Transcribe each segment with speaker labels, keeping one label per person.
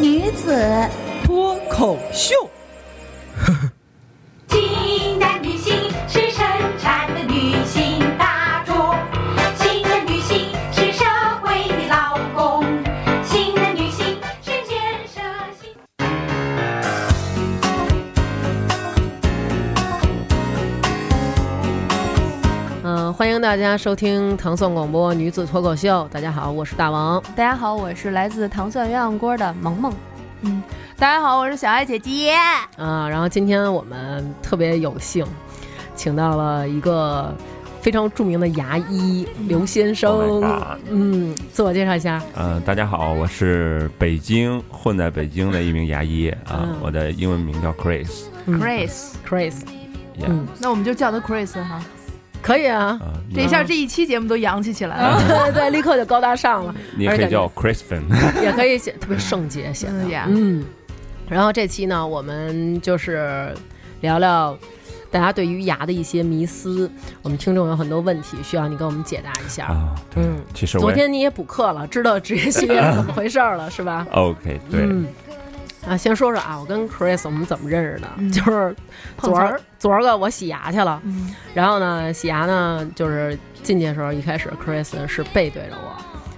Speaker 1: 女子
Speaker 2: 脱口秀，
Speaker 3: 新的女性是生产的女性大众，新的女性是社会的劳工，新的女性是建设新。
Speaker 4: 嗯、欢迎大家收听糖蒜广播女子脱口秀。大家好，我是大王。
Speaker 5: 大家好，我是来自糖蒜鸳鸯锅的萌萌。
Speaker 6: 嗯大家好，我是小爱姐姐。
Speaker 4: 啊，然后今天我们特别有幸，请到了一个非常著名的牙医刘先生
Speaker 7: Oh。my god
Speaker 4: 嗯，自我介绍一下。
Speaker 7: 呃，大家好，我是北京混在北京的一名牙医啊、
Speaker 4: 嗯
Speaker 7: 我的英文名叫 Chris，
Speaker 6: Chris，
Speaker 4: Chris，
Speaker 7: yeah,
Speaker 4: 嗯
Speaker 6: 那我们就叫他 Chris 哈。
Speaker 4: 可以啊，
Speaker 7: 啊、
Speaker 6: 这一下这一期节目都洋气起来了。
Speaker 4: 对对，立刻就高大上了，
Speaker 7: 你也可以叫我 Crispin，
Speaker 4: 也可以写特别圣洁写的
Speaker 6: 嗯。呀
Speaker 4: 嗯，然后这期呢，我们就是聊聊。大家对于牙的一些迷思，我们听众有很多问题需要你给我们解答一下。
Speaker 7: 啊，对，
Speaker 4: 嗯
Speaker 7: 其实我
Speaker 4: 昨
Speaker 7: 也
Speaker 4: 天你也补课了，知道职业系列是怎么回事儿了，是吧？
Speaker 7: OK，对、
Speaker 4: 嗯。啊，先说说啊，我跟 Chris 我们怎么认识的？
Speaker 6: 嗯
Speaker 4: 就是
Speaker 6: 碰
Speaker 4: 昨
Speaker 6: 瓷
Speaker 4: 儿
Speaker 6: 儿
Speaker 4: 昨儿个我洗牙去了，
Speaker 6: 嗯
Speaker 4: 然后呢洗牙呢就是进去的时候，一开始 Chris 是背对着我，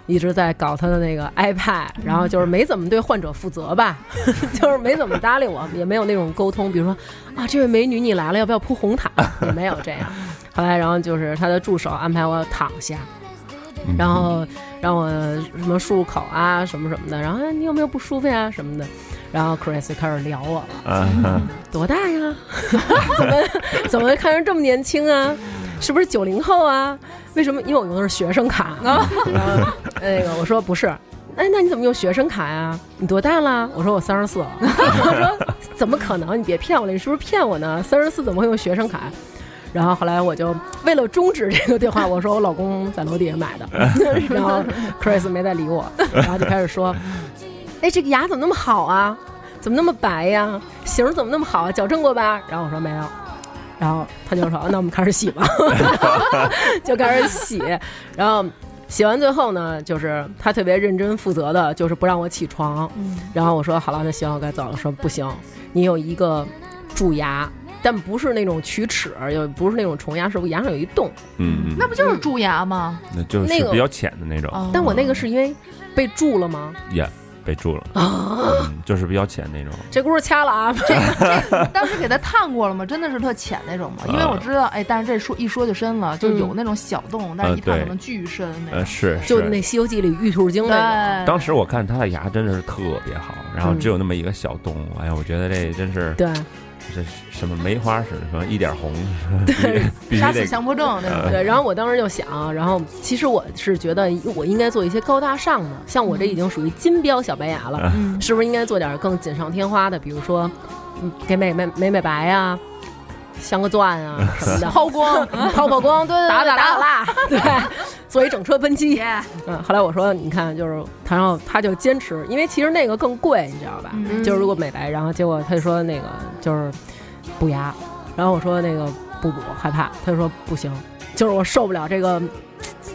Speaker 4: 一直在搞他的那个 iPad，然后就是没怎么对患者负责吧， 就是没怎么搭理我，也没有那种沟通，比如说啊这位美女你来了，要不要铺红毯？ 也没有这样。后来然后就是他的助手安排我躺下，
Speaker 7: 嗯
Speaker 4: 然后让我什么漱口啊，什么什么的，然后、哎、你有没有不舒服呀什么的，然后 Chris 就开始聊我了，
Speaker 7: 啊 哈
Speaker 4: 多大呀？ 怎么怎么看着这么年轻啊？是不是九零后啊？为什么？因为我用的是学生卡。然后 那个我说不是，哎，那你怎么用学生卡呀？你多大了？我说我三十四。 我说怎么可能？你别骗我了，你是不是骗我呢？三十四怎么会用学生卡？然后后来我就为了终止这个对话，我说我老公在楼底下买的，然后 Chris 没再理我，然后就开始说，哎，这个牙怎么那么好啊？怎么那么白呀？形儿怎么那么好啊？矫正过吧？然后我说没有，然后他就说那我们开始洗吧， 就开始洗，然后洗完最后呢，就是他特别认真负责的，就是不让我起床，然后我说好了，那行，我该走了。说不行，你有一个蛀牙。但不是那种龋齿，也不是那种虫牙，是我牙上有一洞。
Speaker 7: 嗯嗯，
Speaker 6: 那不就是蛀牙吗？
Speaker 7: 那就是
Speaker 4: 那个
Speaker 7: 比较浅的那种，
Speaker 6: 哦
Speaker 4: 但我那个是因为被蛀了吗？
Speaker 7: 也、被蛀了啊、嗯就是比较浅那种，
Speaker 4: 这轱辘掐了啊！这
Speaker 6: 当时给他探过了吗？真的是特浅那种吗？因为我知道，哎，但是这说一说就深了，就有那种小洞，但是一探可能巨深那
Speaker 7: 呃，
Speaker 6: 种。
Speaker 7: 是
Speaker 4: 就是那《西游记》里玉兔精那
Speaker 6: 对，
Speaker 7: 当时我看他的牙真的是特别好，然后
Speaker 4: 嗯
Speaker 7: 只有那么一个小洞，哎呀，我觉得这真是
Speaker 4: 个，对，
Speaker 7: 这什么梅花似的，什么一点红，必须 必须
Speaker 6: 杀死
Speaker 7: 得
Speaker 6: 强迫症那种。
Speaker 4: 对，然后我当时就想，然后其实我是觉得我应该做一些高大上的，像我这已经属于金标小白牙了，
Speaker 6: 嗯
Speaker 4: 是不是应该做点更锦上添花的，比如说嗯给美美美美白啊，镶个钻啊什 么的，
Speaker 6: 抛光，
Speaker 4: 抛抛光，对对对，
Speaker 6: 打打
Speaker 4: 打蜡， 对，做一整车喷漆。
Speaker 6: Yeah
Speaker 4: 嗯，后来我说，你看，就是他，然后他就坚持，因为其实那个更贵，你知道吧？
Speaker 6: 嗯
Speaker 4: 就是如果美白，然后结果他就说那个就是补牙，然后我说那个不补，害怕，他就说不行，就是我受不了这个。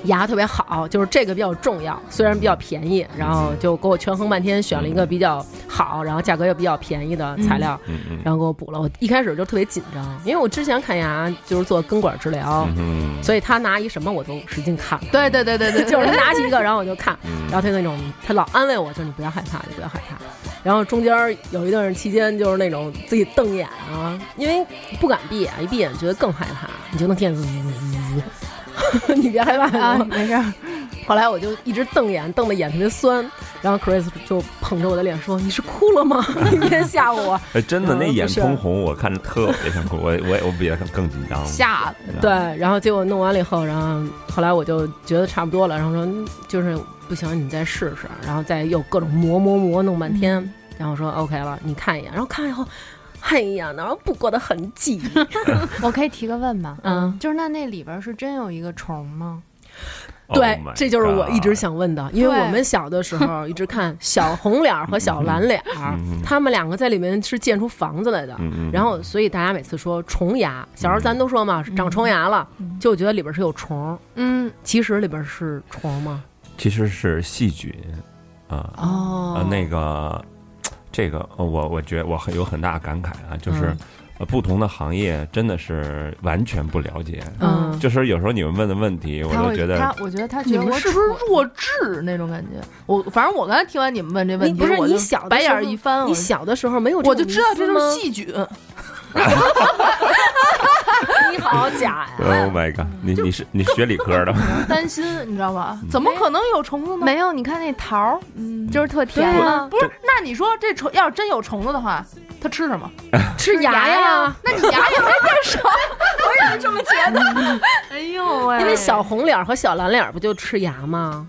Speaker 4: 牙特别好，就是这个比较重要，虽然比较便宜，然后就给我权衡半天，选了一个比较好，然后价格又比较便宜的材料，
Speaker 7: 嗯嗯
Speaker 4: 然后给我补了。我一开始就特别紧张，因为我之前看牙就是做根管治疗，
Speaker 7: 嗯
Speaker 4: 啊所以他拿一什么我都使劲看，
Speaker 6: 对对对对对，
Speaker 4: 就是 他拿起一个，然后我就看，
Speaker 7: 嗯
Speaker 4: 然后他那种他老安慰我，就是你不要害怕，你不要害怕。然后中间有一段期间就是那种自己瞪眼啊，因为不敢闭眼，一闭眼觉得更害怕，你就能听见滋滋滋滋， 你别害怕
Speaker 6: 啊，
Speaker 4: 我
Speaker 6: 没事儿，
Speaker 4: 后来我就一直瞪眼，瞪的眼特别酸，然后 Chris 就捧着我的脸说：“你是哭了吗？ 你别吓我。”
Speaker 7: 哎，真的，
Speaker 4: 嗯
Speaker 7: 那眼
Speaker 4: 不是
Speaker 7: 通红，我看着特别想哭，我我也我比较更紧张。
Speaker 6: 吓
Speaker 7: 嗯
Speaker 4: 对，，然后结果弄完了以后，然后后来我就觉得差不多了，然后说嗯就是不行，你再试试，然后再又各种磨磨磨弄半天，然后说 OK 了，你看一眼，然后看以后，哎呀，哪有不过的痕 迹？
Speaker 5: 我可以提个问吗？
Speaker 4: 嗯，
Speaker 5: 就是那那里边儿是真有一个虫吗？
Speaker 4: 对
Speaker 7: Oh my，
Speaker 4: 这就是我一直
Speaker 7: God
Speaker 4: 想问的，因为
Speaker 5: 对
Speaker 4: 我们小的时候一直 看小红脸儿和小蓝脸儿
Speaker 7: 嗯嗯，
Speaker 4: 他们两个在里面是建出房子来的。
Speaker 7: 嗯嗯，
Speaker 4: 然后，所以大家每次说虫牙，小时候咱都说嘛，长虫牙了，就觉得里边是有虫，
Speaker 5: 嗯，
Speaker 4: 其实里边是虫吗？
Speaker 7: 其实是细菌啊啊
Speaker 4: 哦，
Speaker 7: 那个这个呃我我觉得我很有很大感慨啊，就是
Speaker 4: 嗯
Speaker 7: 呃不同的行业真的是完全不了解，
Speaker 4: 嗯，
Speaker 7: 就是有时候你们问的问题，哦我
Speaker 6: 他
Speaker 7: 都
Speaker 6: 会
Speaker 7: 觉得
Speaker 6: 他，我觉得他
Speaker 4: 你
Speaker 6: 觉得
Speaker 4: 们
Speaker 6: 我
Speaker 4: 是不
Speaker 6: 蠢
Speaker 4: 是
Speaker 6: 弱智那种感觉。我反正我刚才听完你们问这问
Speaker 4: 你
Speaker 6: 题，
Speaker 4: 不是
Speaker 6: 我
Speaker 4: 你
Speaker 6: 就
Speaker 4: 小的
Speaker 6: 白
Speaker 4: 时
Speaker 6: 眼儿
Speaker 4: 候
Speaker 6: 一翻，
Speaker 4: 你
Speaker 6: 我就
Speaker 4: 小的时候没有，
Speaker 6: 我就知道这
Speaker 4: 吗？
Speaker 6: 是细菌，
Speaker 4: 你 好假呀！
Speaker 7: ，Oh my god，你你是你是学理科的吗，
Speaker 6: 担心你知道吧？
Speaker 7: 嗯
Speaker 6: 怎么可能有虫子呢？
Speaker 5: 没有，你看那桃儿，
Speaker 6: 嗯，
Speaker 5: 就是特甜啊。
Speaker 6: 不是，那你说这虫要是真有虫子的话，它吃什么？
Speaker 4: 吃牙呀，
Speaker 6: 那你牙也没变少，我也是这么觉得。
Speaker 5: 哎呦喂
Speaker 4: 因为小红脸儿和小蓝脸儿不就吃牙吗？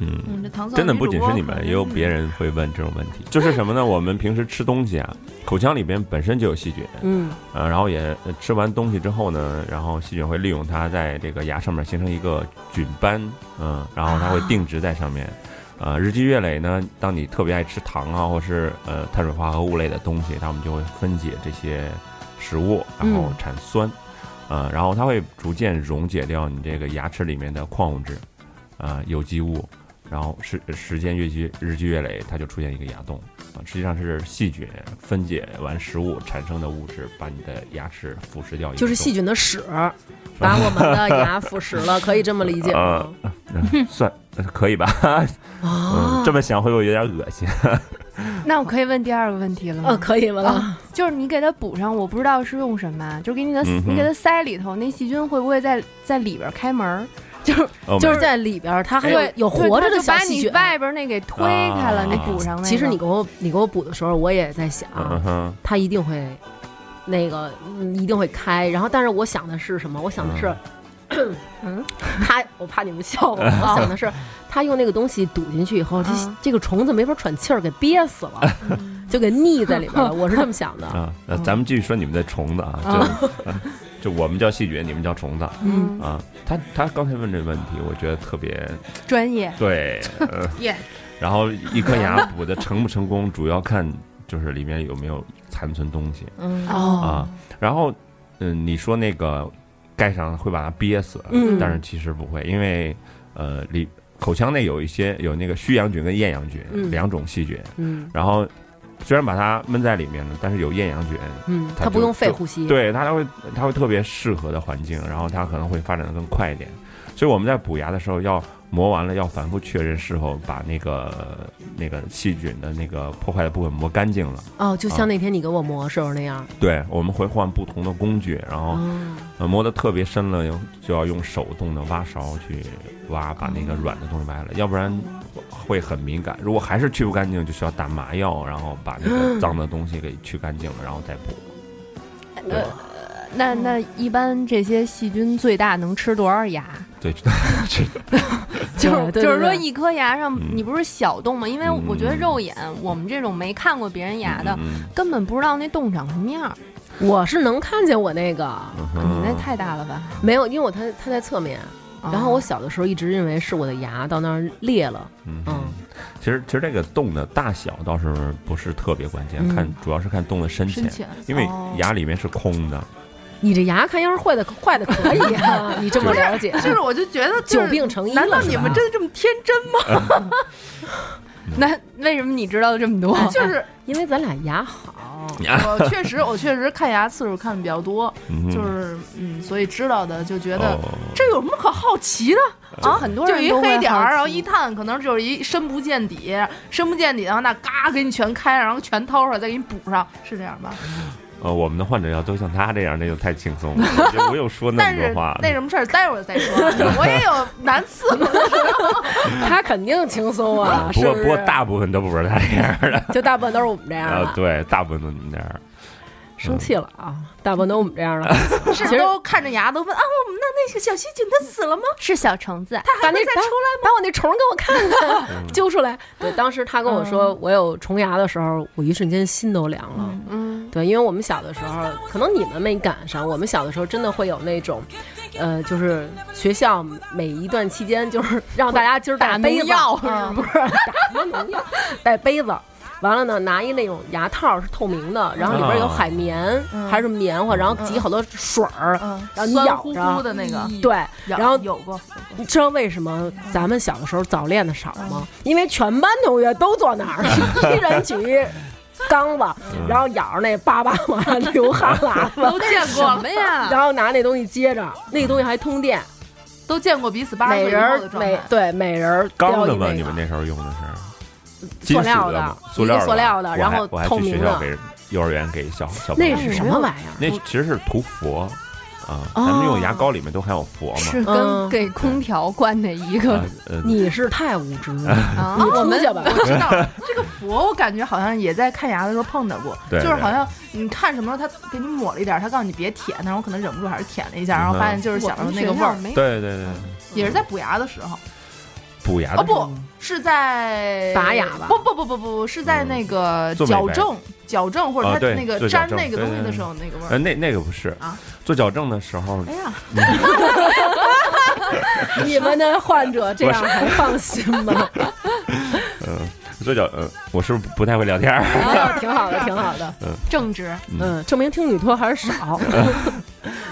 Speaker 7: 嗯。
Speaker 6: 嗯，这糖蒜
Speaker 7: 真的
Speaker 6: 女
Speaker 7: 不
Speaker 6: 主
Speaker 7: 仅
Speaker 6: 播
Speaker 7: 是你们，也有别人会问这种问题，就是什么呢？我们平时吃东西啊，口腔里边本身就有细菌，
Speaker 4: 嗯，
Speaker 7: 呃，然后也呃吃完东西之后呢，然后细菌会利用它在这个牙上面形成一个菌斑，嗯，然后
Speaker 6: 啊
Speaker 7: 它会定植在上面。呃，日积月累呢，当你特别爱吃糖啊，或是呃碳水化合物类的东西，它们就会分解这些食物，然后
Speaker 4: 嗯
Speaker 7: 产酸，呃，然后它会逐渐溶解掉你这个牙齿里面的矿物质，啊、有机物，然后时时间越积日积月累，它就出现一个牙洞啊，实际上是细菌分解完食物产生的物质，把你的牙齿腐蚀掉一个洞，
Speaker 4: 就是细菌的屎，把我们的牙腐蚀了，可以这么理解吗？
Speaker 7: 菌，算呃可以吧？
Speaker 4: 啊
Speaker 7: 嗯，，这么想会不会有点恶心？
Speaker 5: 那我可以问第二个问题了吗？
Speaker 4: 呃，可以
Speaker 6: 啊
Speaker 4: 吗？
Speaker 5: 就是你给它补上，我不知道是用什么啊，就给你的、
Speaker 7: 嗯哼
Speaker 5: 你给它塞里头，那细菌会不会在在里边开门儿？就是
Speaker 7: 哦
Speaker 4: 就是在里边儿，它还有
Speaker 5: 对
Speaker 4: 有
Speaker 5: 对
Speaker 4: 活着
Speaker 5: 它
Speaker 4: 的
Speaker 5: 就
Speaker 4: 小
Speaker 5: 把
Speaker 4: 细
Speaker 5: 你
Speaker 4: 菌。啊
Speaker 5: 外边那给推开了，
Speaker 7: 啊
Speaker 5: 你补上那个。
Speaker 4: 其实你给我你给我补的时候，我也在想，
Speaker 7: 嗯哼，
Speaker 4: 它一定会那个嗯一定会开。然后，但是我想的是什么？我想的是， 嗯，它我怕你们笑我，啊
Speaker 7: 嗯
Speaker 4: 我想的是，它用那个东西堵进去以后，这
Speaker 5: 啊
Speaker 4: 这个虫子没法喘气儿，给憋死了，
Speaker 7: 嗯
Speaker 4: 就给腻在里边 了。我是这么想的。
Speaker 7: 啊，那咱们继续说你们的虫子啊，就就 我们叫细菌，你们叫虫子
Speaker 5: 嗯
Speaker 7: 啊。他他刚才问这问题，我觉得特别
Speaker 5: 专业，
Speaker 7: 对，呃
Speaker 6: Yeah
Speaker 7: 然后一颗牙补的成不成功，主要看就是里面有没有残存东西
Speaker 6: 嗯，
Speaker 5: 哦，
Speaker 7: 啊。然后，嗯，你说那个盖上会把它憋死，
Speaker 4: 嗯
Speaker 7: 但是其实不会，因为呃里口腔内有一些有那个须阳菌跟厌氧菌、
Speaker 4: 嗯
Speaker 7: 两种细菌，
Speaker 4: 嗯
Speaker 7: 然后虽然把它闷在里面了，但是有厌氧菌，
Speaker 4: 嗯，
Speaker 7: 它
Speaker 4: 它不
Speaker 7: 就
Speaker 4: 用肺
Speaker 7: 就
Speaker 4: 呼吸。
Speaker 7: 对它它会它会特别适合的环境，然后它可能会发展的更快一点。所以我们在补牙的时候要磨完了，要反复确认是否把那个那个细菌的那个破坏的部分磨干净了。
Speaker 4: 哦，就
Speaker 7: 啊
Speaker 4: 像那天你给我磨时候那样。
Speaker 7: 对，我们会换不同的工具，然后、
Speaker 4: 哦，
Speaker 7: 呃、磨得特别深了，有就要用手动的挖勺去挖，把那个软的东西挖下来，要不然会很敏感。如果还是去不干净，就需要打麻药，然后把那个脏的东西给去干净了，然后再补。对吧？
Speaker 5: 那
Speaker 4: 嗯
Speaker 5: 那一般这些细菌最大能吃多少牙？
Speaker 7: 对，
Speaker 5: 就是
Speaker 4: 对对
Speaker 5: 就是说
Speaker 4: 对
Speaker 5: 一颗牙上
Speaker 7: 嗯，
Speaker 5: 你不是小洞吗？因为
Speaker 7: 嗯
Speaker 5: 我觉得肉眼我们这种没看过别人牙的，
Speaker 7: 嗯嗯
Speaker 5: 根本不知道那洞长什么样儿。
Speaker 4: 我是能看见我那个
Speaker 7: 嗯
Speaker 5: 你那
Speaker 7: 哼
Speaker 5: 太大了吧？哦
Speaker 4: 没有，因为我它它在侧面。
Speaker 7: 嗯
Speaker 4: 然后我小的时候一直认为是我的牙到那儿裂了。
Speaker 7: 嗯
Speaker 4: 嗯，
Speaker 7: 其实其实这个洞的大小倒是不是特别关键，
Speaker 4: 嗯
Speaker 7: 看主要是看洞的深
Speaker 6: 深
Speaker 7: 浅，
Speaker 6: 浅，
Speaker 7: 因为
Speaker 5: 哦
Speaker 7: 牙里面是空的，
Speaker 4: 你这牙看样是坏的，坏的可以 啊！你这么了解，
Speaker 6: 就是我就觉得就
Speaker 4: 久
Speaker 6: 是。
Speaker 4: 病成医了。
Speaker 6: 难道你们
Speaker 4: 这
Speaker 6: 真的这么天真吗？
Speaker 7: 嗯
Speaker 5: 那为什么你知道的这么多？
Speaker 6: 啊就是
Speaker 4: 因为咱俩牙好，
Speaker 6: 我确实，我确实看牙次数看的比较多，
Speaker 7: 嗯哼、
Speaker 6: 就是嗯，所以知道的就觉得
Speaker 7: 哦啊
Speaker 6: 这有什么可好奇的？啊
Speaker 5: 就很多
Speaker 6: 就
Speaker 5: 人
Speaker 6: 一
Speaker 5: 都会
Speaker 6: 黑点儿，
Speaker 5: 好奇
Speaker 6: 然后一探，可能就是一深不见底，深不见底，然后那嘎给你全开，然后全掏出来，再给你补上，是这样吧？
Speaker 7: 呃，我们的患者要都像他这样，那就太轻松了，我就不用说那
Speaker 6: 但
Speaker 7: 么
Speaker 6: 是
Speaker 7: 多话了。
Speaker 6: 那什么事儿，待会儿 再说。我也有难伺候 的时候，
Speaker 4: 他肯定轻松啊
Speaker 7: 嗯。 不
Speaker 4: 是
Speaker 7: 过
Speaker 4: 是
Speaker 7: 不过大部分都不是他这样的，
Speaker 4: 就大部分都是我们这样
Speaker 7: 啊，
Speaker 4: 的。
Speaker 7: 对，大部分都你们这样。
Speaker 4: 生气了啊！大部分都我们这样了，
Speaker 6: 是
Speaker 4: 其实
Speaker 6: 都看着牙都问啊，我们那那个小细菌它死了吗？
Speaker 5: 是小橙子啊，
Speaker 4: 把那把把我那虫儿给我看 看，
Speaker 6: 嗯
Speaker 4: 揪出来。嗯对，当时他跟我说我有虫牙的时候，我一瞬间心都凉了。
Speaker 5: 嗯，
Speaker 4: 对，因为我们小的时
Speaker 6: 哎
Speaker 4: 候，可能你们没赶上，我们小的时候真的会有那种，呃，就是学校每一段期间，就是让大家今儿带
Speaker 5: 打农
Speaker 4: 杯子，
Speaker 5: 药
Speaker 6: 嗯
Speaker 4: 是不是？打什么农药？ 带杯子。完了呢，拿一那种牙套是透明的，然后里边有
Speaker 7: 啊
Speaker 4: 海绵、还是棉花，然后挤好多水儿，
Speaker 6: 嗯，
Speaker 4: 然后
Speaker 6: 酸
Speaker 4: 你咬
Speaker 6: 乎
Speaker 4: 着
Speaker 6: 乎的那个，
Speaker 4: 对，
Speaker 6: 咬
Speaker 4: 然后
Speaker 6: 嗯有过，
Speaker 4: 你知道为什么咱们小的时候早恋的少吗？因为全班同学都坐那儿， 一人举一缸子，
Speaker 7: 嗯
Speaker 4: 然后咬着那叭叭往上流哈喇 子，
Speaker 6: 都见过了 呀？
Speaker 4: 然后拿那东西接着，那个东西还通电，
Speaker 6: 都见过彼此八
Speaker 4: 每
Speaker 6: 十岁以
Speaker 4: 人
Speaker 6: 后
Speaker 4: 儿
Speaker 6: 的状
Speaker 4: 每
Speaker 6: 态。
Speaker 4: 对每人儿
Speaker 7: 钢
Speaker 4: 叼
Speaker 7: 的
Speaker 4: 一
Speaker 7: 吗？
Speaker 4: 那
Speaker 7: 你们
Speaker 4: 个
Speaker 7: 那时候用的是金
Speaker 4: 塑
Speaker 7: 属
Speaker 4: 料
Speaker 7: 的吗，
Speaker 4: 一
Speaker 7: 塑料
Speaker 4: 个塑料的，
Speaker 7: 我
Speaker 4: 然
Speaker 7: 还
Speaker 4: 后
Speaker 7: 我还
Speaker 4: 透
Speaker 7: 去
Speaker 4: 明
Speaker 7: 学校
Speaker 4: 的，
Speaker 7: 给幼儿园给小小朋
Speaker 4: 那
Speaker 7: 友
Speaker 4: 是
Speaker 7: 用
Speaker 4: 什么玩意儿？
Speaker 7: 那其实是涂佛啊，
Speaker 6: 哦
Speaker 7: 咱们用牙膏里面都含有佛嘛。
Speaker 5: 是跟
Speaker 4: 嗯
Speaker 5: 给空调灌的一
Speaker 7: 啊
Speaker 5: 个
Speaker 7: 呃，
Speaker 4: 你是太无知了，
Speaker 5: 啊
Speaker 7: 嗯
Speaker 4: 你，出去吧。
Speaker 6: 我知道这个佛，我感觉好像也在看牙的时候碰到过，
Speaker 7: 对
Speaker 6: 就是
Speaker 7: 对
Speaker 6: 好像你看什么，他给你抹了一点儿，他告诉你别舔，但是我可能忍不住还是舔了一下，然后发现就是想着那个味儿，
Speaker 5: 没
Speaker 7: 嗯对对对，
Speaker 6: 也是在补牙的时候，
Speaker 7: 补牙
Speaker 6: 哦
Speaker 7: 的时候
Speaker 6: 不是在
Speaker 4: 拔牙吧
Speaker 6: 不不不不不是在那个
Speaker 7: 嗯做美
Speaker 6: 矫
Speaker 7: 白
Speaker 6: 正矫正或者
Speaker 7: 啊
Speaker 6: 他
Speaker 7: 对
Speaker 6: 那个
Speaker 7: 做矫
Speaker 6: 粘
Speaker 7: 正
Speaker 6: 那个
Speaker 7: 对
Speaker 6: 东西
Speaker 7: 对
Speaker 6: 的
Speaker 7: 对
Speaker 6: 时候那个味
Speaker 7: 呃，
Speaker 6: 儿，
Speaker 7: 那那个不是
Speaker 6: 啊，
Speaker 7: 做矫正的时候
Speaker 6: 哎呀，
Speaker 4: 你们的患者这样还放心 吗？
Speaker 7: 嗯，做矫呃，我是不是不太会聊天儿？
Speaker 4: 挺好的，挺好的。
Speaker 5: 正直，
Speaker 6: 啊
Speaker 4: 嗯，证明听女托还是少。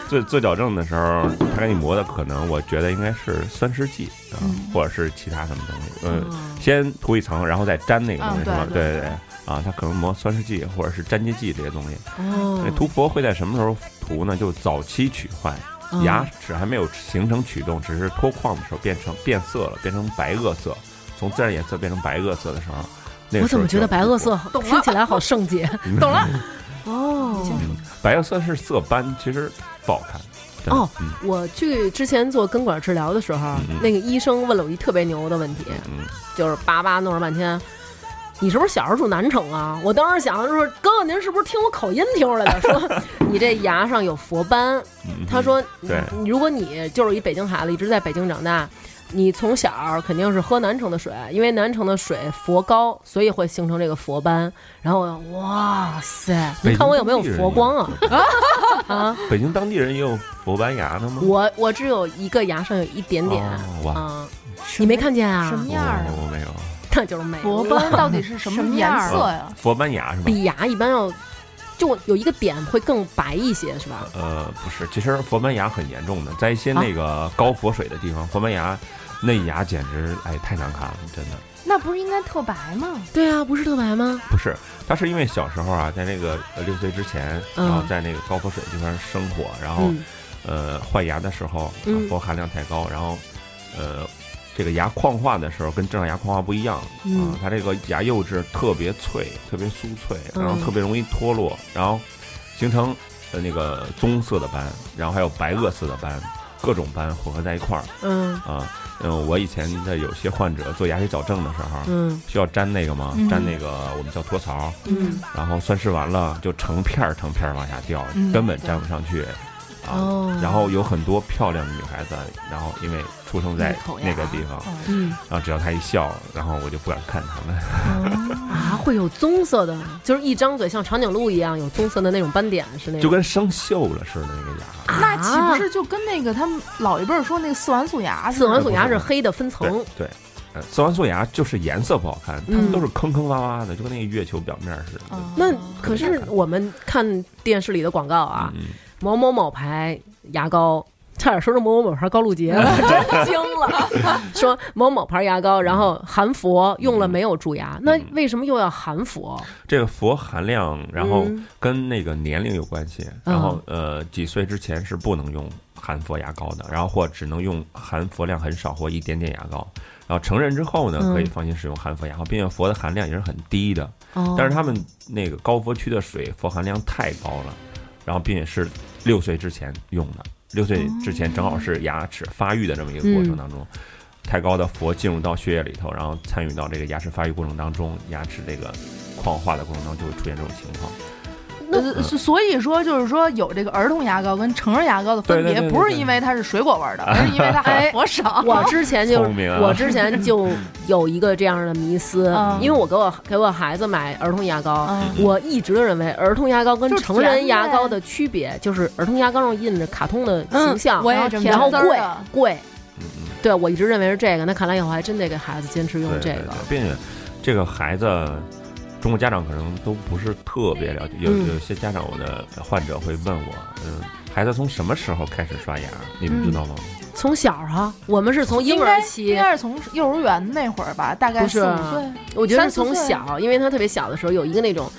Speaker 7: 做做矫正的时候，他给你磨的可能我觉得应该是酸蚀剂啊，
Speaker 4: 嗯
Speaker 7: 或者是其他什么东西，
Speaker 4: 哦
Speaker 7: 嗯，先涂一层，然后再粘那个东西
Speaker 6: 嗯
Speaker 7: 是吧？
Speaker 6: 对
Speaker 7: 对
Speaker 6: 对
Speaker 7: 对对啊，他可能磨酸蚀剂或者是粘接剂这些东西。
Speaker 4: 哦
Speaker 7: 嗯 那涂氟会在什么时候涂呢？就早期龋坏，
Speaker 4: 哦嗯
Speaker 7: 牙齿还没有形成龋洞，只是脱矿的时候变成变色了，变成白垩色，从自然颜色变成白垩色的时候，
Speaker 4: 嗯
Speaker 7: 那
Speaker 4: 我
Speaker 7: 个时
Speaker 4: 怎
Speaker 7: 候
Speaker 4: 么觉得
Speaker 7: 就嗯
Speaker 4: 白垩 色
Speaker 6: 懂了
Speaker 4: 听起来好圣洁？
Speaker 6: 懂了，
Speaker 4: 哦
Speaker 7: 白垩色是色斑，其实不好看。真的
Speaker 4: 哦
Speaker 7: 嗯
Speaker 4: 我去之前做根管治疗的时候
Speaker 7: 嗯嗯，
Speaker 4: 那个医生问了我一特别牛的问题，
Speaker 7: 嗯，
Speaker 4: 就是叭叭弄了半天。你是不是小时候住南城啊？我当时想的是，哥哥您是不是听我口音听出来的？说你这牙上有佛斑。
Speaker 7: 嗯
Speaker 4: 他说，
Speaker 7: 对
Speaker 4: 你如果你就是一北京孩子，一直在北京长大，你从小肯定是喝南城的水，因为南城的水佛高，所以会形成这个佛斑。然后我哇塞，你看我有没有佛光啊？啊，
Speaker 7: 北京当地人也有氟斑牙的吗？
Speaker 4: 我我只有一个牙上有一点点
Speaker 7: 哦哇
Speaker 4: 啊，你没看见啊
Speaker 5: 什？么样儿啊？
Speaker 7: 我我没有
Speaker 4: 那就是没
Speaker 6: 佛斑到底嗯是什
Speaker 5: 什
Speaker 6: 么啊
Speaker 5: 么
Speaker 6: 颜
Speaker 5: 样儿
Speaker 6: 色呀？
Speaker 7: 氟斑牙是吧？
Speaker 4: 比牙一般要就有一个点会更白一些，是吧？
Speaker 7: 呃，不是，其实氟斑牙很严重的，在一些
Speaker 4: 啊
Speaker 7: 那个高氟水的地方，氟斑牙那牙简直哎太难看了，真的。
Speaker 5: 那不是应该特白吗？
Speaker 4: 对啊，不是特白吗？
Speaker 7: 不是，他是因为小时候啊，在那个呃六岁之前，
Speaker 4: 嗯
Speaker 7: 然后在那个高氟水地方生活，然后、
Speaker 4: 嗯
Speaker 7: 呃换牙的时候，
Speaker 4: 嗯
Speaker 7: 氟含量太高，然后呃这个牙矿化的时候跟正常牙矿化不一样，
Speaker 4: 嗯
Speaker 7: 啊，它这个牙釉质特别脆，特别酥脆，
Speaker 4: 嗯
Speaker 7: 然后特别容易脱落，然后形成呃那个棕色的斑，然后还有白垩色的斑，各种斑混合在一块儿
Speaker 4: 嗯
Speaker 7: 啊。嗯，我以前在有些患者做牙齿矫正的时候，
Speaker 4: 嗯
Speaker 7: 需要粘那个吗？
Speaker 6: 嗯
Speaker 7: 粘那个我们叫托槽，
Speaker 4: 嗯，
Speaker 7: 然后酸蚀完了就成片儿成片儿往下掉，
Speaker 6: 嗯
Speaker 7: 根本粘不上去啊。
Speaker 4: 哦
Speaker 7: 然后有很多漂亮的女孩子，然后因为出生在
Speaker 6: 一口哦牙
Speaker 7: 那个地方，
Speaker 4: 嗯
Speaker 7: 然后只要她一笑，然后我就不敢看她们。
Speaker 4: 啊，会有棕色的，就是一张嘴像长颈鹿一样有棕色的那种斑点，是那种
Speaker 7: 就跟生锈了似的那个牙。
Speaker 6: 那岂不是就跟那个他们老一辈儿说那个四环素牙似
Speaker 4: 四
Speaker 6: 的？
Speaker 4: 环素牙是黑的分层
Speaker 7: 对，对，呃，色黄素牙就是颜色不好看，
Speaker 4: 嗯
Speaker 7: 它们都是坑坑洼洼的，就跟那个月球表面似的。
Speaker 6: 啊
Speaker 4: 那可是我们看电视里的广告啊，
Speaker 7: 嗯，
Speaker 4: 某某某牌牙膏，差点说成某某某牌高露洁，
Speaker 7: 嗯
Speaker 4: 真惊了。说某某牌牙膏，然后含氟用了没有蛀牙，
Speaker 7: 嗯
Speaker 4: 那为什么又要含氟？
Speaker 7: 这个氟含量，然后
Speaker 4: 嗯
Speaker 7: 跟那个年龄有关系，然后呃几岁之前是不能用含氟牙膏的，然后或只能用含氟量很少或一点点牙膏。然后成人之后呢，
Speaker 4: 嗯
Speaker 7: 可以放心使用含氟牙膏，并且氟的含量也是很低的。
Speaker 4: 哦
Speaker 7: 但是他们那个高氟区的水氟含量太高了，然后并且是六岁之前用的，六岁之前正好是牙齿发育的这么一个过程当
Speaker 4: 哦
Speaker 7: 中，太高的氟进入到血液里头，然后参与到这个牙齿发育过程当中，牙齿这个矿化的过程当中就会出现这种情况。
Speaker 4: 那
Speaker 6: 呃所所以说就是说有这个儿童牙膏跟成人牙膏的分
Speaker 7: 对对
Speaker 6: 别
Speaker 7: 对，对
Speaker 6: 不是
Speaker 7: 对
Speaker 6: 因为它是水果味儿的，而是因为它含佛少。
Speaker 4: 我之前就
Speaker 7: 聪明啊
Speaker 4: 我之前就有一个这样的迷思，
Speaker 6: 嗯
Speaker 4: 因为我给我给我孩子买儿童牙膏，
Speaker 6: 嗯
Speaker 4: 我一直认为儿童牙膏跟
Speaker 6: 就是
Speaker 4: 成人
Speaker 6: 甜
Speaker 4: 牙
Speaker 6: 呗
Speaker 4: 膏的区别就是儿童牙膏上印着卡通的形
Speaker 6: 嗯
Speaker 4: 象，
Speaker 5: 我也这么觉
Speaker 4: 然
Speaker 5: 得
Speaker 4: 后
Speaker 6: 甜滋儿
Speaker 4: 贵
Speaker 6: 的
Speaker 4: 贵。
Speaker 7: 嗯嗯
Speaker 4: 对，我一直认为是这个，那看来以后还真得给孩子坚持用
Speaker 7: 对
Speaker 4: 这
Speaker 7: 对
Speaker 4: 个。
Speaker 7: 对并且这个孩子，中国家长可能都不是特别了解，有
Speaker 4: 嗯
Speaker 7: 有些家长我的患者会问我，嗯，孩子从什么时候开始刷牙？你
Speaker 4: 嗯
Speaker 7: 们知道吗？
Speaker 4: 从小啊，我们是从婴
Speaker 6: 应
Speaker 4: 儿
Speaker 6: 该应
Speaker 4: 期，
Speaker 6: 该是从幼儿园那会儿吧，大概
Speaker 4: 不是啊
Speaker 6: 四五岁。
Speaker 4: 我觉得是
Speaker 6: 三四
Speaker 4: 从
Speaker 6: 岁
Speaker 4: 小，因为他特别小的时候有一个那种，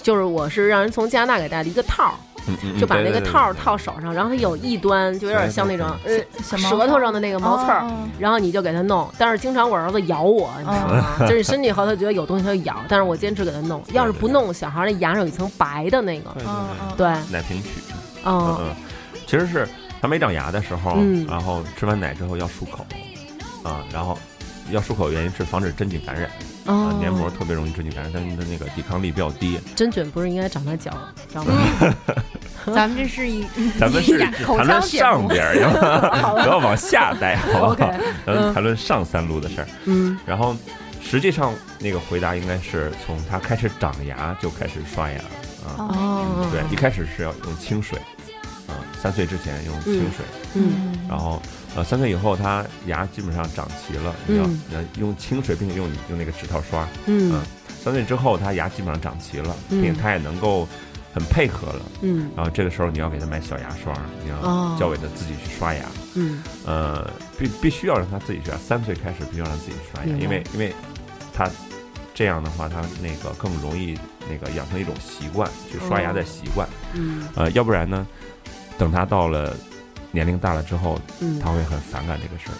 Speaker 4: 就是我是让人从加拿大给带的一个套儿，
Speaker 7: 嗯嗯，嗯
Speaker 4: 就把那个套儿。
Speaker 7: 对对对对
Speaker 4: 套手上，然后它有一端就有点像那种呃
Speaker 6: 小毛
Speaker 4: 舌头上的那个毛刺儿，
Speaker 6: 哦
Speaker 4: 然后你就给它弄。但是经常我儿子咬我，你知道吗？
Speaker 7: 哦
Speaker 4: 就是身体后他觉得有东西他就咬，但是我坚持给他弄。要是不弄，小孩儿那牙上有一层白的那个，
Speaker 7: 对对
Speaker 6: 嗯
Speaker 7: 对
Speaker 6: 嗯，
Speaker 4: 对，
Speaker 7: 奶瓶曲，嗯
Speaker 4: 嗯，
Speaker 7: 嗯，其实是他没长牙的时候，
Speaker 4: 嗯
Speaker 7: 然后吃完奶之后要漱口，啊，然后要漱口的原因是防止真菌感染啊，黏膜
Speaker 4: 哦，
Speaker 7: 特别容易真菌感染，但是它那个抵抗力比较低。
Speaker 4: 真菌不是应该长在脚上吗？
Speaker 5: 咱们这是一
Speaker 6: 嗯
Speaker 7: 咱们是
Speaker 5: 口
Speaker 7: 谈
Speaker 5: 腔
Speaker 7: 论
Speaker 5: 节目
Speaker 7: 上边儿，要不不要往下带，好不
Speaker 4: OK，
Speaker 7: 好？咱们
Speaker 4: 嗯
Speaker 7: 谈论上三路的事儿。
Speaker 4: 嗯，
Speaker 7: 然后实际上那个回答应该是从他开始长牙就开始刷牙啊，
Speaker 4: 哦，
Speaker 7: 对，一开始是要用清水，啊，三岁之前用清水，
Speaker 4: 嗯
Speaker 7: 然后呃三岁以后他牙基本上长齐了，你要
Speaker 4: 嗯
Speaker 7: 你要用清水，并且用你用那个指套刷。
Speaker 4: 嗯
Speaker 7: 三岁之后他牙基本上长齐了，并且
Speaker 4: 嗯
Speaker 7: 他也能够很配合了，
Speaker 4: 嗯
Speaker 7: 然后这个时候你要给他买小牙刷，你
Speaker 4: 哦
Speaker 7: 要教给他自己去刷牙。
Speaker 4: 嗯，
Speaker 7: 呃，必必须要让他自己刷，三岁开始必须要让自己刷牙，
Speaker 4: 明白
Speaker 7: 因为因为他这样的话，他那个更容易那个养成一种习惯，就刷
Speaker 4: 哦
Speaker 7: 牙的习惯。
Speaker 4: 嗯
Speaker 7: 呃，要不然呢，等他到了年龄大了之后，
Speaker 4: 嗯，
Speaker 7: 他会很反感这个事儿。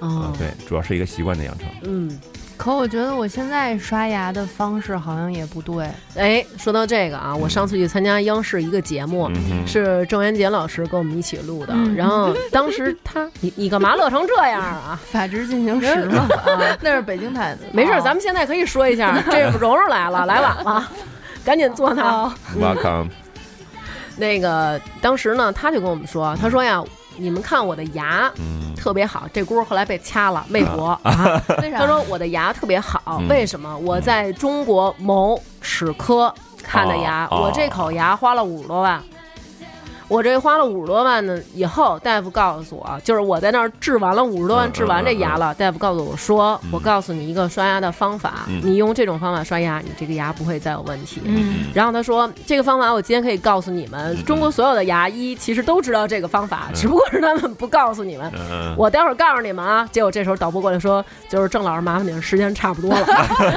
Speaker 7: 嗯、
Speaker 4: 哦，
Speaker 7: 对，主要是一个习惯的养成。
Speaker 4: 嗯。
Speaker 5: 可我觉得我现在刷牙的方式好像也不对，
Speaker 4: 哎，说到这个啊，我上次去参加央视一个节目，
Speaker 7: 嗯哼，
Speaker 4: 是郑渊洁老师跟我们一起录的。
Speaker 5: 嗯
Speaker 4: 然后当时他，你你干嘛乐成这样啊？
Speaker 5: 法制进行时嘛。
Speaker 4: 啊
Speaker 6: 嗯那是北京台的。
Speaker 4: 没事儿，
Speaker 6: 哦
Speaker 4: 咱们现在可以说一下，这蓉蓉来了，来晚了，赶紧坐那儿。
Speaker 7: Welcome，
Speaker 4: 那个当时呢，他就跟我们说，他说呀，你们看我的牙
Speaker 7: 嗯，啊
Speaker 4: 特别好，这箍儿后来被掐了，魏博。
Speaker 6: 为啥？
Speaker 4: 他说我的牙特别好，
Speaker 7: 嗯
Speaker 4: 为什么？我在中国某齿科看的牙，
Speaker 7: 哦哦
Speaker 4: 我这口牙花了五十多万。我这花了五十多万呢，以后大夫告诉我，就是我在那儿治完了五十多
Speaker 7: 嗯
Speaker 4: 万，
Speaker 7: 嗯
Speaker 4: 治完这牙了，大夫告诉我说，
Speaker 7: 嗯
Speaker 4: 我告诉你一个刷牙的方法，
Speaker 7: 嗯
Speaker 4: 你用这种方法刷牙，你这个牙不会再有问题。
Speaker 6: 嗯
Speaker 4: 然后他说，这个方法我今天可以告诉你们，
Speaker 7: 嗯
Speaker 4: 中国所有的牙医其实都知道这个方法，
Speaker 7: 嗯
Speaker 4: 只不过是他们不告诉你们。
Speaker 7: 嗯嗯，
Speaker 4: 我待会儿告诉你们啊。结果这时候导播过来说，就是郑老师，麻烦您时间差不多 了。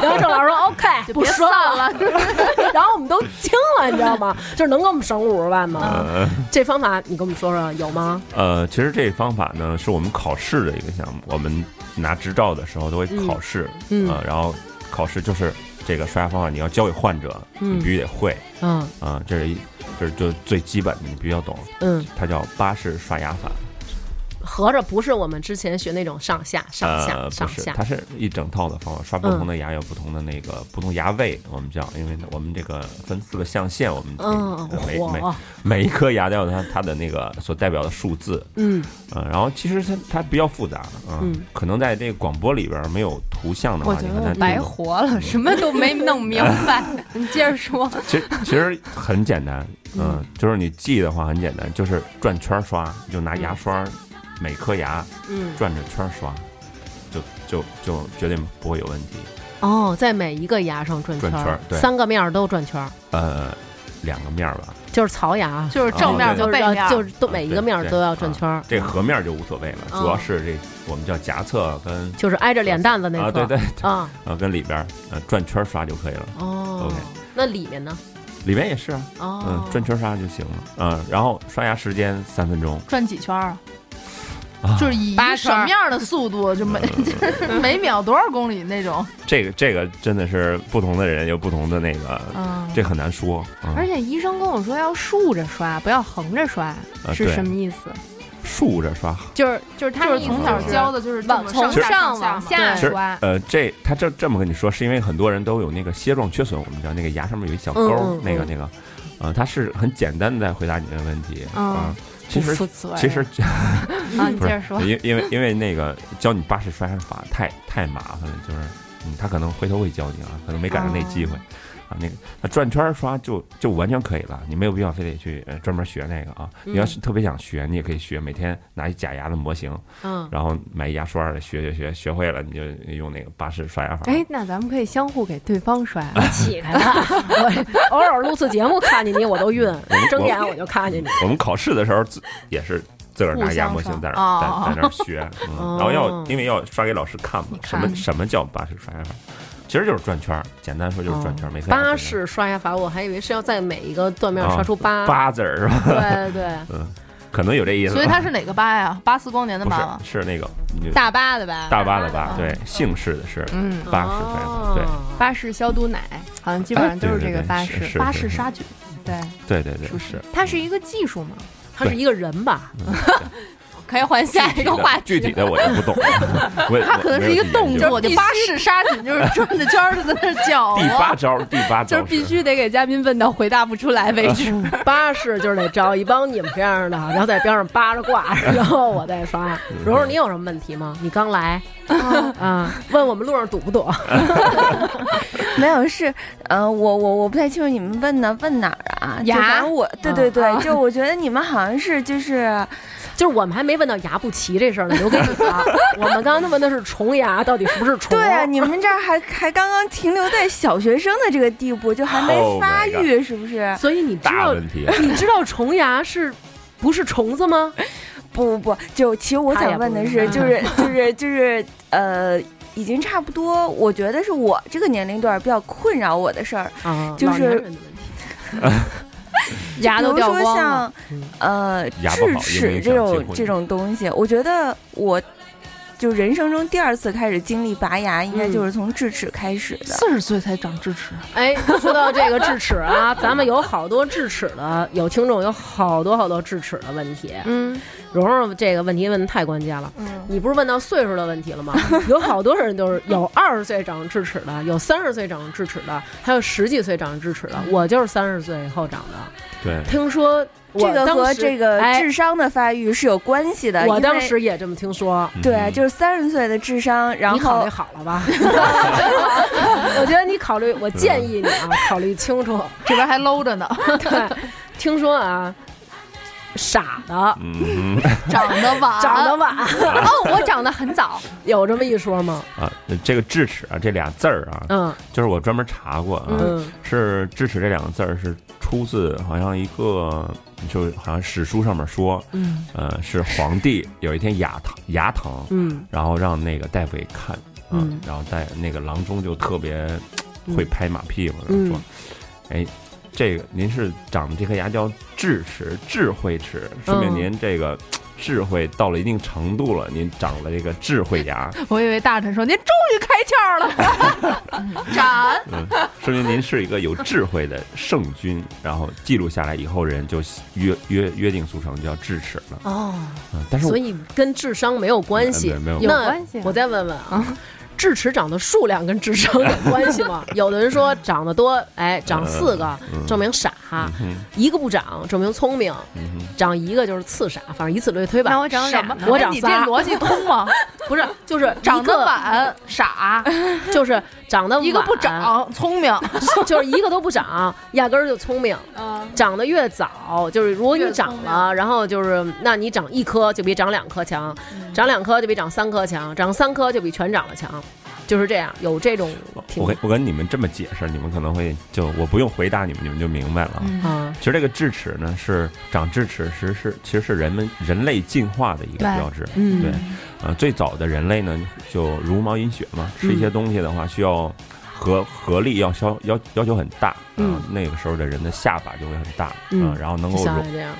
Speaker 4: 然后郑老师说 OK，不
Speaker 6: 别
Speaker 4: 说
Speaker 6: 算
Speaker 4: 了。 然后我们都惊了，你知道吗？就是能给我们省五十万吗？
Speaker 7: 呃
Speaker 4: 这方法你给我们说说有吗？
Speaker 7: 呃，其实这方法呢，是我们考试的一个项目。我们拿执照的时候都会考试，
Speaker 4: 嗯嗯
Speaker 7: 啊然后考试就是这个刷牙方法，你要教给患者，
Speaker 4: 嗯
Speaker 7: 你必须得会
Speaker 4: 嗯
Speaker 7: 啊、这是一，这是就最基本的，你必须要懂。
Speaker 4: 嗯，
Speaker 7: 它叫巴氏刷牙法，
Speaker 4: 合着不是我们之前学那种上下上下
Speaker 7: 呃，不
Speaker 4: 上
Speaker 7: 是，
Speaker 4: 下嗯
Speaker 7: 它。是一整套的方法，刷不同的牙有不同的那个、不同牙位，我们叫，因为我们这个分四个象限，我们
Speaker 4: 嗯，
Speaker 7: 每每
Speaker 4: 火，
Speaker 7: 每一颗牙都有它它的那个所代表的数字，
Speaker 4: 嗯
Speaker 7: 嗯，然后其实它它比较复杂，
Speaker 4: 嗯
Speaker 7: 嗯，可能在这个广播里边儿没有图像的话，
Speaker 5: 我
Speaker 7: 你
Speaker 5: 觉
Speaker 7: 很
Speaker 5: 得我
Speaker 7: 难
Speaker 5: 白
Speaker 7: 听懂。
Speaker 5: 活了，什么都 没弄明白。你接着说，
Speaker 7: 其实其实很简单， 嗯，就是你记的话很简单，就是转圈儿刷，你就拿牙
Speaker 5: 嗯
Speaker 7: 刷，每颗牙
Speaker 4: 嗯，
Speaker 7: 转着圈儿刷，就就就绝对不会有问题。
Speaker 4: 哦，在每一个牙上转圈
Speaker 7: 转圈
Speaker 4: 儿
Speaker 7: 儿，对
Speaker 4: 三个面儿都转圈儿，
Speaker 7: 呃，两个面儿吧，
Speaker 4: 就是槽牙，
Speaker 6: 就是正面
Speaker 7: 就
Speaker 6: 和
Speaker 4: 是
Speaker 6: 背面，
Speaker 4: 就是都每一个面儿都要转圈
Speaker 5: 啊
Speaker 4: 儿，
Speaker 7: 这个合面儿就无所谓了，
Speaker 5: 哦
Speaker 4: 嗯
Speaker 7: 主要是这我们叫夹侧跟
Speaker 4: 就是挨着脸蛋子那块
Speaker 7: 啊，对
Speaker 4: 儿
Speaker 7: 对，
Speaker 4: 啊，
Speaker 7: 啊跟里边儿呃转圈儿刷就可以了，
Speaker 4: 哦
Speaker 7: OK
Speaker 4: 那里面呢？
Speaker 7: 里边也是啊，
Speaker 4: 哦，
Speaker 7: 嗯，转圈儿刷就行了，嗯，然后刷牙时间三分钟。
Speaker 6: 转几圈儿啊
Speaker 7: 啊
Speaker 6: 就是以
Speaker 5: 八圈
Speaker 6: 一什
Speaker 5: 儿
Speaker 6: 么样的速度，就每就是 每秒多少公里那种，
Speaker 7: 这个这个真的是不同的人有不同的那个，
Speaker 6: 嗯，
Speaker 7: 这很难说。嗯、
Speaker 5: 而且医生跟我说要竖着刷，不要横着刷，
Speaker 7: 啊
Speaker 5: 是
Speaker 7: 对
Speaker 5: 什么啊意思？
Speaker 7: 竖着刷，
Speaker 5: 就是就是他
Speaker 6: 就是从小
Speaker 7: 就是
Speaker 6: 教的就是这
Speaker 5: 往
Speaker 6: 么
Speaker 5: 从
Speaker 6: 上下
Speaker 5: 上往
Speaker 6: 嘛
Speaker 5: 下
Speaker 7: 其实
Speaker 5: 刷，
Speaker 7: 呃，这他这这么跟你说，是因为很多人都有那个楔状缺损，我们叫那个牙上面有一小
Speaker 4: 嗯
Speaker 7: 沟儿，
Speaker 4: 嗯
Speaker 7: 那个
Speaker 4: 嗯
Speaker 7: 那个，啊、它是很简单的在回答你的问题啊、
Speaker 5: 嗯
Speaker 7: 其实
Speaker 5: 不负责任
Speaker 7: 其实
Speaker 5: 啊，你
Speaker 7: 不
Speaker 5: 接
Speaker 7: 是
Speaker 5: 着说，
Speaker 7: 因因为因为那个教你八式摔山法太太麻烦了，就是嗯，他可能回头会教你啊，可能没赶上那机会。
Speaker 5: 哦
Speaker 7: 啊，那个，那转圈儿刷就就完全可以了，你没有必要非得去呃专门学那个啊。你要
Speaker 5: 嗯
Speaker 7: 是特别想学，你也可以学，每天拿一假牙的模型，
Speaker 4: 嗯，
Speaker 7: 然后买一牙刷儿学学学，学会了你就用那个八式刷牙法。
Speaker 5: 哎，那咱们可以相互给对方啊摔，
Speaker 4: 起来吧！我偶尔录次节目看见你我都 晕
Speaker 7: 哎我，
Speaker 4: 睁眼我就看见你。
Speaker 7: 我们考试的时候自也是自个儿拿牙模型在那儿在在那儿学，嗯
Speaker 4: 哦
Speaker 7: 然后要因为要刷给老师看嘛
Speaker 6: 你，
Speaker 7: 什
Speaker 6: 看
Speaker 7: 么什么叫八式刷牙法，其实就是转圈儿，简单说就是转圈儿，每天
Speaker 4: 八式刷牙法，我还以为是要在每一个断面刷出八。
Speaker 7: 八啊嗯字儿是吧？
Speaker 4: 对 对，
Speaker 7: 可能有这意思吧，啊
Speaker 6: 所以它是哪个八呀？八四光年的
Speaker 7: 不
Speaker 6: 八吗？
Speaker 7: 是是那个你
Speaker 5: 大巴的吧？
Speaker 7: 大巴的巴，
Speaker 6: 巴
Speaker 7: 对，姓氏的氏，
Speaker 5: 嗯，
Speaker 7: 八式刷牙法，对。
Speaker 4: 哦
Speaker 5: 巴士消毒奶，好像基
Speaker 7: 哎
Speaker 5: 本上都是
Speaker 7: 对
Speaker 5: 这个
Speaker 7: 对
Speaker 5: 巴
Speaker 7: 是是
Speaker 5: 士
Speaker 7: 是
Speaker 5: 巴士杀菌，对，
Speaker 7: 对对对，
Speaker 5: 不
Speaker 7: 是。
Speaker 5: 它是一个技术嘛，
Speaker 4: 他是一个人吧？
Speaker 7: 嗯
Speaker 5: 可以换下 一个话题。
Speaker 7: 具体的我也不懂，我也
Speaker 6: 它可能是一个动作，就巴士杀菌，就是转着圈儿的在那儿搅啊
Speaker 7: 第
Speaker 6: 和。
Speaker 7: 八招，第八
Speaker 5: 就
Speaker 7: 招
Speaker 5: 是必须得给嘉宾问到回答不出来为止。
Speaker 4: 八式啊就是得找一帮你们这样的，然后在边上扒着挂，然后我再刷。
Speaker 7: 嗯
Speaker 4: 蓉蓉，你有什么问题吗？你刚来啊？问我们路上堵不堵？
Speaker 8: 没有是，呃，我我我不太清楚你们问的问哪儿啊？就
Speaker 5: 牙
Speaker 8: 反正我对对对，就我觉得你们好像是就是
Speaker 4: 就是我们还没问到牙不齐这事儿呢，留给你 了。我们刚刚问的是虫牙到底是不是虫？
Speaker 8: 对啊，你们这儿还 还刚刚停留在小学生的这个地步，就还没
Speaker 7: Oh my
Speaker 8: 发育，是不是？
Speaker 4: 所以你知
Speaker 7: 大
Speaker 4: 道
Speaker 7: 问题。
Speaker 4: 你知道虫牙是不是虫子 吗？
Speaker 8: 不不不，就其实我
Speaker 4: 他也
Speaker 8: 想
Speaker 4: 不
Speaker 8: 问的
Speaker 4: 知
Speaker 8: 是，
Speaker 4: 道
Speaker 8: 就是就是就是呃，已经差不多，我觉得是我这个年龄段比较困扰我的事儿，
Speaker 4: 啊，
Speaker 8: 就是
Speaker 4: 老年人的问题。
Speaker 5: 牙都
Speaker 8: 比
Speaker 5: 掉
Speaker 8: 如说
Speaker 5: 光了，
Speaker 8: 像呃
Speaker 7: 牙不好
Speaker 8: 智
Speaker 7: 因为
Speaker 8: 齿
Speaker 7: 影响
Speaker 8: 这
Speaker 7: 结
Speaker 8: 种
Speaker 7: 婚
Speaker 8: 这种东西，我觉得我就人生中第二次开始经历拔牙，应该
Speaker 4: 嗯
Speaker 8: 就是从智齿开始的。
Speaker 6: 四十岁才长智
Speaker 5: 啊
Speaker 6: 齿，
Speaker 4: 哎，说到这个智齿啊， 咱们有好多智齿的，有听众有好多好多智齿的问题。
Speaker 5: 嗯，
Speaker 4: 蓉蓉这个问题问的太关键了，你不是问到岁数的问题了 吗？有好多人都是有二十岁长智齿的，有三十岁长智齿的，还有十几岁长智齿的。我就是三十岁以后长的。
Speaker 7: 对，
Speaker 4: 听说我
Speaker 8: 这个
Speaker 4: 当
Speaker 8: 和
Speaker 4: 时
Speaker 8: 这个
Speaker 4: 哎
Speaker 8: 智商的发育是有关系的。
Speaker 4: 我
Speaker 8: 因
Speaker 4: 当
Speaker 8: 为
Speaker 4: 时也这么听说。
Speaker 7: 嗯
Speaker 8: 对，就是三十岁的智商，然
Speaker 4: 你考 虑
Speaker 8: 后
Speaker 4: 好了吧？ 我觉得你考虑，我建议你啊，考虑清 楚。
Speaker 6: 这边还搂着呢，
Speaker 4: 对，听说啊，傻的
Speaker 7: 嗯
Speaker 6: 长得晚，
Speaker 4: 长得晚，
Speaker 5: 哦，我长得很早，
Speaker 4: 有这么一说吗？
Speaker 7: 啊，这个智齿啊，这俩字儿啊，
Speaker 4: 嗯
Speaker 7: 就是我专门查过啊，
Speaker 4: 嗯
Speaker 7: 是“智齿”这两个字儿是出自好像一个，就好像史书上面说，
Speaker 4: 嗯
Speaker 7: 呃，是皇帝有一天牙疼牙疼，
Speaker 4: 嗯
Speaker 7: 然后让那个大夫给看，啊、
Speaker 4: 嗯
Speaker 7: 然后在那个郎中就特别嘖会拍马屁股，然后
Speaker 4: 嗯
Speaker 7: 说，哎。这个您是长的这颗牙叫智齿，智慧齿，说明
Speaker 4: 嗯
Speaker 7: 您这个嘖智慧到了一定程度了，您长了这个智慧牙，
Speaker 6: 我以为大臣说您终于开窍了， 斩
Speaker 7: 说明您是一个有智慧的圣君，然后记录下来以后，人就约约约定俗成叫智齿了。
Speaker 4: 哦，
Speaker 7: 嗯，但是我
Speaker 4: 所以跟智商没有关系
Speaker 7: 嗯，没有
Speaker 5: 有
Speaker 4: 那
Speaker 5: 关系啊
Speaker 4: 我再问问啊。智齿长的数量跟智商有关系 吗？有的人说长得多，哎，长四个
Speaker 7: 嗯
Speaker 4: 证明傻；
Speaker 7: 嗯
Speaker 4: 一个不长证明聪明；
Speaker 7: 嗯哼
Speaker 4: 长一个就是次傻，反正以此类推吧。
Speaker 5: 那我长
Speaker 6: 什
Speaker 5: 俩
Speaker 6: 么？
Speaker 5: 呢，
Speaker 4: 我
Speaker 6: 哎
Speaker 4: 长
Speaker 6: 你这
Speaker 4: 仨
Speaker 6: 逻辑通吗？
Speaker 4: 不 是，就是
Speaker 6: 长
Speaker 4: 一
Speaker 6: 得
Speaker 4: 个，
Speaker 6: 晚傻，
Speaker 4: 就是长得
Speaker 6: 一个不
Speaker 4: 晚，
Speaker 6: 长聪明，
Speaker 4: 就是一个都不长，压根儿就聪明。
Speaker 6: 嗯，
Speaker 4: 长得越早，就是如果你
Speaker 6: 越
Speaker 4: 长
Speaker 6: 聪明
Speaker 4: 了，然后就是，那你长一颗就比长两颗强，
Speaker 6: 嗯
Speaker 4: 长两颗就比长三颗强，长三颗就比全长了强，就是这样，有这种挺
Speaker 7: 我跟我跟你们这么解释，你们可能会就我不用回答你们，你们就明白了啊。
Speaker 4: 啊，
Speaker 7: 其实这个智齿呢，是长智齿时是其实是人们人类进化的一个标志。
Speaker 4: 嗯
Speaker 7: 对，呃，最早的人类呢，就茹毛饮血嘛，吃一些东西的话，需要合合力要消要要求很大。
Speaker 4: 嗯
Speaker 7: 呃那个时候的人的下巴就会很大，
Speaker 4: 嗯
Speaker 7: 呃然后能
Speaker 4: 就
Speaker 7: 够
Speaker 4: 像
Speaker 7: 容
Speaker 4: 我 这样，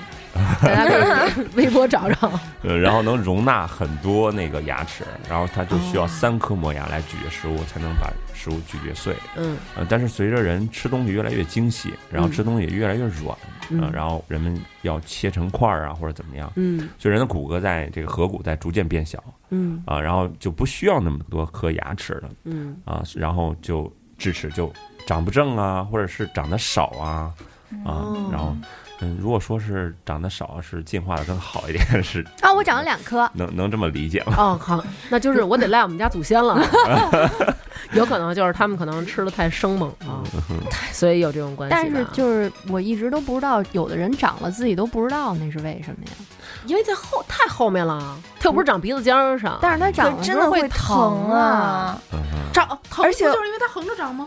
Speaker 4: 大家可以微博找找，
Speaker 7: 呃，然后能容纳很多那个牙齿，然后它就需要
Speaker 4: 哦
Speaker 7: 三颗磨牙来咀嚼食物，才能把食物咀嚼碎。
Speaker 4: 嗯
Speaker 7: 呃，但是随着人吃东西越来越精细，然后
Speaker 4: 嗯
Speaker 7: 吃东西也越来越软，
Speaker 4: 嗯
Speaker 7: 呃然后人们要切成块儿啊，或者怎么样，
Speaker 4: 嗯
Speaker 7: 就人的骨骼在这个颌骨在逐渐变小
Speaker 4: 嗯
Speaker 7: 啊、然后就不需要那么多颗牙齿了
Speaker 4: 嗯，
Speaker 7: 啊、然后就智齿就长不正啊，或者是长得少啊，啊、
Speaker 4: 哦
Speaker 7: 然后，嗯，如果说是长得少是进化的更好一点， 是
Speaker 5: 啊，我长了两颗，
Speaker 7: 能能这么理解吗？
Speaker 4: 哦，好，那就是我得赖我们家祖先了，有可能就是他们可能吃的太生猛了，所以有这种关系吧。
Speaker 5: 但是就是我一直都不知道，有的人长了自己都不知道那是为什么呀？
Speaker 4: 因为在后太后面了，他又不是长鼻子尖儿上，
Speaker 5: 但是他长
Speaker 8: 可
Speaker 5: 了
Speaker 8: 真
Speaker 5: 之
Speaker 8: 的
Speaker 5: 后会
Speaker 8: 疼
Speaker 5: 啊！
Speaker 8: 啊！
Speaker 7: 嗯哼
Speaker 6: 长疼，
Speaker 8: 而且
Speaker 6: 就是因为它横着长吗？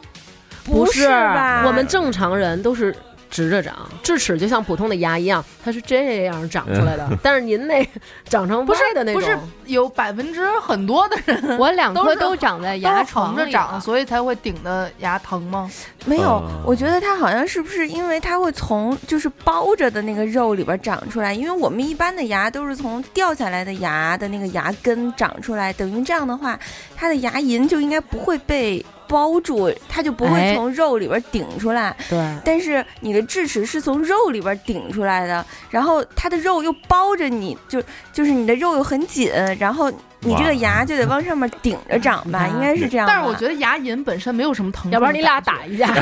Speaker 4: 不
Speaker 8: 不是吧
Speaker 4: 我们正常人都是直着长，智齿就像普通的牙一样，它是这样长出来的。但是您那长成
Speaker 6: 不是
Speaker 4: 歪的那种，
Speaker 6: 不是有百分之很多的人
Speaker 5: 我两
Speaker 6: 都
Speaker 5: 颗
Speaker 6: 是
Speaker 5: 都长在
Speaker 6: 都
Speaker 5: 牙
Speaker 6: 是
Speaker 5: 床
Speaker 6: 横着
Speaker 5: 里
Speaker 6: 长，啊
Speaker 5: 了
Speaker 6: 所以才会顶的牙疼吗？
Speaker 8: 没有
Speaker 4: 啊
Speaker 7: 嗯，
Speaker 8: 我觉得它好像是不是因为它会从就是包着的那个肉里边长出来？因为我们一般的牙都是从掉下来的牙的那个牙根长出来，等于这样的话，它的牙龈就应该不会被包住，它就不
Speaker 4: 哎
Speaker 8: 会从肉里边顶出来。
Speaker 4: 对。
Speaker 8: 但是你的智齿是从肉里边顶出来的，然后它的肉又包着你，就就是你的肉又很紧，然后你这
Speaker 7: 哇
Speaker 8: 个牙就得往上面顶着长吧，
Speaker 4: 嗯
Speaker 8: 应该是这样吧。
Speaker 6: 但是我觉得牙龈本身没有什么疼痛
Speaker 4: 要
Speaker 6: 的感觉，
Speaker 4: 不然你俩打一架，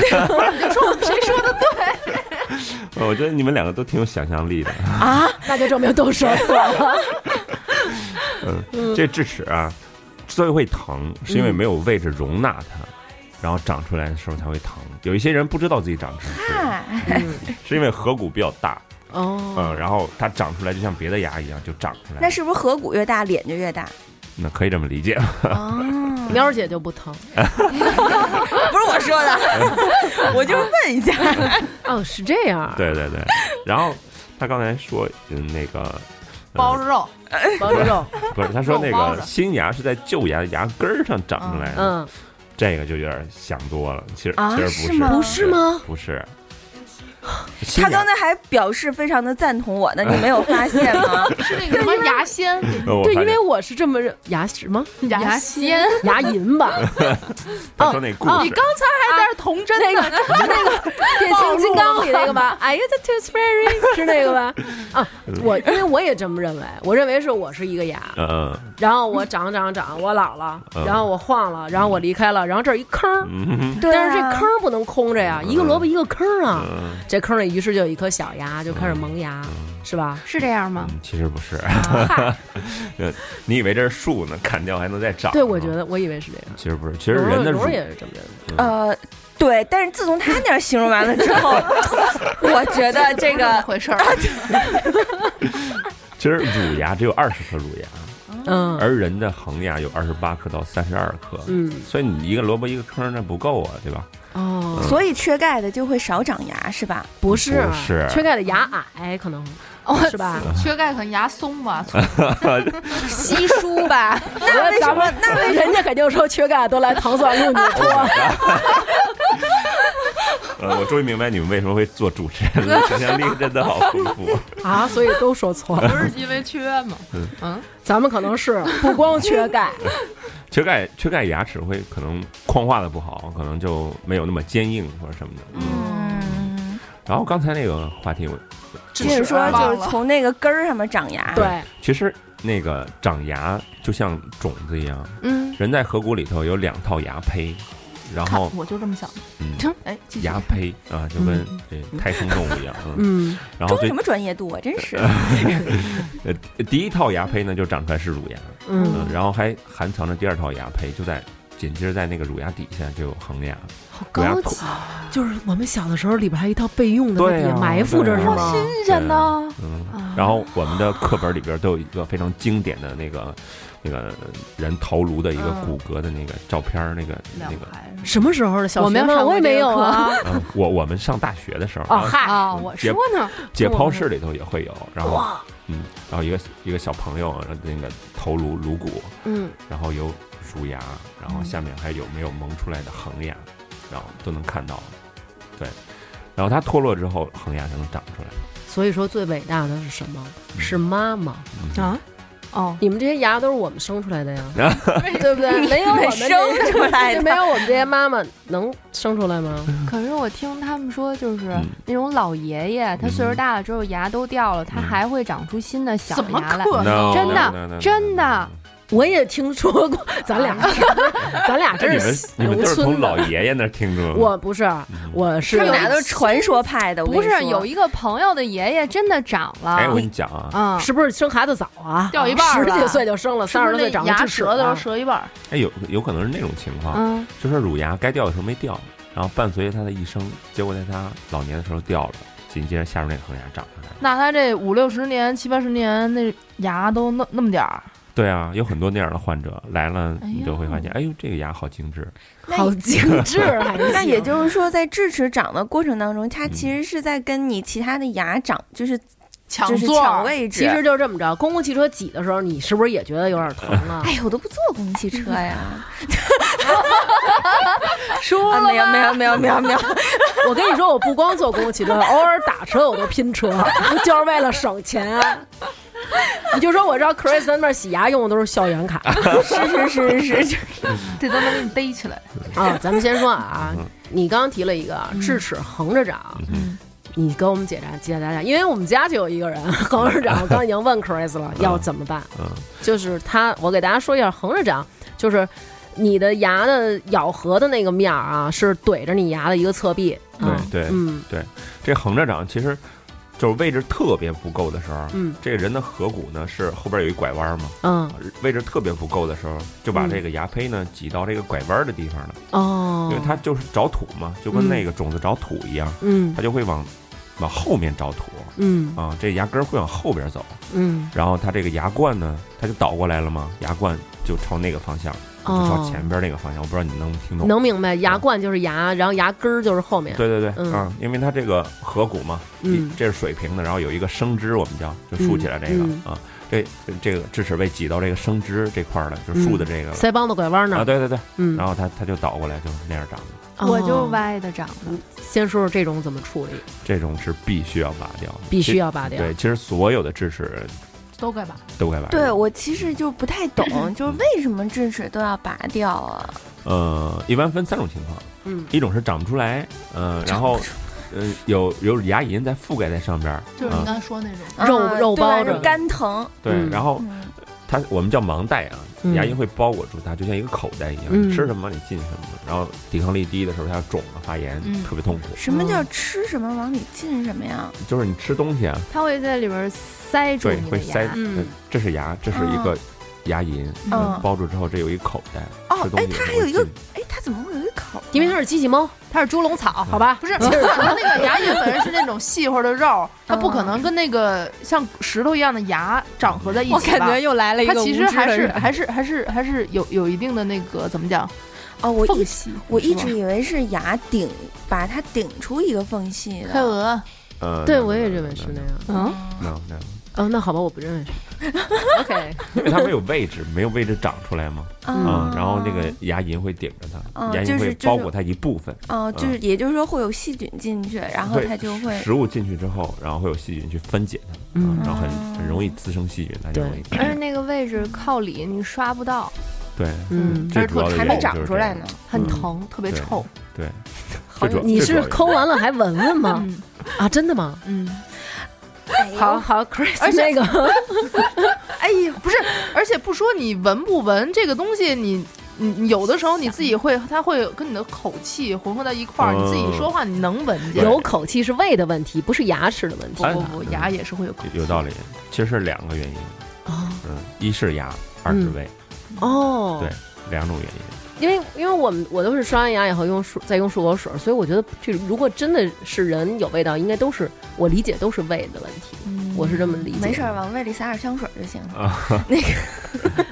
Speaker 7: 呃我觉得你们两个都挺有想象力的。
Speaker 8: 啊
Speaker 4: 那就证明都说错了。
Speaker 7: 嗯，这智齿啊，之所以会疼，是因为没有位置容纳它，然后长出来的时候才会疼。有一些人不知道自己长智齿，
Speaker 8: 哎
Speaker 7: 是因为颌骨比较大，
Speaker 4: 哦，
Speaker 7: 嗯，然后它长出来就像别的牙一样就长出来。
Speaker 8: 那是不是颌骨越大脸就 越大？
Speaker 7: 那可以这么理解吗？
Speaker 8: 哦，
Speaker 4: 喵儿姐就不 疼
Speaker 8: 不是我说的，我就是问一下。
Speaker 4: 哦，是这样。
Speaker 7: 对对对。然后他刚才说，嗯，那个。
Speaker 6: 包着肉，
Speaker 4: 包着肉，
Speaker 7: 不是，他说那
Speaker 6: 肉包
Speaker 7: 个
Speaker 6: 着
Speaker 7: 新牙是在旧牙的牙根儿上长出来的，
Speaker 4: 嗯，
Speaker 7: 这个就有点想多了。其实、
Speaker 8: 啊
Speaker 7: 其实不
Speaker 8: 是吗
Speaker 4: 不是吗？
Speaker 7: 不是，新
Speaker 8: 他
Speaker 7: 牙
Speaker 8: 刚才还表示非常的赞同我呢，你没有发现 吗？
Speaker 6: 是那个什么牙仙，
Speaker 7: 呃我
Speaker 4: 对，
Speaker 7: 发
Speaker 4: 因
Speaker 7: 现
Speaker 4: 为我是这么认牙什么
Speaker 6: 牙仙，
Speaker 4: 牙龈吧，哦
Speaker 7: 他说那故事，
Speaker 6: 你刚才还在这儿童真
Speaker 4: 那
Speaker 6: 呢，
Speaker 4: 个那个变形金刚里那个吧？哎呀，这 Tooth Fairy 是那个 吧？啊，我因为我也这么认为，我认为是我是一个牙，
Speaker 7: 嗯嗯
Speaker 4: 然后我长长长，我老了，
Speaker 7: 嗯
Speaker 4: 然后我晃了，然后我离开了，然后这儿一坑儿，
Speaker 7: 嗯哼哼
Speaker 8: 对啊
Speaker 4: 但是这坑儿不能空着呀，一个萝卜一个坑儿啊，
Speaker 7: 嗯。
Speaker 4: 这坑里于是就有一颗小牙就开始萌芽，是吧？
Speaker 5: 是这样吗？
Speaker 7: 嗯，其实不是，
Speaker 4: 哦
Speaker 7: 呃你以为这是树呢，砍掉还能再长？
Speaker 4: 对，我觉
Speaker 7: 嗯，
Speaker 4: 得我以为是这样。
Speaker 7: 其实不是，
Speaker 4: 其
Speaker 7: 其实人的乳
Speaker 4: 也是这么认为，
Speaker 8: 呃，对，但是自从他那样形容完了之后，我觉得这
Speaker 6: 怎么
Speaker 8: 个
Speaker 6: 回事儿？
Speaker 7: 其实乳牙只有二十颗乳牙，
Speaker 4: 嗯
Speaker 7: 而人的恒牙有二十八颗到三十二颗，
Speaker 4: 嗯
Speaker 7: 所以你一个萝卜一个坑，那不够啊，对吧？
Speaker 4: 哦，
Speaker 8: 所以缺钙的就会少长牙，是吧？
Speaker 4: 不是
Speaker 7: 不是
Speaker 4: 缺钙的牙矮可能是吧？
Speaker 6: 缺钙可能牙松吧，
Speaker 7: 呃
Speaker 5: 稀疏吧？
Speaker 4: 那为什么？那为 人家肯定说缺钙都来糖蒜 路你多，
Speaker 7: 呃，我终于明白你们为什么会做主持人了，想象力真的好丰富。
Speaker 4: 啊，所以都说错了。
Speaker 6: 不是因为缺吗？
Speaker 4: 咱们可能是不光缺钙，
Speaker 7: 缺钙，缺钙牙齿会可能矿化的不好，可能就没有那么坚硬或者什么的。
Speaker 8: 嗯，
Speaker 7: 然后刚才那个话题，我
Speaker 8: 接着说
Speaker 6: 忘
Speaker 8: 就是
Speaker 6: 了
Speaker 8: 从那个根儿上面长牙。
Speaker 4: 对，
Speaker 7: 其实那个长牙就像种子一样，
Speaker 5: 嗯，
Speaker 7: 人在颌骨里头有两套牙胚，然
Speaker 6: 看
Speaker 7: 后
Speaker 6: 我就这么想的。
Speaker 7: 嗯，
Speaker 6: 哎，继续
Speaker 7: 哦牙胚啊，就跟这胎生动物一样。 嗯，
Speaker 4: 嗯
Speaker 7: 然后
Speaker 8: 中
Speaker 7: 最
Speaker 8: 什么专业度啊？真是，
Speaker 7: 呃第一套牙胚呢就长出来是乳牙，
Speaker 4: 嗯，
Speaker 7: 嗯，然后还含藏着第二套牙胚，就在紧接着在那个乳牙底下就有恒牙，
Speaker 4: 好
Speaker 7: 乳牙
Speaker 4: 高
Speaker 7: 口
Speaker 4: 级。就是我们小的时候里边还有一套备用的，
Speaker 7: 对啊
Speaker 4: 也埋伏着是
Speaker 7: 对
Speaker 4: 吗？
Speaker 6: 新鲜呢，
Speaker 7: 嗯，然后我们的课本里边都有一个非常经典的那个那个人头颅的一个
Speaker 6: 嗯
Speaker 7: 骨骼的那个照片儿，那个那
Speaker 6: 两
Speaker 7: 个，
Speaker 6: 排
Speaker 4: 什么时候的小
Speaker 5: 我没
Speaker 4: 学
Speaker 5: 有
Speaker 4: 吗？
Speaker 5: 上过
Speaker 4: 我也没
Speaker 5: 这个
Speaker 4: 有
Speaker 5: 课
Speaker 4: 啊。
Speaker 7: 嗯我我们上大学的时候
Speaker 4: 哦，嗨，
Speaker 5: 啊，我
Speaker 7: 解
Speaker 5: 说呢，
Speaker 7: 解剖室里头也会有，然后嗯，然后一个一个小朋友，然后那个头颅颅骨，
Speaker 4: 嗯，
Speaker 7: 然后有乳牙，然后下面还有没有萌出来的恒牙，然后都能看到，对，然后它脱落之后，恒牙才能长出来。
Speaker 4: 所以说最伟大的是什么？是妈妈。
Speaker 7: 嗯
Speaker 5: 啊，哦，
Speaker 4: 你们这些牙都是我们生出来 的呀，对不 对？没有我们这
Speaker 8: 生出来的
Speaker 4: 没 有我们这些妈妈能生出来吗？
Speaker 5: 可是我听他们说，就是
Speaker 7: 嗯
Speaker 5: 那种老爷爷，他岁数大了之后牙都掉了，他
Speaker 7: 嗯
Speaker 5: 还会长出新的小
Speaker 6: 怎么
Speaker 5: 牙来。
Speaker 6: 可能？
Speaker 5: 真的真的
Speaker 4: 我也听说 过，咱俩，咱俩
Speaker 7: 哎，
Speaker 4: 真
Speaker 7: 你们
Speaker 4: 是
Speaker 7: 你们都是
Speaker 4: 农
Speaker 7: 从
Speaker 4: 村的
Speaker 7: 老爷爷那儿听嗯说的？
Speaker 4: 我不是，我是
Speaker 8: 他们俩都是传说派的，我
Speaker 5: 不
Speaker 8: 跟你
Speaker 5: 是
Speaker 8: 说
Speaker 5: 有一个朋友的爷爷真的长
Speaker 7: 哎，我
Speaker 5: 了
Speaker 7: 跟，你讲啊，
Speaker 5: 嗯，
Speaker 4: 是不是生孩子早啊？
Speaker 6: 掉一半儿
Speaker 4: 十
Speaker 6: 了
Speaker 4: 几岁就生了，三十多岁长了
Speaker 6: 牙
Speaker 4: 智齿啊
Speaker 6: 折的时候
Speaker 5: 啊
Speaker 4: 了。
Speaker 6: 折一半儿，
Speaker 7: 哎，有有可能是那种情况，
Speaker 5: 嗯，
Speaker 7: 就是乳牙该掉的时候没掉，然后伴随着他的一生，结果在他老年的时候掉了，紧接着下面那个恒牙长上来。
Speaker 6: 那他这五六十年、七八十年，那牙都那那么点儿，
Speaker 7: 对啊，有很多那样的患者来了，
Speaker 6: 哎呦
Speaker 7: 你就会发现，哎呦，这个牙好精致，
Speaker 8: 那
Speaker 4: 好精致，啊还行
Speaker 8: 那也就是说，在智齿长的过程当中，它其实是在跟你其他的牙长，就是
Speaker 6: 抢
Speaker 8: 就是
Speaker 6: 座
Speaker 8: 抢
Speaker 6: 儿。
Speaker 8: 位置。
Speaker 4: 其实就是这么着。公共汽车挤的时候，你是不是也觉得有点疼啊？
Speaker 8: 哎呀，我都不坐公共汽车 呀！
Speaker 5: 输
Speaker 8: 啊，没有没有没有没有没有，
Speaker 4: 我跟你说，我不光坐公共 汽车，偶尔打车我都拼车，就是为了省钱。啊你就说我知道 Chris 在那边洗牙用的都是校园卡
Speaker 8: 是是是是，
Speaker 6: 这都能给你逮起来。
Speaker 4: 啊。咱们先说啊，你刚刚提了一个啊智齿横着长，
Speaker 7: 嗯
Speaker 4: 你给我们解答解答答，因为我们家就有一个人 横着长，我刚刚已经问 Chris 了，要怎么办？
Speaker 7: 嗯，
Speaker 4: 就是他，我给大家说一下，横着长就是你的牙的咬合的那个面儿啊，是怼着你牙的一个侧壁。
Speaker 7: 对
Speaker 4: 啊
Speaker 7: 对，
Speaker 4: 嗯
Speaker 7: 这横着长其实就是位置特别不够的时候，
Speaker 4: 嗯
Speaker 7: 这个人的颌骨呢是后边有一拐弯嘛，
Speaker 4: 嗯
Speaker 7: 位置特别不够的时候，就把
Speaker 4: 嗯
Speaker 7: 这个牙胚呢挤到这个拐弯的地方了，
Speaker 4: 哦
Speaker 7: 因为它就是找土嘛，就跟
Speaker 4: 嗯
Speaker 7: 那个种子找土一样，
Speaker 4: 嗯
Speaker 7: 它就会往往后面找土
Speaker 4: 嗯
Speaker 7: 啊，这牙根儿会往后边走，
Speaker 4: 嗯
Speaker 7: 然后它这个牙冠呢，它就倒过来了嘛，牙冠就朝那个方向，就朝
Speaker 4: 哦，
Speaker 7: 前边那个方向，我不知道你能听懂。
Speaker 4: 能明白，牙冠就是牙，然后牙根儿就是后面。
Speaker 7: 对对对，
Speaker 4: 嗯
Speaker 7: 啊，因为它这个颌骨嘛，
Speaker 4: 嗯
Speaker 7: 一这是水平的，然后有一个生枝，我们叫就竖起来这个、
Speaker 4: 嗯
Speaker 7: 啊，这这个智齿被挤到这个生枝这块儿了，就竖的这个了、
Speaker 4: 腮帮子拐弯那
Speaker 7: 啊，
Speaker 4: 儿，
Speaker 7: 对对对，
Speaker 4: 嗯，
Speaker 7: 然后它它就倒过来就是那样长的，
Speaker 4: 哦
Speaker 5: 我就。歪的长的，
Speaker 4: 先说说这种怎么处理，
Speaker 7: 这种是必须要拔掉的，
Speaker 4: 必须要拔
Speaker 7: 其
Speaker 4: 掉。
Speaker 7: 对，其实所有的智齿
Speaker 6: 都该拔，
Speaker 7: 都该拔掉。
Speaker 8: 对我其实就不太 懂，就是为什么智齿都要拔掉啊？
Speaker 7: 呃，一般分三种情况，
Speaker 4: 嗯
Speaker 7: 一种是长不出来，呃，然后呃有有牙龈在覆盖在上边儿，
Speaker 6: 就是
Speaker 7: 嗯
Speaker 6: 你刚才说那种，
Speaker 4: 肉
Speaker 8: 啊
Speaker 4: 肉
Speaker 8: 对吧
Speaker 4: 包着
Speaker 8: 就干疼。
Speaker 7: 对，
Speaker 4: 嗯
Speaker 7: 然后
Speaker 8: 嗯，
Speaker 7: 它我们叫盲袋啊，
Speaker 4: 嗯
Speaker 7: 牙龈会包裹住它，就像一个口袋一样，
Speaker 4: 嗯
Speaker 7: 你吃什么你进什么，然后抵抗力低的时候它要肿了发炎，
Speaker 6: 嗯
Speaker 7: 特别痛苦。
Speaker 8: 什么叫吃什么往里进什么呀？
Speaker 7: 就是你吃东西啊，
Speaker 5: 它会在里边塞住
Speaker 7: 对，
Speaker 5: 你的
Speaker 7: 会塞
Speaker 5: 牙，，
Speaker 4: 嗯
Speaker 7: 呃这是牙，这是一个牙龈，
Speaker 6: 嗯
Speaker 7: 呃
Speaker 8: 嗯，
Speaker 7: 包住之后这有一个口袋，
Speaker 8: 哦
Speaker 7: 吃东西
Speaker 8: 哎
Speaker 7: 的时
Speaker 8: 它
Speaker 7: 候
Speaker 8: 还有一个
Speaker 7: 进去
Speaker 8: 哎，它怎么会有一口？
Speaker 4: 因为它是机器猫，
Speaker 5: 它是猪笼草，
Speaker 4: 好吧？
Speaker 6: 不是，它那个牙龈本身是那种细乎的肉，它不可
Speaker 8: 啊
Speaker 6: 能跟那个像石头一样的牙长合在一起
Speaker 5: 我感
Speaker 6: 吧
Speaker 5: 觉又来了一
Speaker 6: 它
Speaker 5: 个
Speaker 6: 其实
Speaker 5: 无知的
Speaker 6: 还是
Speaker 5: 人
Speaker 6: 还是还是还是有有一定的那个怎么讲
Speaker 8: 哦，我
Speaker 6: 缝
Speaker 8: 一
Speaker 6: 隙。
Speaker 8: 我一
Speaker 6: 是吧
Speaker 8: 直以为是牙顶，把它顶出一个缝隙
Speaker 6: 开
Speaker 8: 的。
Speaker 6: 鹅，
Speaker 7: 呃，
Speaker 4: 对，
Speaker 7: no，no，
Speaker 4: 我也
Speaker 7: no，
Speaker 4: 认为
Speaker 7: no，
Speaker 4: 是
Speaker 7: no，
Speaker 4: 那样。
Speaker 5: 嗯，
Speaker 7: no，no，no，
Speaker 4: 哦，那好吧，我不认为是。OK，
Speaker 7: 因为它没有位置，没有位置长出来嘛，
Speaker 8: 啊
Speaker 7: 嗯，然后那个牙龈会顶着它，
Speaker 8: 嗯
Speaker 7: 牙
Speaker 8: 就
Speaker 7: 龈
Speaker 8: 是
Speaker 7: 会
Speaker 8: 就是
Speaker 7: 包裹它一部分，
Speaker 8: 哦，就是也就是说会有细菌进去，然后
Speaker 7: 嗯对
Speaker 8: 它就会
Speaker 7: 食物进去之后，然后会有细菌去分解它，啊
Speaker 4: 嗯哎
Speaker 7: 然后很很容易滋生细菌，它就容易。
Speaker 5: 而且那个位置靠里，你刷不到，
Speaker 7: 对，
Speaker 4: 嗯，
Speaker 7: 最主要的
Speaker 8: 还
Speaker 7: 原
Speaker 8: 没
Speaker 7: 因就
Speaker 8: 长
Speaker 7: 是
Speaker 8: 出
Speaker 7: 这
Speaker 8: 来
Speaker 7: 样
Speaker 8: 呢。
Speaker 5: 很
Speaker 7: 嗯
Speaker 5: 疼。
Speaker 6: 特别
Speaker 7: 对
Speaker 6: 臭。
Speaker 7: 对，最主要
Speaker 4: 你
Speaker 7: 最主
Speaker 4: 是
Speaker 7: 要
Speaker 4: 抠完了还闻闻吗？
Speaker 6: 嗯
Speaker 4: 啊，真的吗？
Speaker 6: 嗯，
Speaker 8: 哎呦
Speaker 4: 好，好，Chris，
Speaker 6: 哦而且
Speaker 4: 那个
Speaker 6: 哎呀，不是，而且不说你闻不闻这个东西，你你你有的时候你自己会，
Speaker 4: 嗯
Speaker 6: 它会跟你的口气混合在一块儿，
Speaker 7: 嗯
Speaker 6: 你自己说话你能闻见。
Speaker 4: 有口气是胃的问题，不是牙齿的问题
Speaker 6: 不。不不，牙也是会有口气。
Speaker 7: 有有道理，其实是两个原因，
Speaker 4: 哦
Speaker 7: 嗯，一是牙，二
Speaker 4: 嗯
Speaker 7: 是胃，
Speaker 4: 哦，
Speaker 7: 对两种原因。
Speaker 4: 因为因为我们我都是刷完牙以后用漱再用漱口水，所以我觉得这如果真的是人有味道，应该都是我理解都是胃的问题，
Speaker 6: 嗯
Speaker 4: 我是这么理解。
Speaker 8: 没事儿，往胃里撒点香水就行了。
Speaker 7: 直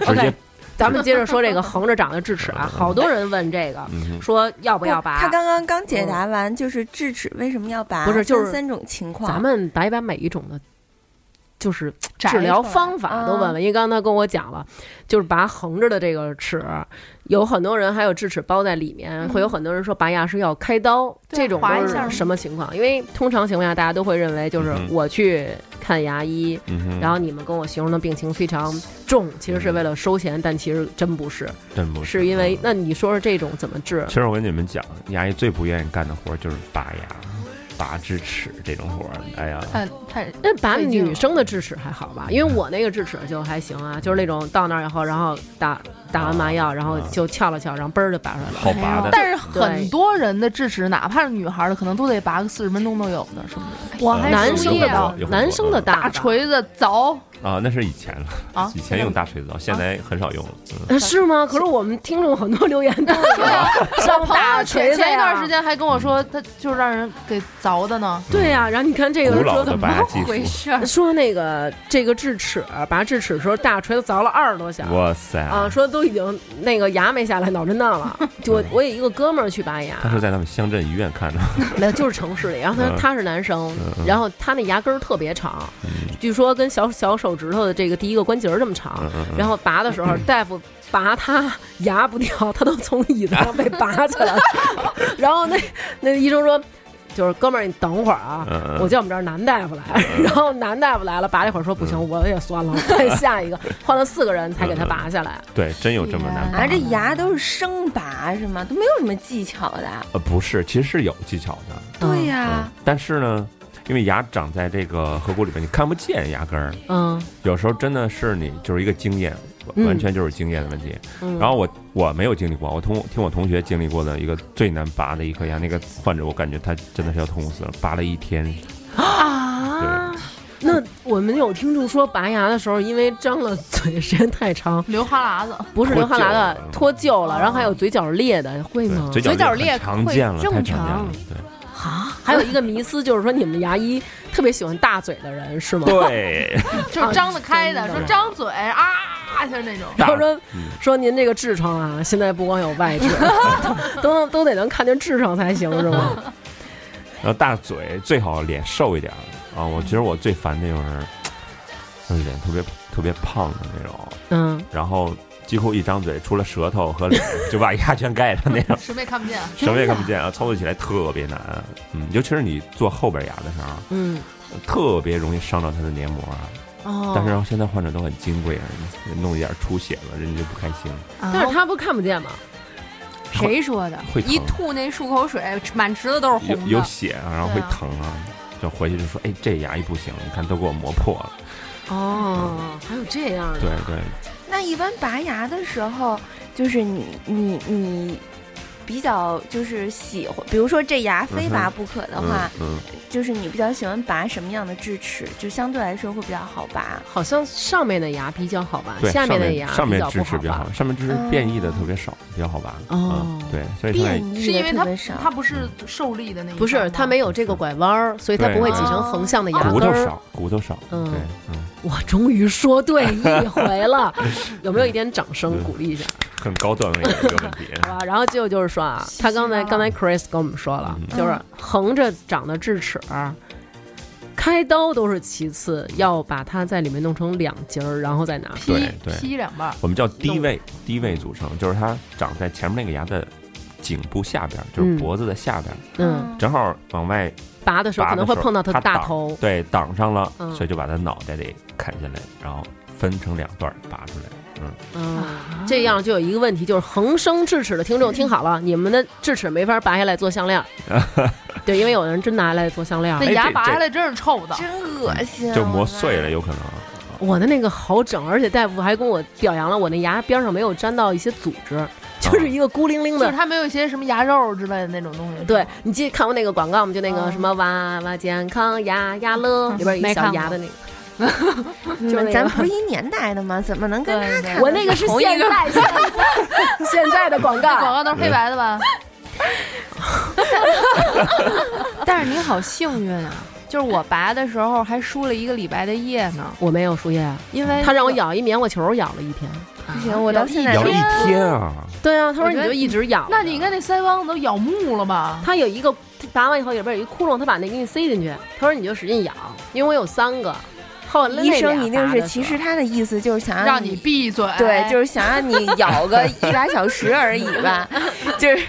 Speaker 7: 接
Speaker 4: OK，咱们接着说这个横着长的智齿啊，好多人问这个，
Speaker 7: 嗯哼，
Speaker 4: 说要不要拔？
Speaker 8: 他刚刚刚解答完，就是智齿为什么要拔？
Speaker 4: 不是就是
Speaker 8: 分三种情况。
Speaker 4: 咱们把一把每一种的，就是
Speaker 6: 摘
Speaker 4: 治疗
Speaker 6: 出来啊
Speaker 4: 方法都问问，因为刚才他跟我讲了，就是拔横着的这个齿，有很多人还有智齿包在里面，会有很多人说拔牙是要开刀，
Speaker 6: 嗯对
Speaker 4: 这种
Speaker 6: 划
Speaker 4: 都
Speaker 6: 一
Speaker 4: 是
Speaker 6: 下儿
Speaker 4: 什么情况？因为通常情况下，大家都会认为就是
Speaker 7: 嗯哼
Speaker 4: 我去看牙医，
Speaker 7: 嗯哼，
Speaker 4: 然后你们跟我形容的病情非常重，其实是为了收钱，但其实真不是，
Speaker 7: 真不
Speaker 4: 是因为
Speaker 7: 嗯
Speaker 4: 那你说说这种怎么治
Speaker 7: 其？实我跟你们讲，牙医最不愿意干的活儿就是拔牙，拔智齿这种活儿，哎呀，
Speaker 6: 太太
Speaker 4: 那拔
Speaker 6: 费劲了
Speaker 4: 女生的智齿还好吧？因为我那个智齿就还行啊，就是那种到那儿以后，然后打打完麻药，然后就翘了翘，然后嘣儿就拔出来了。
Speaker 7: 好拔的，
Speaker 6: 但是很多人的智齿，哪怕是女孩的，可能都得拔个四十分钟都有呢，是不
Speaker 4: 哎
Speaker 6: 是？
Speaker 5: 我还
Speaker 4: 男
Speaker 5: 输液
Speaker 4: 生的
Speaker 7: 有
Speaker 4: 大
Speaker 7: 很多
Speaker 4: 男生的大
Speaker 6: 大
Speaker 4: 吧
Speaker 6: 锤子凿
Speaker 7: 啊，那是以前了，
Speaker 6: 啊，
Speaker 7: 以
Speaker 4: 嗯
Speaker 7: 前用大锤子刀，现在很少用了。嗯
Speaker 4: 啊是吗？可是我们听众很多留言都是
Speaker 6: 我
Speaker 4: 上
Speaker 6: 朋
Speaker 4: 啊大
Speaker 6: 友
Speaker 4: 锤
Speaker 6: 啊前
Speaker 4: 子
Speaker 6: 前一
Speaker 4: 呀
Speaker 6: 段时间还跟我说，他就是让人给凿的呢。
Speaker 4: 对呀、然后你看这个
Speaker 7: 古
Speaker 4: 说
Speaker 7: 老
Speaker 4: 怎
Speaker 7: 的
Speaker 4: 么
Speaker 7: 拔牙技术，
Speaker 8: 事儿？
Speaker 4: 说那个这个智齿拔智齿的时候，大锤子凿了二十多下。
Speaker 7: 哇塞！
Speaker 4: 啊，说都已经那个牙没下来，脑震荡了。 就我我有一个哥们儿去拔牙，
Speaker 7: 他是在他们乡镇医院看的，
Speaker 4: 没有，就是城市里。然后他
Speaker 7: 嗯
Speaker 4: 他是男生
Speaker 7: 嗯，嗯
Speaker 4: 然后他那牙根儿特别长，
Speaker 7: 嗯
Speaker 4: 据说跟小小手指头的这个第一个关节儿这么长
Speaker 7: 嗯。嗯嗯
Speaker 4: 然后拔的时 候，大夫拔他牙不掉，他都从椅子上被拔起 来了。 然后那那医生说，就是哥们儿，你等会儿啊，
Speaker 7: 嗯嗯
Speaker 4: 我叫我们这儿男大夫来，然后男大夫来了，拔了一会儿说不
Speaker 7: 嗯
Speaker 4: 行，我也酸了，我 再下一个，换了四个人才给他拔下来。
Speaker 7: 对，真有这么难拔的
Speaker 8: 啊，这牙都是生拔是吗？都没有什么技巧的啊。
Speaker 7: 呃，不是，其实是有技巧的。
Speaker 8: 对呀、
Speaker 7: 嗯，但是呢，因为牙长在这个颌骨里边，你看不见牙根儿，
Speaker 4: 嗯
Speaker 7: 有时候真的是你就是一个经验，
Speaker 4: 嗯
Speaker 7: 完全就是经验的问题。
Speaker 4: 嗯，
Speaker 7: 然后我我没有经历过，我同听我同学经历过的一个最难拔的一颗牙，那个患者我感觉他真的是要痛死了，拔了一天。
Speaker 4: 啊。那我们有听众说，拔牙的时候因为张了嘴时间太长，
Speaker 6: 流哈喇子，
Speaker 4: 不是流哈喇子脱
Speaker 7: 脱
Speaker 4: 臼了，然后还有嘴角裂的，会吗？
Speaker 7: 对，
Speaker 5: 角
Speaker 7: 角
Speaker 5: 裂
Speaker 7: 很常
Speaker 5: 会
Speaker 7: 见了，
Speaker 5: 正
Speaker 7: 太常见
Speaker 5: 常
Speaker 7: 了。
Speaker 4: 啊，还有一个迷思就是说，你们牙医特别喜欢大嘴的人是吗？
Speaker 7: 对对，
Speaker 6: 就是张得开
Speaker 4: 啊
Speaker 6: 的，
Speaker 4: 真的
Speaker 6: 说张嘴啊，就是那种。
Speaker 4: 然后
Speaker 7: 大
Speaker 4: 说
Speaker 7: 嗯
Speaker 4: 说您这个痔疮啊，现在不光有外 痔，都都得能看见痔疮才行是吗？
Speaker 7: 然后大嘴最好脸瘦一点儿啊。我其实我最烦那种人，就是脸嗯特别特别胖的那种，
Speaker 4: 嗯，
Speaker 7: 然后几乎一张嘴，除了舌头和脸，就把牙全盖上那 种，
Speaker 6: 什么也看不见，
Speaker 7: 什么也看不见啊，操作起来特别难。嗯，尤其是你做后边牙的时候，
Speaker 4: 嗯，
Speaker 7: 特别容易伤到它的黏膜啊。
Speaker 4: 哦
Speaker 7: 但是现在患者都很金贵啊，你弄一点出血了，人家就不开心，
Speaker 4: 但
Speaker 5: 但
Speaker 4: 是他不看不见吗？
Speaker 5: 谁说的？
Speaker 7: 会疼
Speaker 5: 一，吐那漱口水，满池子都是
Speaker 7: 有
Speaker 5: 红
Speaker 7: 有
Speaker 5: 的。
Speaker 7: 血啊，然后会疼啊。就回去就说，哎，这牙医不行，你看都给我磨破了。
Speaker 4: 哦，还有这样的，
Speaker 7: 对对，嗯
Speaker 8: 那一般拔牙的时候，就是你你你比较就是喜欢，比如说这牙非拔不可的话，
Speaker 7: 嗯，
Speaker 8: 就是你比较喜欢拔什么样的智齿，就相对来说会比较好拔。
Speaker 4: 好像上面的牙比较好吧
Speaker 7: 嗯，对，
Speaker 4: 下
Speaker 7: 上
Speaker 4: 面的
Speaker 7: 面
Speaker 4: 牙
Speaker 7: 上面
Speaker 4: 较
Speaker 7: 智
Speaker 4: 不
Speaker 7: 齿
Speaker 4: 好
Speaker 7: 比较
Speaker 4: 吧
Speaker 7: 好，？上面智齿
Speaker 8: 嗯
Speaker 7: 变异的特别少，比较好拔。
Speaker 4: 哦
Speaker 7: 嗯，对，所以现在
Speaker 8: 变异
Speaker 6: 是因为
Speaker 8: 的
Speaker 6: 它
Speaker 8: 特别少，
Speaker 6: 它不是受力的那一方吗
Speaker 4: 不是，它没有这个拐弯儿，所以它
Speaker 7: 对啊
Speaker 4: 不会挤成横向的牙
Speaker 7: 骨
Speaker 4: 根
Speaker 7: 头
Speaker 4: 儿。
Speaker 7: 少，骨头少。
Speaker 4: 嗯
Speaker 7: 对，嗯，
Speaker 4: 我终于说对一回了，有没有一点掌声鼓励一下？
Speaker 7: 很高段位的一个问 题。
Speaker 4: 好吧。然后结果就是说啊，他刚才刚才 Chris 跟我们说了，
Speaker 7: 嗯
Speaker 4: 就是横着长的智齿，开刀都是其次，要把它在里面弄成两截儿，然后再拿。
Speaker 7: 对
Speaker 6: 劈
Speaker 7: 对啊
Speaker 6: 劈两半儿，
Speaker 7: 我们叫低位低位组成，就是它长在前面那个牙的颈部下边儿，就是
Speaker 4: 嗯
Speaker 7: 脖子的下边儿，
Speaker 4: 嗯，
Speaker 7: 正好往外
Speaker 4: 拔的时候
Speaker 7: 拔
Speaker 4: 可
Speaker 7: 的
Speaker 4: 能
Speaker 7: 时
Speaker 4: 会
Speaker 7: 候
Speaker 4: 碰到
Speaker 7: 它
Speaker 4: 的大
Speaker 7: 挡
Speaker 4: 头。
Speaker 7: 对挡上了，
Speaker 4: 哦嗯
Speaker 7: 所以就把它脑袋得砍下来，然后分成两段儿拔出来。嗯，
Speaker 4: 嗯，这样就有一个问题，就是恒生智齿的听众听好了，你们的智齿没法拔下来做项链儿。对，因为有的人真拿下来做项链儿
Speaker 6: 那
Speaker 7: 哎。
Speaker 6: 牙
Speaker 7: 这
Speaker 6: 拔
Speaker 7: 这
Speaker 6: 下来真是臭的。
Speaker 8: 真恶心啊，
Speaker 7: 就磨碎了，
Speaker 8: 我
Speaker 7: 有可能。啊
Speaker 4: 我的那个好整，而且大夫还跟我表扬了，我那牙边上没有粘到一些组织，就是一个孤零零
Speaker 6: 就
Speaker 4: 的
Speaker 6: 是。它没有一些什么牙肉之类的那种东西，
Speaker 4: 对你记得看过那个广告吗？就那个
Speaker 6: 嗯
Speaker 4: 什么娃娃健康牙牙乐里边有一
Speaker 5: 没
Speaker 4: 小
Speaker 5: 看
Speaker 4: 牙
Speaker 5: 过
Speaker 4: 的那个，
Speaker 8: 的妈呀。
Speaker 4: 就
Speaker 8: 你
Speaker 4: 是那
Speaker 8: 们
Speaker 4: 个
Speaker 8: 嗯咱不是一年代的吗？怎么能跟他看？
Speaker 4: 我那个是
Speaker 8: 同一
Speaker 4: 现
Speaker 8: 个
Speaker 4: 在现在现在的广
Speaker 6: 广
Speaker 4: 告，
Speaker 6: 告都是黑白的吧？
Speaker 5: 但是你好幸运啊！就是我拔的时候还输了一个礼拜的液呢，
Speaker 4: 我没有输液，啊
Speaker 5: 因为
Speaker 4: 他让我咬一棉花球，咬了一天。
Speaker 8: 不行，我到现
Speaker 4: 哎
Speaker 8: 在
Speaker 7: 咬一天啊，
Speaker 4: 对啊，他说
Speaker 5: 我
Speaker 4: 你
Speaker 5: 觉
Speaker 4: 就
Speaker 5: 得
Speaker 4: 一直咬，
Speaker 6: 那你应该那腮帮子都咬木了吧？
Speaker 4: 他有一个拔完以后里边有一窟窿，他把那给你塞进去，他说你就使劲咬，因为我有三个。后来
Speaker 8: 医
Speaker 4: 那
Speaker 8: 生
Speaker 4: 俩
Speaker 8: 一定
Speaker 4: 拔
Speaker 8: 是，
Speaker 4: 的
Speaker 8: 其
Speaker 4: 时
Speaker 8: 实他的意思就是想
Speaker 6: 让
Speaker 8: 你
Speaker 6: 你哎闭嘴。
Speaker 8: 啊对，就是想让你咬个一俩小时而已吧，就是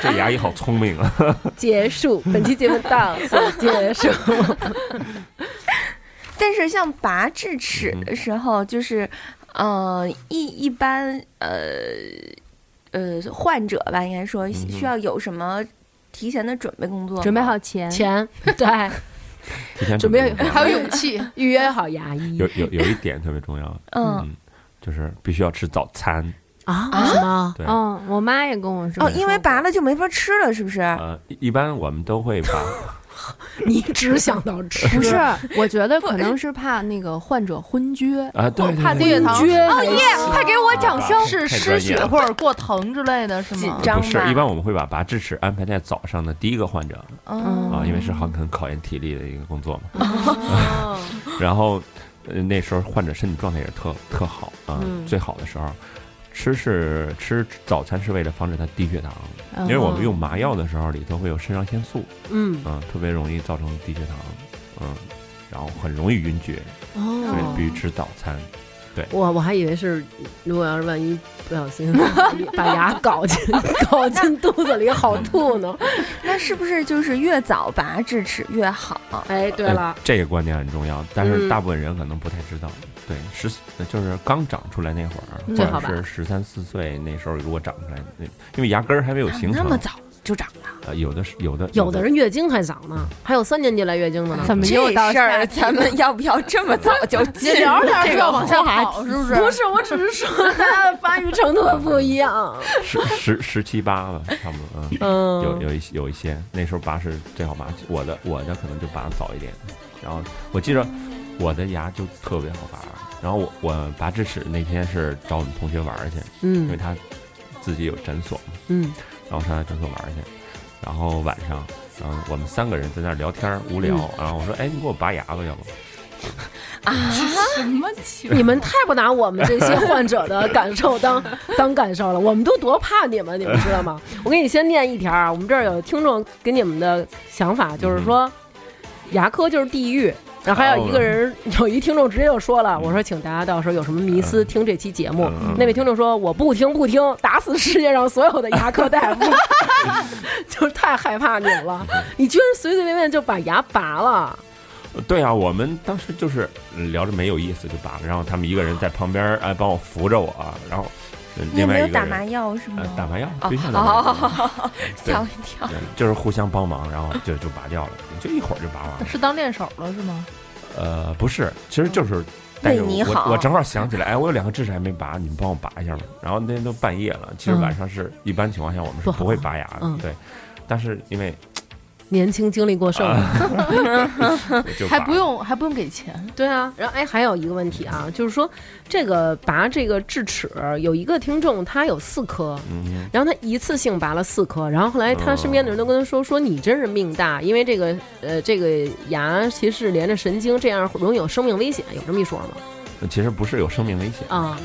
Speaker 7: 这牙医好聪明 啊！
Speaker 4: 候结束本期节目到此结 束。
Speaker 8: 但是像拔智齿的时候，就是，呃，一一般呃呃患者吧，应该说
Speaker 7: 嗯
Speaker 8: 需要有什么提前的准备工作吗，
Speaker 5: 准备好钱，
Speaker 4: 钱，对，
Speaker 7: 提前
Speaker 4: 准备
Speaker 7: 备 好
Speaker 6: 还有勇气，
Speaker 4: 预约好牙医
Speaker 7: 有有有一点特别重要，啊
Speaker 8: 嗯
Speaker 7: 就是必须要吃早餐。
Speaker 4: 啊？为什么？
Speaker 7: 对，
Speaker 5: 嗯，我妈也跟我说
Speaker 8: 哦，因为拔了就没法吃了，是不是？
Speaker 6: 啊
Speaker 7: 呃，一一般我们都会 把
Speaker 4: 你只想到 吃，
Speaker 5: 不是，我觉得可能是怕那个患者昏厥，
Speaker 7: 啊，对对
Speaker 6: 怕低
Speaker 7: 对
Speaker 6: 血糖，
Speaker 4: 撅
Speaker 5: 哦耶！快给我掌声！
Speaker 6: 是
Speaker 7: 太
Speaker 6: 失
Speaker 7: 专业
Speaker 6: 血
Speaker 7: 了
Speaker 6: 或者过疼之类的，是
Speaker 8: 紧
Speaker 6: 吗？
Speaker 8: 张
Speaker 7: 不是，
Speaker 8: 吧
Speaker 7: 一般我们会把拔智齿安排在早上的第一个患者
Speaker 6: 嗯
Speaker 7: 啊，因为是很很考验体力的一个工作嘛。然后呃那时候患者身体状态也是特特好啊，
Speaker 4: 嗯
Speaker 7: 最好的时候。吃是吃早餐是为了防止他低血糖，
Speaker 6: 哦
Speaker 7: 因为我们用麻药的时候里头会有肾上腺素，
Speaker 4: 嗯，
Speaker 7: 嗯，特别容易造成低血糖，嗯，然后很容易晕厥，所以
Speaker 4: 哦，
Speaker 7: 必须吃早餐。
Speaker 4: 我我还以为是，如果要是万一不小心 把牙搞进搞进肚子里，好吐呢。
Speaker 8: 那是不是就是越早拔智齿越好？
Speaker 4: 哎，对
Speaker 7: 呃
Speaker 4: 了，
Speaker 7: 这个观点很重要，但是
Speaker 4: 嗯
Speaker 7: 大部分人可能不太知道。对，十四呃就是刚长出来那会儿，
Speaker 4: 嗯
Speaker 7: 或
Speaker 4: 最好吧
Speaker 7: 者是十三四岁那时候，如果长出来，那因为牙根儿还没有形
Speaker 8: 那
Speaker 7: 成
Speaker 8: 么，早就长了，
Speaker 7: 呃，有的是有的
Speaker 4: 有的人月经还早呢，还有三年级来月经的呢。
Speaker 5: 怎么又到
Speaker 8: 这事
Speaker 5: 夏
Speaker 8: 儿
Speaker 5: 天
Speaker 8: 咱们要不要这么早 就进
Speaker 6: 你聊着聊着就
Speaker 8: 这个
Speaker 6: 要往下
Speaker 8: 话题
Speaker 6: 跑，是 不是？
Speaker 4: 哦不是，我只是说它的发育程度不一样。
Speaker 7: 十十十七八吧，差不多，嗯，
Speaker 4: 嗯，
Speaker 7: 有有一些有一些那时候拔是最好拔，我的我的可能就拔得早一点，然后我记着我的牙就特别好拔，然后我我拔智齿那天是找我们同学玩儿去，因为
Speaker 4: 嗯
Speaker 7: 他自己有诊所嘛，
Speaker 4: 嗯
Speaker 7: 然后上他诊所玩儿去，然后晚上，然后我们三个人在那儿聊天儿无聊，然后我说，哎，你给我拔牙吧，要不？
Speaker 6: 什么情
Speaker 4: 你们太不拿我们这些患者的感受当当感受了，我们都多怕你们，你们知道吗？我给你先念一条啊，我们这儿有听众给你们的想法，就是说，牙科就是地狱。然后还有一个人，有一听众直接就说了，我说请大家到时候有什么迷思听这期节目。
Speaker 7: 嗯
Speaker 4: 那位听众说我不听不听，打死世界上所有的牙科大夫， 就是太害怕你们了，你居然随随便便就把牙拔了。
Speaker 7: 对啊，我们当时就是嗯聊着没有意思就拔了，然后他们一个人在旁边儿哎帮我扶着我，然后呃
Speaker 8: 你有
Speaker 7: 另
Speaker 8: 没
Speaker 7: 外
Speaker 8: 有
Speaker 7: 一个
Speaker 8: 打麻
Speaker 7: 人。
Speaker 8: 药是吗
Speaker 7: 呃，？打麻药，
Speaker 8: 哦
Speaker 7: 对象打麻药，
Speaker 8: 哦，
Speaker 7: 对
Speaker 8: 吓我一跳。
Speaker 7: 对就是互相帮忙，然后就就拔掉了，就一会儿就拔完了。
Speaker 6: 是当练手了是吗？
Speaker 7: 呃，不是，其实就是但
Speaker 8: 为
Speaker 7: 是
Speaker 8: 你
Speaker 7: 我
Speaker 8: 好
Speaker 7: 我正好想起来，哎，我有两个智齿还没拔，你们帮我拔一下吧。然后那天都半夜了，其实晚上是、一般情况下我们是
Speaker 4: 不好
Speaker 7: 不会拔牙的，
Speaker 4: 嗯
Speaker 7: 对。但是因为呃
Speaker 4: 年轻精力过剩了。
Speaker 7: 就拔
Speaker 6: 还不用还不用给钱，
Speaker 4: 对啊，然后哎，还有一个问题啊，就是说这个拔这个智齿，有一个听众他有四颗，
Speaker 7: 嗯
Speaker 4: 然后他一次性拔了四颗，然后后来他身边的人都跟他说，说你真是命大，因为这个呃这个牙其实是连着神经，这样容易有生命危险，有这么一说吗？
Speaker 7: 其实不是有生命危险，
Speaker 4: 啊，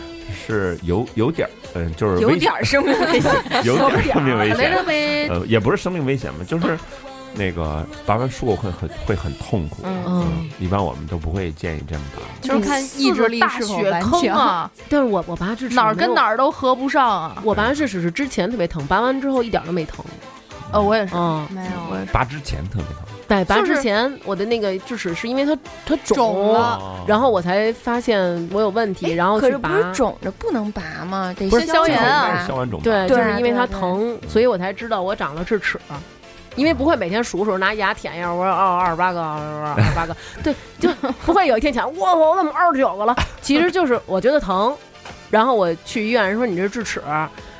Speaker 7: 是有有点儿，嗯、就是
Speaker 8: 有
Speaker 7: 危险
Speaker 8: 点儿生命危险，
Speaker 7: 有点儿 生命危
Speaker 6: 来
Speaker 7: 险，
Speaker 6: 了呗。
Speaker 7: 呃，也不是生命危险嘛，就是那个拔完术后会很会很痛苦。
Speaker 4: 嗯，
Speaker 7: 一般我们都不会建议这么拔，
Speaker 5: 就是看意志力
Speaker 6: 大
Speaker 5: 是否
Speaker 6: 血
Speaker 5: 顽
Speaker 6: 坑
Speaker 5: 强。
Speaker 6: 啊，
Speaker 4: 但是我我拔智齿
Speaker 6: 哪儿跟哪
Speaker 4: 儿。
Speaker 6: 儿都合不上啊。
Speaker 4: 我拔智齿是之前特别疼，拔完之后一点都没疼。
Speaker 6: 呃，我也是，
Speaker 4: 嗯，
Speaker 5: 没
Speaker 6: 我
Speaker 5: 有，
Speaker 6: 也是。
Speaker 7: 拔之前特别疼。
Speaker 4: 对，拔
Speaker 6: 就是
Speaker 4: 之前我的那个智齿是因为它它
Speaker 6: 肿了
Speaker 7: 哦
Speaker 6: 哎
Speaker 4: 然后我才发现我有问题，然后
Speaker 8: 可
Speaker 4: 去
Speaker 8: 是不
Speaker 4: 拔。
Speaker 8: 是肿着不能拔吗？得
Speaker 6: 不是消炎啊
Speaker 8: 吧
Speaker 7: 消完肿
Speaker 4: 对，
Speaker 7: 吧
Speaker 4: 就
Speaker 8: 对
Speaker 4: 是因为
Speaker 8: 对
Speaker 4: 它
Speaker 8: 对
Speaker 4: 疼，所以我才知道我长了智齿。因为不会每天数数拿牙舔一下，我说哦二十八个，二十八个，对， 就不会有一天想哇我怎么二十九个了？其实就是我觉得疼，然后我去医院，人说你这是智齿，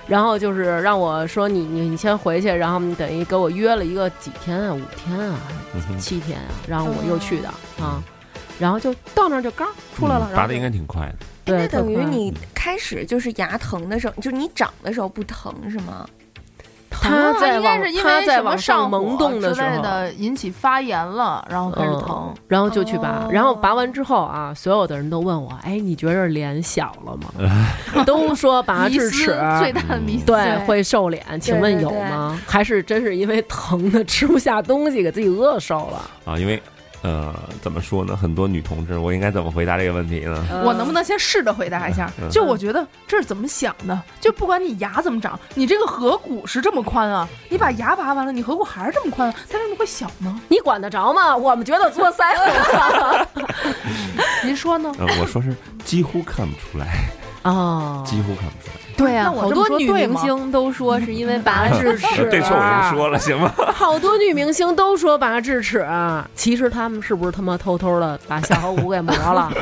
Speaker 4: 然后就是让我说你你你先回去，然后等于给我约了一个几天啊，五天啊，
Speaker 7: 嗯哼
Speaker 4: 七天啊，然后我又去的
Speaker 6: 嗯
Speaker 4: 啊，然后就到那儿就刚出来了，
Speaker 7: 嗯
Speaker 4: 然
Speaker 7: 拔
Speaker 4: 后
Speaker 7: 的
Speaker 4: 就
Speaker 7: 应该挺快的。
Speaker 8: 哎
Speaker 4: 对，
Speaker 8: 那等于
Speaker 4: 特快
Speaker 8: 你开始就是牙疼的时候，就是你长的时候不疼是吗？
Speaker 4: 他
Speaker 6: 疼啊
Speaker 4: 在
Speaker 6: 应该
Speaker 4: 往
Speaker 6: 是因
Speaker 4: 他
Speaker 6: 为
Speaker 4: 在
Speaker 6: 什么
Speaker 4: 往
Speaker 6: 上
Speaker 4: 上
Speaker 6: 火
Speaker 4: 萌动的时
Speaker 6: 之类
Speaker 4: 候。嗯
Speaker 6: 的引起发炎了，然后开始疼。
Speaker 4: 然后就去拔，
Speaker 6: 哦
Speaker 4: 然后拔完之后啊，所有的人都问我，哎，你觉得脸小了吗？ 都说拔
Speaker 6: 迷
Speaker 4: 啊智
Speaker 6: 思
Speaker 4: 齿
Speaker 6: 最大的迷思，
Speaker 4: 对会瘦脸，请问有吗？还是真是因为疼的吃不下东西，给自己饿瘦了？
Speaker 7: 啊，因为呃，怎么说呢？很多女同志，我应该怎么回答这个问题呢？
Speaker 6: 呃我能不能先试着回答一下？
Speaker 7: 嗯
Speaker 6: 就我觉得这是怎么想的？就不管你牙怎么长，你这个颌骨是这么宽啊，你把牙拔完了，你颌骨还是这么宽，啊它为什么会小呢？
Speaker 4: 你管得着吗？我们觉得作腮
Speaker 6: 您说呢？
Speaker 7: 呃，我说是几乎看不出来，
Speaker 4: 哦，
Speaker 7: 几乎看不出来。
Speaker 5: 对呀、
Speaker 4: 啊
Speaker 6: 那我
Speaker 5: 好
Speaker 6: 这么
Speaker 5: 多
Speaker 6: 说
Speaker 5: 女
Speaker 6: 对
Speaker 5: 明
Speaker 6: 吗
Speaker 5: 星都说是因为拔了智
Speaker 6: 啊
Speaker 5: 齿
Speaker 4: 啊
Speaker 7: 呃，对错我已经说了，行吗？
Speaker 4: 好多女明星都说拔智齿啊，其实她们是不是他妈偷偷的把小河骨给磨 了？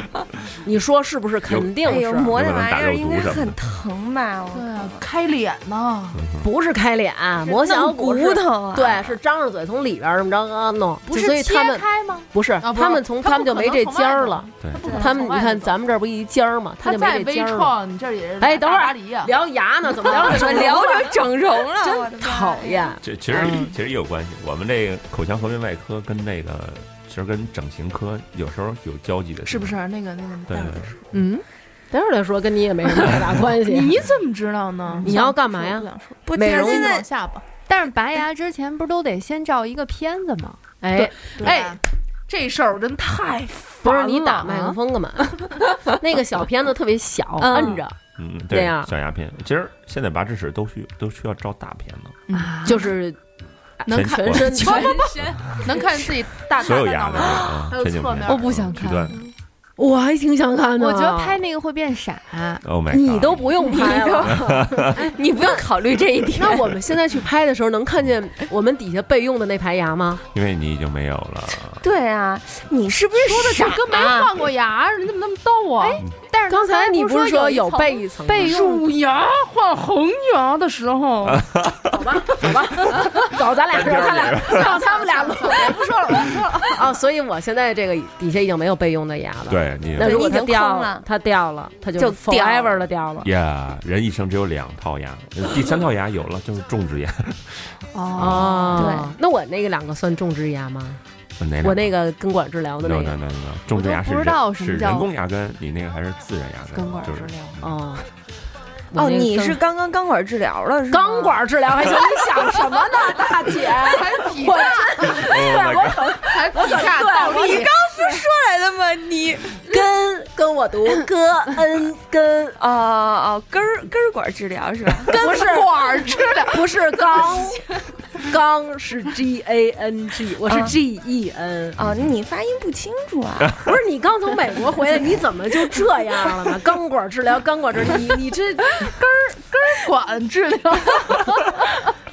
Speaker 4: 你说是不是？肯定
Speaker 8: 哎呦，
Speaker 4: 是，
Speaker 8: 磨那
Speaker 7: 有可能
Speaker 8: 玩
Speaker 7: 打
Speaker 8: 意儿
Speaker 7: 肉毒
Speaker 8: 应该
Speaker 7: 什么
Speaker 8: 很
Speaker 7: 的
Speaker 8: 疼吧？
Speaker 4: 嗯
Speaker 8: 我
Speaker 6: 对啊，开脸呢，
Speaker 4: 不是开脸啊磨小
Speaker 8: 弄
Speaker 4: 河骨
Speaker 8: 骨
Speaker 4: 是。
Speaker 8: 头啊，
Speaker 4: 对，是张着嘴从里边儿这么着啊弄，
Speaker 6: 不是
Speaker 4: 所以
Speaker 6: 切
Speaker 4: 他们
Speaker 6: 开吗？
Speaker 4: 不是
Speaker 6: 啊不是
Speaker 4: 他们从
Speaker 6: 他
Speaker 4: 他们就
Speaker 6: 不
Speaker 4: 没
Speaker 6: 可能
Speaker 4: 这
Speaker 6: 从
Speaker 4: 尖
Speaker 6: 外
Speaker 4: 儿
Speaker 6: 头
Speaker 4: 了。
Speaker 7: 对，
Speaker 6: 不可能
Speaker 4: 他们你
Speaker 6: 从外
Speaker 4: 看，
Speaker 6: 头
Speaker 4: 咱们这儿不一尖儿吗？
Speaker 6: 他
Speaker 4: 就
Speaker 6: 在
Speaker 4: 没这
Speaker 6: 微
Speaker 4: 尖 儿了。
Speaker 6: 创，你这也是
Speaker 4: 哎，等会
Speaker 6: 大巴
Speaker 4: 儿
Speaker 6: 黎啊，
Speaker 4: 聊牙呢，怎么 聊
Speaker 8: 怎
Speaker 4: 着
Speaker 8: 么聊着整容了？我的妈呀
Speaker 4: 讨厌？
Speaker 7: 这其实
Speaker 6: 嗯
Speaker 7: 其实也有关系。我们这个口腔颌面外科跟那个其实跟整形科有时候有交集的，
Speaker 6: 是不？是那个那个
Speaker 7: 对
Speaker 6: 大夫
Speaker 7: 对
Speaker 6: 说？
Speaker 4: 嗯，待会儿再说，跟你也没什么太大关系。啊
Speaker 6: 你怎么知道呢？
Speaker 4: 你要干嘛呀
Speaker 6: 不想说
Speaker 8: 不，
Speaker 4: 美
Speaker 8: 他
Speaker 4: 容
Speaker 8: 现
Speaker 6: 不想说
Speaker 8: 在
Speaker 6: 往下吧。
Speaker 5: 但是拔牙之前不是都得先照一个片子吗？
Speaker 4: 哎，
Speaker 6: 对吧，这事儿真太
Speaker 4: 不
Speaker 6: 烦
Speaker 4: 是你打
Speaker 6: 了
Speaker 4: 麦克风干嘛？那个小片子特别小，
Speaker 5: 嗯
Speaker 4: 摁着
Speaker 7: 嗯，
Speaker 4: 对
Speaker 7: 对
Speaker 4: 呀
Speaker 7: 小牙片。其实现在拔智齿都需都需要照大片
Speaker 6: 啊
Speaker 7: 的，
Speaker 4: 就是
Speaker 7: 能看
Speaker 4: 全身全
Speaker 6: 能看见自己大
Speaker 7: 所有
Speaker 6: 大
Speaker 7: 牙
Speaker 6: 大
Speaker 7: 的
Speaker 6: 大吗
Speaker 7: 啊
Speaker 6: 还有，
Speaker 7: 全景
Speaker 6: 侧
Speaker 7: 片
Speaker 6: 面。
Speaker 5: 我不想看
Speaker 7: 嗯曲段
Speaker 4: 我还挺想看的。
Speaker 5: 我觉得拍那个会变傻。
Speaker 4: 哎
Speaker 7: Oh my god！
Speaker 4: 你都不用拍了。
Speaker 8: 你不用考虑这一点，
Speaker 4: 那我们现在去拍的时候，能看见我们底下备用的那排牙吗？
Speaker 7: 因为你已经没有 了。
Speaker 8: 对啊，你是啊不是说的
Speaker 6: 你跟没换过牙似的，你怎么那么逗啊？
Speaker 4: 哎
Speaker 5: 但是
Speaker 4: 刚才你不
Speaker 5: 不
Speaker 4: 是说有备
Speaker 5: 备
Speaker 4: 一层吗？
Speaker 5: 备用
Speaker 6: 乳牙换恒牙的时候，
Speaker 4: 走，咱俩说，
Speaker 7: 边儿
Speaker 4: 他俩
Speaker 7: 里
Speaker 4: 让他们俩录，我不说了，我不说了啊！所以我现在这个底下已经没有备用的牙了。，
Speaker 7: 对你
Speaker 4: 那如果它
Speaker 8: 对你已经
Speaker 4: 掉
Speaker 8: 空了
Speaker 4: 它掉了，它就
Speaker 8: 就
Speaker 4: forever 的掉了。
Speaker 7: 呀，人一生只有两套牙，呃第三套牙有了就是种植牙。
Speaker 5: 哦，
Speaker 4: 哦，对，那我那个两个算种植牙吗？
Speaker 7: 哪
Speaker 4: 我
Speaker 7: 两
Speaker 4: 那个根管治疗的那
Speaker 7: no no
Speaker 4: 个。
Speaker 7: no no，种植牙是
Speaker 5: 我都不知道
Speaker 7: 人
Speaker 5: 什
Speaker 7: 是
Speaker 5: 么叫
Speaker 7: 人工牙根，你那个还是自然牙根，
Speaker 5: 根管
Speaker 7: 就
Speaker 5: 治
Speaker 7: 是
Speaker 5: 疗。
Speaker 4: 哦，我那个
Speaker 8: 哦，你
Speaker 4: 根
Speaker 8: 是刚刚钢管治疗了是吗？
Speaker 4: 钢管治疗还行？你想什么呢，大姐？
Speaker 6: 还劈 叉，哦
Speaker 7: Oh
Speaker 6: 还劈叉倒立，
Speaker 8: 过来的吗？你
Speaker 4: 根跟我读哥恩根，
Speaker 8: 哦哦，根儿根儿管治疗是吧？
Speaker 4: 不是管儿治疗，不是钢，钢是 G A N G，我是
Speaker 8: 啊
Speaker 4: G E N。
Speaker 8: 哦，你发音不清楚 啊。
Speaker 4: 不是你刚从美国回来，你怎么就这样了 呢？钢管治疗，钢管治疗，你你这
Speaker 6: 管治疗，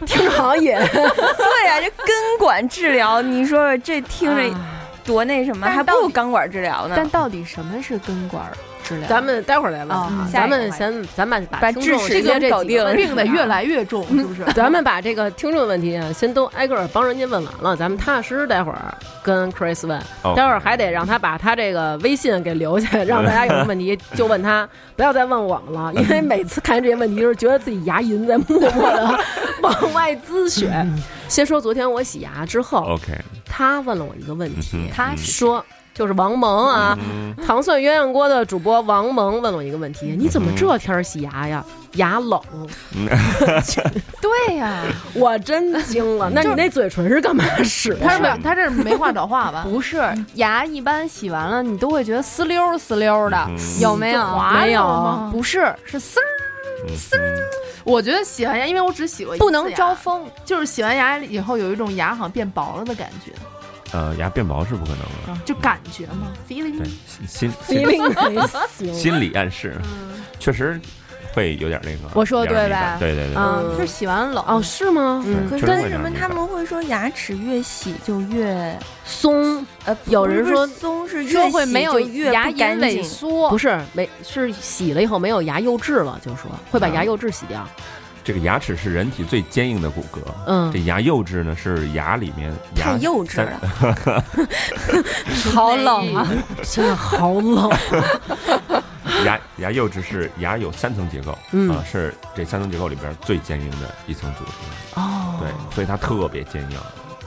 Speaker 4: 听着好瘾。
Speaker 8: 对呀、这根管治疗，你说说这听着多那什么，
Speaker 5: 但
Speaker 8: 还
Speaker 5: 是
Speaker 8: 不
Speaker 5: 到底
Speaker 8: 如钢管治疗呢
Speaker 5: 但。到底什么是根管治疗？
Speaker 4: 咱们待会儿再
Speaker 5: 哦
Speaker 4: 问，
Speaker 5: 下
Speaker 4: 咱
Speaker 5: 一个话
Speaker 4: 们
Speaker 5: 题
Speaker 4: 先咱们把
Speaker 8: 把
Speaker 4: 听
Speaker 8: 智
Speaker 4: 众
Speaker 8: 齿
Speaker 4: 这些
Speaker 8: 先
Speaker 4: 这
Speaker 8: 搞
Speaker 4: 几个
Speaker 8: 定
Speaker 4: 问题
Speaker 6: 病得越来越重，是不是？
Speaker 4: 咱们把这个听众问题啊，先都挨个儿帮人家问完了，咱们踏实待会儿跟 Chris 问，
Speaker 7: OK
Speaker 4: 待会儿还得让他把他这个微信给留下， 让大家有什么问 题就问他，不要再问我们了，因为每次看这些问题，就是觉得自己牙龈在默默 的往外滋血。先说昨天我洗牙之后，
Speaker 7: OK，
Speaker 4: 他问了我一个问
Speaker 7: 哦嗯
Speaker 4: 题，
Speaker 7: 哼
Speaker 4: 他说就是王蒙啊，
Speaker 7: 嗯，
Speaker 4: 糖蒜鸳鸯锅的主播王萌问了我一个问
Speaker 5: 嗯
Speaker 4: 题：你怎么这天儿洗牙呀？牙冷，
Speaker 5: 对呀，
Speaker 4: 我真惊了。那你那嘴唇是干嘛使啊
Speaker 6: 他
Speaker 4: 的？
Speaker 6: 是没有他这是没话找话 吧？
Speaker 5: 不是牙一般洗完了，你都会觉得撕溜儿撕溜儿的
Speaker 7: 嗯，
Speaker 5: 有没有？
Speaker 4: 没有，
Speaker 6: 吗
Speaker 5: 不是，是丝儿，
Speaker 7: 丝
Speaker 6: 我觉得洗完牙，因为我只洗过一次
Speaker 5: 不能
Speaker 6: 牙
Speaker 5: 招风。
Speaker 6: 就是洗完牙以后有一种牙好像变薄了的感觉，
Speaker 7: 呃，牙变薄是不可能的。
Speaker 6: 就感觉嘛
Speaker 7: 对
Speaker 6: ，feeling。，
Speaker 7: 心
Speaker 4: 一
Speaker 7: 心
Speaker 4: 定没行。
Speaker 7: 心理暗示，确实会有点那个。
Speaker 5: 我说的对吧
Speaker 7: 有点那个对对对
Speaker 5: 嗯，就是洗完冷
Speaker 4: 哦，是吗？
Speaker 7: 对，
Speaker 8: 嗯可
Speaker 7: 确实
Speaker 8: 是
Speaker 7: 会
Speaker 8: 为什
Speaker 7: 有
Speaker 8: 么
Speaker 7: 点那
Speaker 8: 他
Speaker 7: 个
Speaker 8: 们会说牙齿越洗就越
Speaker 4: 松
Speaker 8: 呃？
Speaker 4: 有人
Speaker 8: 不是
Speaker 4: 说
Speaker 8: 松是越
Speaker 5: 说会
Speaker 8: 洗
Speaker 5: 没有
Speaker 8: 就越
Speaker 5: 牙
Speaker 8: 不
Speaker 5: 龈
Speaker 8: 干
Speaker 5: 萎
Speaker 8: 净，
Speaker 5: 缩
Speaker 4: 不，是没是洗了以后没有牙釉质了，就说会
Speaker 5: 嗯
Speaker 4: 把牙釉质洗掉。
Speaker 7: 这个牙齿是人体最坚硬的骨骼，
Speaker 4: 嗯
Speaker 7: 这，牙釉质呢是牙里面
Speaker 8: 太
Speaker 7: 牙
Speaker 8: 幼稚
Speaker 7: 三
Speaker 8: 了。
Speaker 5: 好冷啊！
Speaker 4: 真的好冷。
Speaker 7: 牙牙釉质是牙有三层结构，
Speaker 4: 嗯
Speaker 7: 啊，是这三层结构里边最坚硬的一层组织。哦，对，所以它特别坚硬，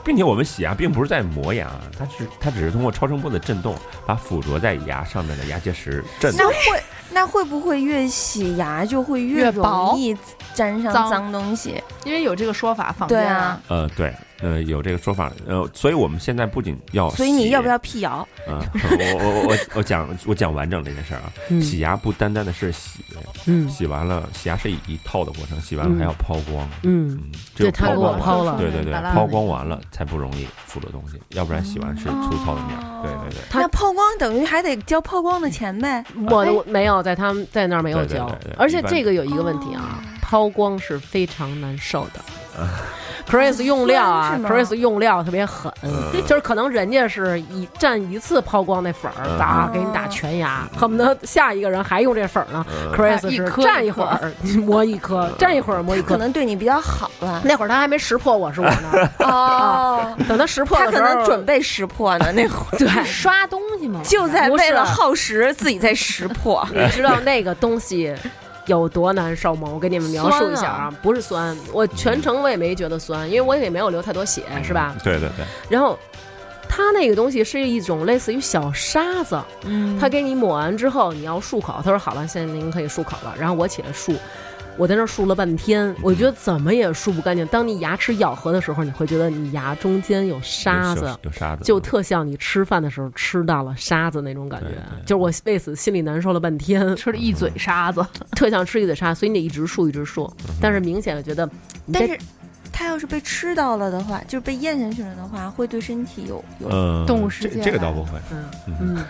Speaker 7: 并且我们洗牙并不是在磨牙，它是它只是通过超声波的震动，把附着在牙上面的牙结石 震
Speaker 8: 那
Speaker 7: 动。
Speaker 8: 会那会不会越洗牙就会
Speaker 5: 越薄
Speaker 8: 容易沾上
Speaker 6: 脏
Speaker 8: 脏东西？
Speaker 6: 因为有这个说法，坊
Speaker 8: 对
Speaker 6: 间
Speaker 8: 啊，，
Speaker 7: 呃，对，呃，有这个说法，呃，所以我们现在不仅要洗，
Speaker 8: 所以你要不要辟谣？
Speaker 7: 嗯，我我我我我讲我讲完整这件事儿啊，
Speaker 4: 嗯
Speaker 7: 洗牙不单单的是洗，
Speaker 4: 嗯
Speaker 7: 洗完了洗牙是一一套的过程，洗完
Speaker 4: 嗯
Speaker 7: 了还要抛光，
Speaker 4: 嗯，
Speaker 7: 嗯，只
Speaker 4: 对
Speaker 7: 有
Speaker 4: 他给我
Speaker 7: 光
Speaker 4: 抛了。
Speaker 7: 对对对
Speaker 6: 巴拉，
Speaker 7: 抛
Speaker 6: 那
Speaker 7: 光完了才不容易附着东西，要不然洗
Speaker 4: 哦
Speaker 7: 完是粗糙的面儿。对对对，
Speaker 4: 它
Speaker 8: 那抛光等于还得交抛光的钱呗？
Speaker 4: 我我没有，药在他们在那儿没有
Speaker 7: 对对
Speaker 4: 教
Speaker 7: 对对，
Speaker 4: 而且
Speaker 7: 一般
Speaker 4: 这个有一个问题啊，抛光是非常难受的。Chris
Speaker 7: 啊
Speaker 4: 用料啊
Speaker 8: 是吗
Speaker 4: ，Chris 用料特别狠，
Speaker 7: 嗯
Speaker 4: 就是可能人家是一蘸一次抛光那粉儿，
Speaker 7: 嗯
Speaker 4: 打给你打全牙，恨不得下一个人还用这粉儿呢。Chris
Speaker 7: 嗯
Speaker 6: 一
Speaker 4: 是
Speaker 6: 颗
Speaker 4: 蘸
Speaker 6: 一
Speaker 4: 一会儿 磨一颗，蘸一会儿磨一
Speaker 8: 可
Speaker 4: 颗。？
Speaker 8: 能对你比较好吧
Speaker 4: 那会儿他还没识破我是我 呢，
Speaker 8: 哦，
Speaker 4: 等他识破
Speaker 8: 他
Speaker 4: 的时
Speaker 8: 可
Speaker 4: 候，
Speaker 8: 能准备识破呢，那会儿
Speaker 4: 对，
Speaker 5: 刷东西吗？
Speaker 8: 就在
Speaker 4: 不是。
Speaker 8: 为了耗时，自己在识破
Speaker 4: 你知道那个东西有多难受吗？我给你们描述一下啊，不是酸，我全程我也没觉得酸，因为我也没有流太多血，
Speaker 7: 嗯
Speaker 4: 是吧？
Speaker 7: 对对对，
Speaker 4: 然后。它那个东西是一种类似于小沙子，
Speaker 5: 嗯
Speaker 4: 它给你抹完之后，你要漱口。他说好了，现在您可以漱口了。然后我起来漱，我在那儿漱了半天，我觉得怎么也漱不干净。当你牙齿咬合的时候，你会觉得你牙中间有沙子
Speaker 7: 有，有沙子，嗯
Speaker 4: 就特像你吃饭的时候吃到了沙子那种感觉
Speaker 7: 对对，
Speaker 4: 就是我为此心里难受了半天，
Speaker 6: 吃了一嘴沙子，
Speaker 4: 特想吃一嘴沙，所以你得一直漱一直漱。但
Speaker 7: 嗯
Speaker 4: 是明显的觉得，你
Speaker 8: 但
Speaker 4: 在
Speaker 8: 是，它要是被吃到了的话，就是被咽下去了的话，会对身体有有
Speaker 7: 嗯，
Speaker 5: 动物世界
Speaker 7: 这这个
Speaker 5: 吧
Speaker 7: 倒不会，
Speaker 4: 嗯
Speaker 7: 嗯，
Speaker 4: 嗯，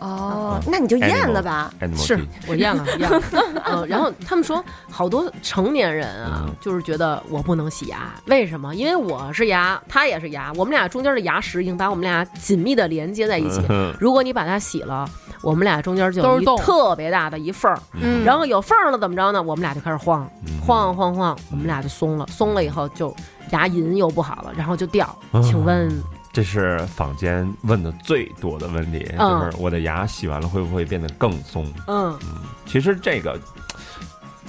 Speaker 8: 哦，那你就咽了吧。
Speaker 7: Animal
Speaker 4: 是
Speaker 7: Tea
Speaker 4: 我咽了 咽了。嗯，然后他们说好多成年人啊
Speaker 7: 嗯，
Speaker 4: 就是觉得我不能洗牙，为什么？因为我是牙，他也是牙，我们俩中间的牙石已经把我们俩紧密的连接在一起。
Speaker 7: 嗯
Speaker 4: 如果你把它洗了，我们俩中间就
Speaker 6: 都
Speaker 4: 有
Speaker 6: 是
Speaker 4: 一
Speaker 6: 洞
Speaker 4: 特别大的一缝儿，
Speaker 7: 嗯
Speaker 4: 然后有缝儿了怎么着呢？我们俩就开始晃。
Speaker 7: 嗯
Speaker 4: 晃晃晃，我们俩就松了，松了以后就牙龈又不好了，然后就掉。请问，
Speaker 7: 嗯这是坊间问的最多的问题，
Speaker 4: 嗯
Speaker 7: 就是我的牙洗完了会不会变得更松？
Speaker 4: 嗯
Speaker 7: 其实这个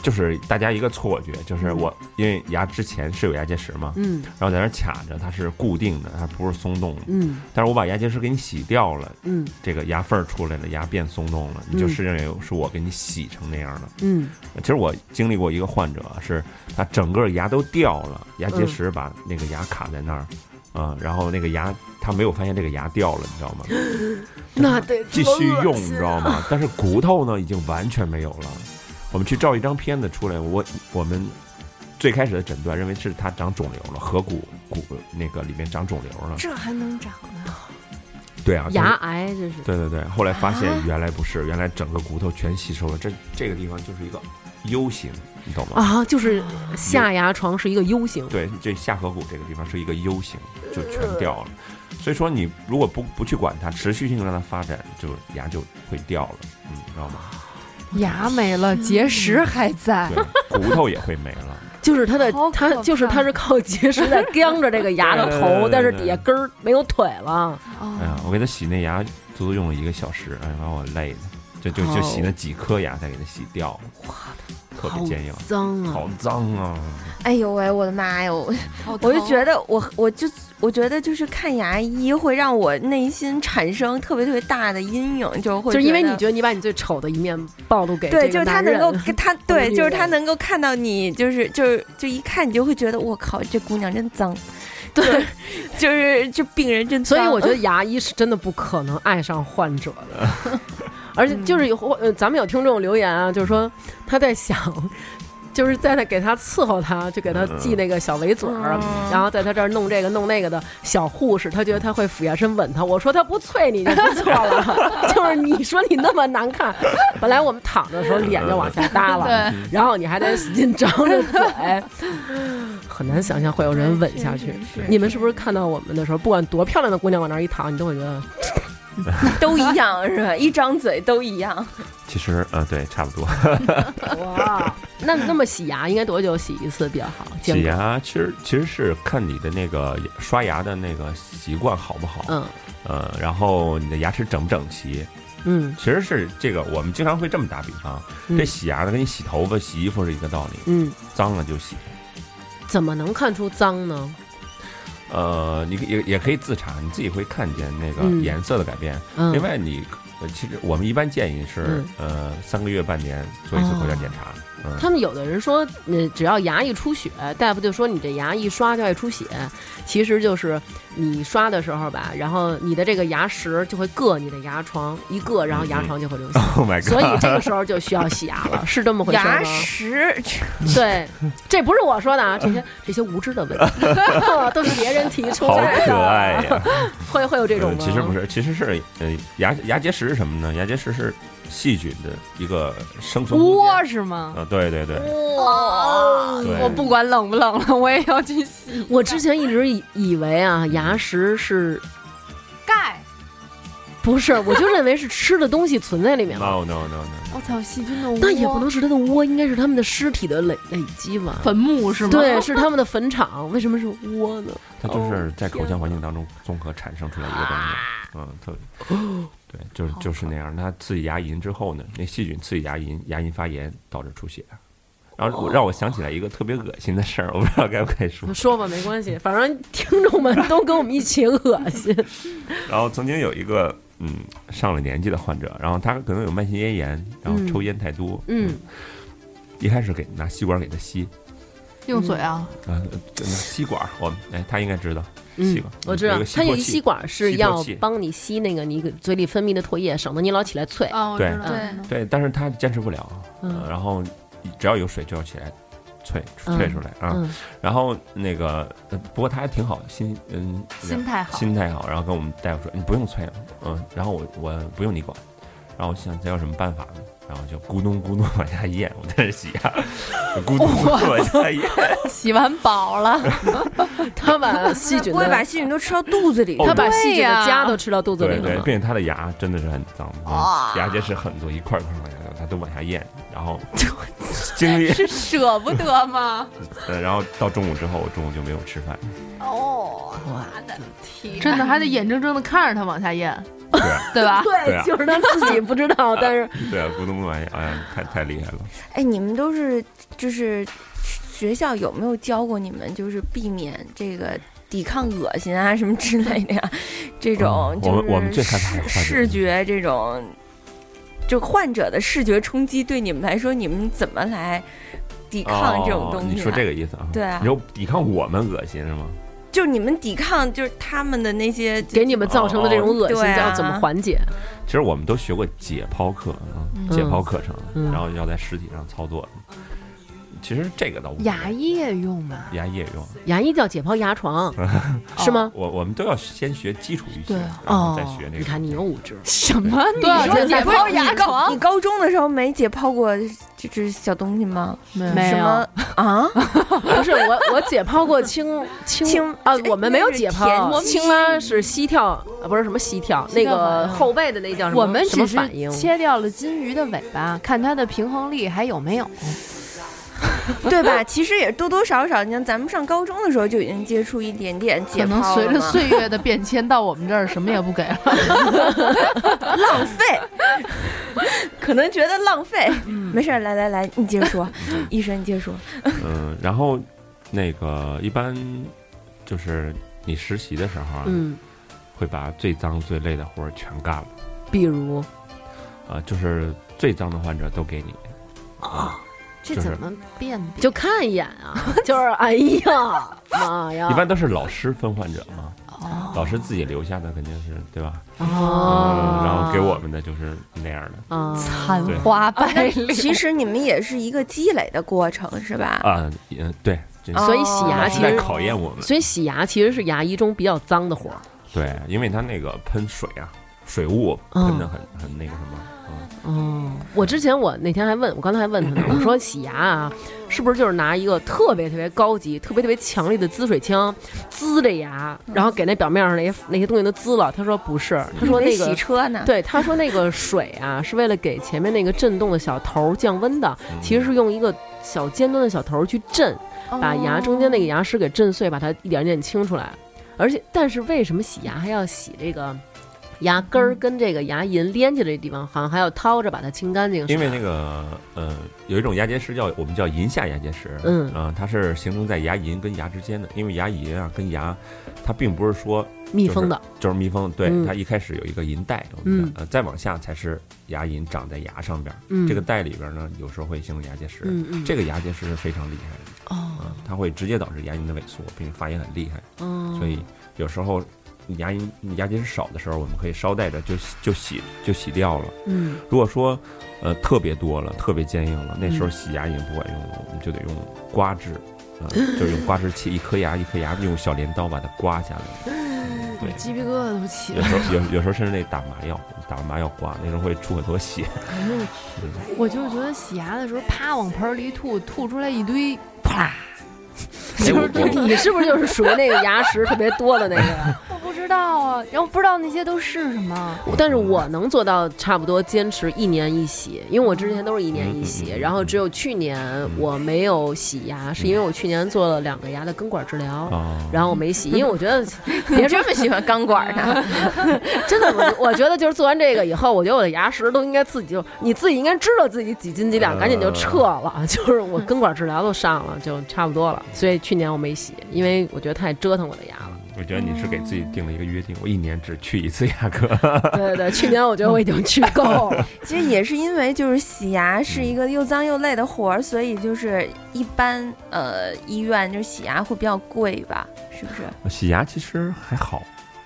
Speaker 7: 就是大家一个错觉，就是我因为牙之前是有牙结石嘛，
Speaker 4: 嗯
Speaker 7: 然后在那儿卡着，它是固定的，它不是松动的。
Speaker 4: 嗯
Speaker 7: 但是我把牙结石给你洗掉了，
Speaker 4: 嗯
Speaker 7: 这个牙缝儿出来了，牙变松动了，你就
Speaker 4: 嗯
Speaker 7: 是认为是我给你洗成那样的。
Speaker 4: 嗯
Speaker 7: 其实我经历过一个患者，是他整个牙都掉
Speaker 4: 嗯
Speaker 7: 了，牙结石把那个牙卡在那儿，啊、然后那个牙他没有发现这个牙掉了，你知道吗？
Speaker 4: 那得
Speaker 7: 继续用，你知道吗？但是骨头呢，已经完全没有了。我们去照一张片子出来，我我们最开始的诊断认为是它长肿瘤了，颌骨骨那个里面长肿瘤了。
Speaker 5: 这还能长啊？
Speaker 7: 对啊，
Speaker 4: 牙癌这是。
Speaker 7: 对对对，后来发现原来不是，原来整个骨头全吸收了，这这个地方就是一个 U 型，你懂吗？
Speaker 4: 啊，就是下牙床是一个 U 型，
Speaker 7: 对，这下颌骨这个地方是一个 U 型，就全
Speaker 5: 呃
Speaker 7: 掉了。所以说，你如果不不去管它，持续性地让它发展，就牙就会掉了，嗯，知道吗？
Speaker 5: 牙没了，结石还在。
Speaker 7: 对，骨头也会没了。
Speaker 4: 就是它的
Speaker 5: 好可
Speaker 4: 它
Speaker 5: 怕
Speaker 4: 就是它是靠结石 在僵着这个牙的
Speaker 7: 对对
Speaker 4: 头，
Speaker 7: 对
Speaker 4: 但是底下根儿没有腿了。
Speaker 7: 哎呀，
Speaker 5: 哦，
Speaker 7: 我给他洗那牙，足足用了一个小时，哎，把我累的，就就就洗那几颗牙才给他洗掉了，特别坚硬，
Speaker 4: 脏
Speaker 5: 嗯
Speaker 4: 啊！
Speaker 7: 好脏啊！
Speaker 8: 哎呦喂，我的妈呀！我我就觉得我我就我觉得就是看牙医会让我内心产生特别特别大的阴影，就会
Speaker 4: 就是因为
Speaker 8: 觉
Speaker 4: 你
Speaker 8: 得
Speaker 4: 觉得你把你最丑的一面暴露给
Speaker 8: 对，
Speaker 4: 这
Speaker 8: 就
Speaker 4: 个
Speaker 8: 是他
Speaker 4: 男
Speaker 8: 能
Speaker 4: 人
Speaker 8: 够跟他对，
Speaker 4: 女
Speaker 8: 就是他
Speaker 4: 人
Speaker 8: 能够看到你，就是就是就一看你就会觉得我靠，这姑娘真脏，
Speaker 4: 对，
Speaker 8: 就是这病人真脏。
Speaker 4: 所以我觉 得牙医是真的不可能爱上患者的，而且就是有呃，咱们有听众留言啊，就是说他在想，就是在那给他伺候他，就给他系那个小围嘴儿，
Speaker 8: 嗯
Speaker 4: 然后在他这儿弄这个弄那个的小护士，他觉得他会俯下身吻他，我说他不啐你就不错了， 就是你说你那么难看，本来我们躺着的时候脸就往下耷了，
Speaker 6: 对，
Speaker 4: 然后你还得使劲张着嘴， 很难想象会有人吻下去。你们是不是看到我们的时候，不管多漂亮的姑娘往那儿一躺，你都会觉得
Speaker 8: 都一样 是吧？一张嘴都一样。
Speaker 7: 其实，呃，对，差不多。
Speaker 4: 哇？那那么洗牙应该多久洗一次比较好？间
Speaker 7: 洗
Speaker 4: 隔，
Speaker 7: 牙其实其实是看你的那个刷牙的那个习惯好不好，
Speaker 4: 嗯
Speaker 7: 呃，然后你的牙齿整不整齐，
Speaker 4: 嗯
Speaker 7: 其实是这个我们经常会这么打比方，
Speaker 4: 嗯
Speaker 7: 这洗牙呢跟你洗头发、洗衣服是一个道理，
Speaker 4: 嗯，
Speaker 7: 脏了就洗。
Speaker 4: 怎么能看出脏呢？
Speaker 7: 呃，你可也也可以自查，你自己会看见那个
Speaker 4: 嗯
Speaker 7: 颜色的改变。
Speaker 4: 嗯，
Speaker 7: 另外你，呃其实我们一般建议是
Speaker 4: 嗯，哦
Speaker 7: 呃，三个月、半年做一次口腔检查。嗯
Speaker 4: 他们有的人说，呃，只要牙一出血，大夫就说你这牙一刷就爱出血，其实就是你刷的时候吧，然后你的这个牙石就会硌你的牙床，一硌，然后牙床就会流血。
Speaker 7: Oh my
Speaker 4: 所以
Speaker 7: god！
Speaker 4: 这个时候就需要洗牙了，是这么回事吗
Speaker 8: 牙？石，
Speaker 4: 对，这不是我说的啊，这些这些无知的问题 都是别人提出
Speaker 7: 好
Speaker 4: 来的。
Speaker 7: 可爱呀！
Speaker 4: 会会有这种
Speaker 7: 呃
Speaker 4: 吗？
Speaker 7: 其实不，是，其实是呃，牙牙结石是什么呢？牙结石是细菌的一个生存空间。
Speaker 5: 窝是吗？
Speaker 7: 啊，对对对，
Speaker 4: 哦
Speaker 5: 哇
Speaker 7: 对
Speaker 5: 我不管冷不冷了，我也要去洗
Speaker 4: 我之前一直以以为啊，
Speaker 7: 嗯
Speaker 4: 牙石是
Speaker 5: 盖。
Speaker 4: 不是？我就认为是吃的东西存在里面了。
Speaker 7: no no no no，
Speaker 4: 哦
Speaker 5: 我操，细菌的
Speaker 7: 哦
Speaker 5: 窝，
Speaker 4: 那也不能是它的窝，应该是他们的尸体的累累积吧？
Speaker 6: 坟墓是吗？
Speaker 4: 对，是他们的坟场。为什么是窝呢？
Speaker 7: 它就是在口腔环境当中综合产生出来一个东西，嗯，特别，对，就是就是那样。那刺激牙龈之后呢，那细菌刺激牙龈，牙龈发炎导致出血。然后我让我想起来一个特别恶心的事儿，我不知道该不该说。
Speaker 4: 说吧，没关系，反正听众们都跟我们一起恶心。
Speaker 7: 然后曾经有一个嗯上了年纪的患者，然后他可能有慢性咽炎，然后
Speaker 4: 嗯
Speaker 7: 抽烟太多，
Speaker 4: 嗯，
Speaker 7: 一开始给拿吸管给他吸，
Speaker 6: 用嘴啊，
Speaker 7: 啊，就拿吸管儿，我哎他应该知道，
Speaker 4: 嗯
Speaker 7: 吸管，
Speaker 4: 我知道
Speaker 7: 有一个，
Speaker 4: 它有一
Speaker 7: 吸
Speaker 4: 吸
Speaker 7: 管
Speaker 4: 管是
Speaker 7: 吸
Speaker 4: 要
Speaker 7: 唾器
Speaker 4: 帮你吸那个你嘴里分泌的唾液，省得你老起来啐。
Speaker 6: 啊，我
Speaker 7: 对
Speaker 6: 知道，
Speaker 8: 对
Speaker 7: 对，但是他坚持不了，呃
Speaker 4: 嗯
Speaker 7: 然后只要有水就要起来萃萃出来啊，
Speaker 4: 嗯，
Speaker 7: 然后那个，呃不过他还挺好，心嗯，
Speaker 5: 心态好。
Speaker 7: 心态好，然后跟我们大夫说你不用催了，嗯，然后我我不用你管，然后我想他有什么办法呢？然后就咕咚咕咚往下咽，我在这洗牙，咕咚咕咚往下咽，
Speaker 5: 洗完饱了，
Speaker 4: 他把细菌
Speaker 8: 不会把
Speaker 4: 的，
Speaker 8: 细菌都吃到肚子里。
Speaker 7: 哦
Speaker 4: 他把细菌
Speaker 5: 对
Speaker 4: 的
Speaker 5: 呀
Speaker 4: 家都吃到肚子里
Speaker 7: 对
Speaker 4: 了
Speaker 7: 对，
Speaker 4: 嘛。
Speaker 7: 并且他的牙真的是很脏，嗯牙结石很多，一块儿一块儿往下，他都往下咽，然后经历，
Speaker 5: 是舍不得吗？
Speaker 7: 呃然后到中午之后，我中午就没有吃饭，
Speaker 5: 哦，我的天，
Speaker 6: 真的还得眼睁睁的看着它往下咽，
Speaker 7: 对啊
Speaker 5: 对吧？
Speaker 7: 对啊
Speaker 4: 对，就是他自己不知道，但是
Speaker 7: 对啊，咕咚咕咚往下，哎呀，太太厉害了。
Speaker 8: 哎，你们都是就是学校有没有教过你们就是避免这个抵抗恶心啊什么之类的呀？这种
Speaker 7: 嗯
Speaker 8: 就是
Speaker 7: 我们我们最害怕
Speaker 8: 视
Speaker 7: 的话就是嗯
Speaker 8: 视觉这种，就患者的视觉冲击对你们来说，你们怎么来抵抗这种东西、啊
Speaker 7: 哦你说这个意思啊？
Speaker 8: 对啊
Speaker 7: 你说抵抗我们恶心是吗？
Speaker 8: 就是你们抵抗就是他们的那些
Speaker 4: 给你们造成的这种恶心，
Speaker 8: 哦对啊
Speaker 4: 要怎么缓解？
Speaker 7: 其实我们都学过解剖课啊，解剖课程，
Speaker 4: 嗯
Speaker 7: 然后要在尸体上操作。其实这个倒无所谓
Speaker 5: 牙液用吗？
Speaker 7: 牙医也用，
Speaker 4: 牙医叫解剖牙 床，是吗？哦
Speaker 7: 我我们都要先学基础医学
Speaker 5: 对，
Speaker 7: 然后再哦学那
Speaker 4: 你
Speaker 7: 个。
Speaker 4: 看你有武志，
Speaker 5: 什么？你
Speaker 6: 对啊
Speaker 5: 说
Speaker 6: 这
Speaker 5: 解
Speaker 8: 不是
Speaker 5: 剖牙
Speaker 8: 你高
Speaker 5: 床
Speaker 8: 你？高中的时候没解剖过这这小东西吗？
Speaker 5: 没
Speaker 8: 什
Speaker 5: 有
Speaker 8: 么啊？
Speaker 4: 不是我，我解剖过青青
Speaker 8: 青
Speaker 4: 啊
Speaker 8: 哎，
Speaker 4: 我们没有
Speaker 8: 那是
Speaker 4: 解
Speaker 8: 田
Speaker 4: 剖，
Speaker 8: 鸡
Speaker 4: 青蛙是膝跳，啊不是什么膝跳，那
Speaker 5: 膝跳反
Speaker 4: 个
Speaker 5: 应
Speaker 4: 后背的那叫什么？
Speaker 5: 我们
Speaker 4: 什么
Speaker 5: 只是
Speaker 4: 反应？
Speaker 5: 切掉了金鱼的尾巴，看它的平衡力还有没有。
Speaker 8: 对吧？其实也多多少少，你看咱们上高中的时候就已经接触一点点解
Speaker 6: 可
Speaker 8: 剖
Speaker 6: 能
Speaker 8: 了
Speaker 6: 随着
Speaker 8: 嘛
Speaker 6: 岁月的变迁，到我们这儿什么也不给了。
Speaker 8: 浪费， 可能觉得浪费。没事儿，来来来，你接着说，医生你接着说。
Speaker 7: 嗯，然后那个一般就是你实习的时候啊，
Speaker 4: 嗯，
Speaker 7: 会把最脏最累的活儿全干了
Speaker 4: 比如
Speaker 7: 啊，就是最脏的患者都给你。啊，
Speaker 5: 这
Speaker 7: 就是
Speaker 5: 怎么辨别？
Speaker 4: 就看一眼 啊，就是哎呀妈呀
Speaker 7: 一，般都是老师分患者嘛，
Speaker 5: 哦
Speaker 7: 老师自己留下的肯定是对吧？
Speaker 4: 哦
Speaker 7: 嗯，然后给我们的就是那样的
Speaker 4: 啊，
Speaker 5: 残花败柳。
Speaker 8: 其实你们也是一个积累的过程，是吧？
Speaker 7: 啊，嗯，对，这
Speaker 8: 哦
Speaker 4: 所以洗牙
Speaker 7: 老
Speaker 4: 其
Speaker 7: 师在
Speaker 4: 实，
Speaker 7: 考验我们，
Speaker 4: 所以洗牙其实是牙医中比较脏的活儿。
Speaker 7: 对，因为他那个喷水啊，水雾
Speaker 4: 嗯
Speaker 7: 喷的很很那个什么，嗯
Speaker 4: 哦，我之前我那天还问我刚才还问他 呢，我说洗牙啊，是不是就是拿一个特别特别高级、特别特别强力的滋水枪滋着牙，然后给那表面上那些那些东西都滋了？他说不是，他说
Speaker 8: 你
Speaker 4: 那
Speaker 8: 洗
Speaker 4: 个。
Speaker 8: 车呢？
Speaker 4: 对，他说那个水啊，是为了给前面那个震动的小头儿降温的，
Speaker 7: 嗯
Speaker 4: 其实是用一个小尖端的小头儿去震，
Speaker 8: 哦
Speaker 4: 把牙中间那 个牙石给震碎，把它一点点清出来。而且，但是为什么洗牙还要洗这个牙根儿跟这个牙龈连起来的地方，好像还要掏着把它清干净？
Speaker 7: 因为
Speaker 4: 是吧
Speaker 7: 那个呃，有一种牙结石叫我们叫龈下牙结石，
Speaker 4: 嗯
Speaker 7: 啊，它是形成在牙龈跟牙之间的，因为牙龈啊跟牙，它并不是说
Speaker 4: 密封的，
Speaker 7: 就是密封，对，
Speaker 4: 嗯
Speaker 7: 它一开始有一个龈带，我们
Speaker 4: 嗯
Speaker 7: 叫呃，再往下才是牙龈长在牙上边儿，
Speaker 4: 嗯，
Speaker 7: 这个带里边儿呢，有时候会形成牙结石，
Speaker 4: 嗯嗯，
Speaker 7: 这个牙结石是非常厉害的
Speaker 4: 哦，
Speaker 7: 啊，它会直接导致牙龈的萎缩，并且发炎很厉害。
Speaker 4: 哦，
Speaker 7: 所以有时候你牙龈你牙结石少的时候，我们可以捎带着就就洗就洗掉了。
Speaker 4: 嗯
Speaker 7: 如果说呃特别多了，特别坚硬了，那时候
Speaker 4: 嗯
Speaker 7: 洗牙龈不管用了，我们就得用呃 刮治，啊、就用刮治器，一颗牙一颗牙用小镰刀把它刮下来。对
Speaker 5: 鸡皮疙瘩都起
Speaker 7: 有
Speaker 5: 了。
Speaker 7: 时候有有时候甚至得打麻药，打麻药刮，那时候会出很多 血。
Speaker 5: 我就是觉得洗牙的时候，啪往盆儿里一吐，吐出来一堆，啪！
Speaker 7: 哎我我
Speaker 4: 你是不是就是属于那个牙石特别多的那个 呀？
Speaker 5: 我不知道啊，然后不知道那些都是什么。
Speaker 4: 但是我能做到差不多坚持一年一洗，因为我之前都是一年一洗，
Speaker 7: 嗯嗯嗯嗯
Speaker 4: 然后只有去年我没有洗牙，是因为我去年做了两个牙的根管治疗。
Speaker 7: 啊，
Speaker 4: 然后我没洗，因为我觉得
Speaker 8: 你这么喜欢钢管呢？
Speaker 4: 真的，我我觉得就是做完这个以后，我觉得我的牙石都应该自己就你自己应该知道自己几斤几两，赶紧就撤了。 就是我根管治疗都上了，就差不多了。所以去年我没洗，因为我觉得太折腾我的牙了。
Speaker 7: 我觉得你是给自己定了一个约定，我一年只去一次牙科。
Speaker 4: 对对对，去年我觉得我已经去够了。
Speaker 8: 其实也是因为就是洗牙是一个又脏又累的活儿，所以就是一般呃医院就是洗牙会比较贵吧，是不是？
Speaker 7: 洗牙其实还好，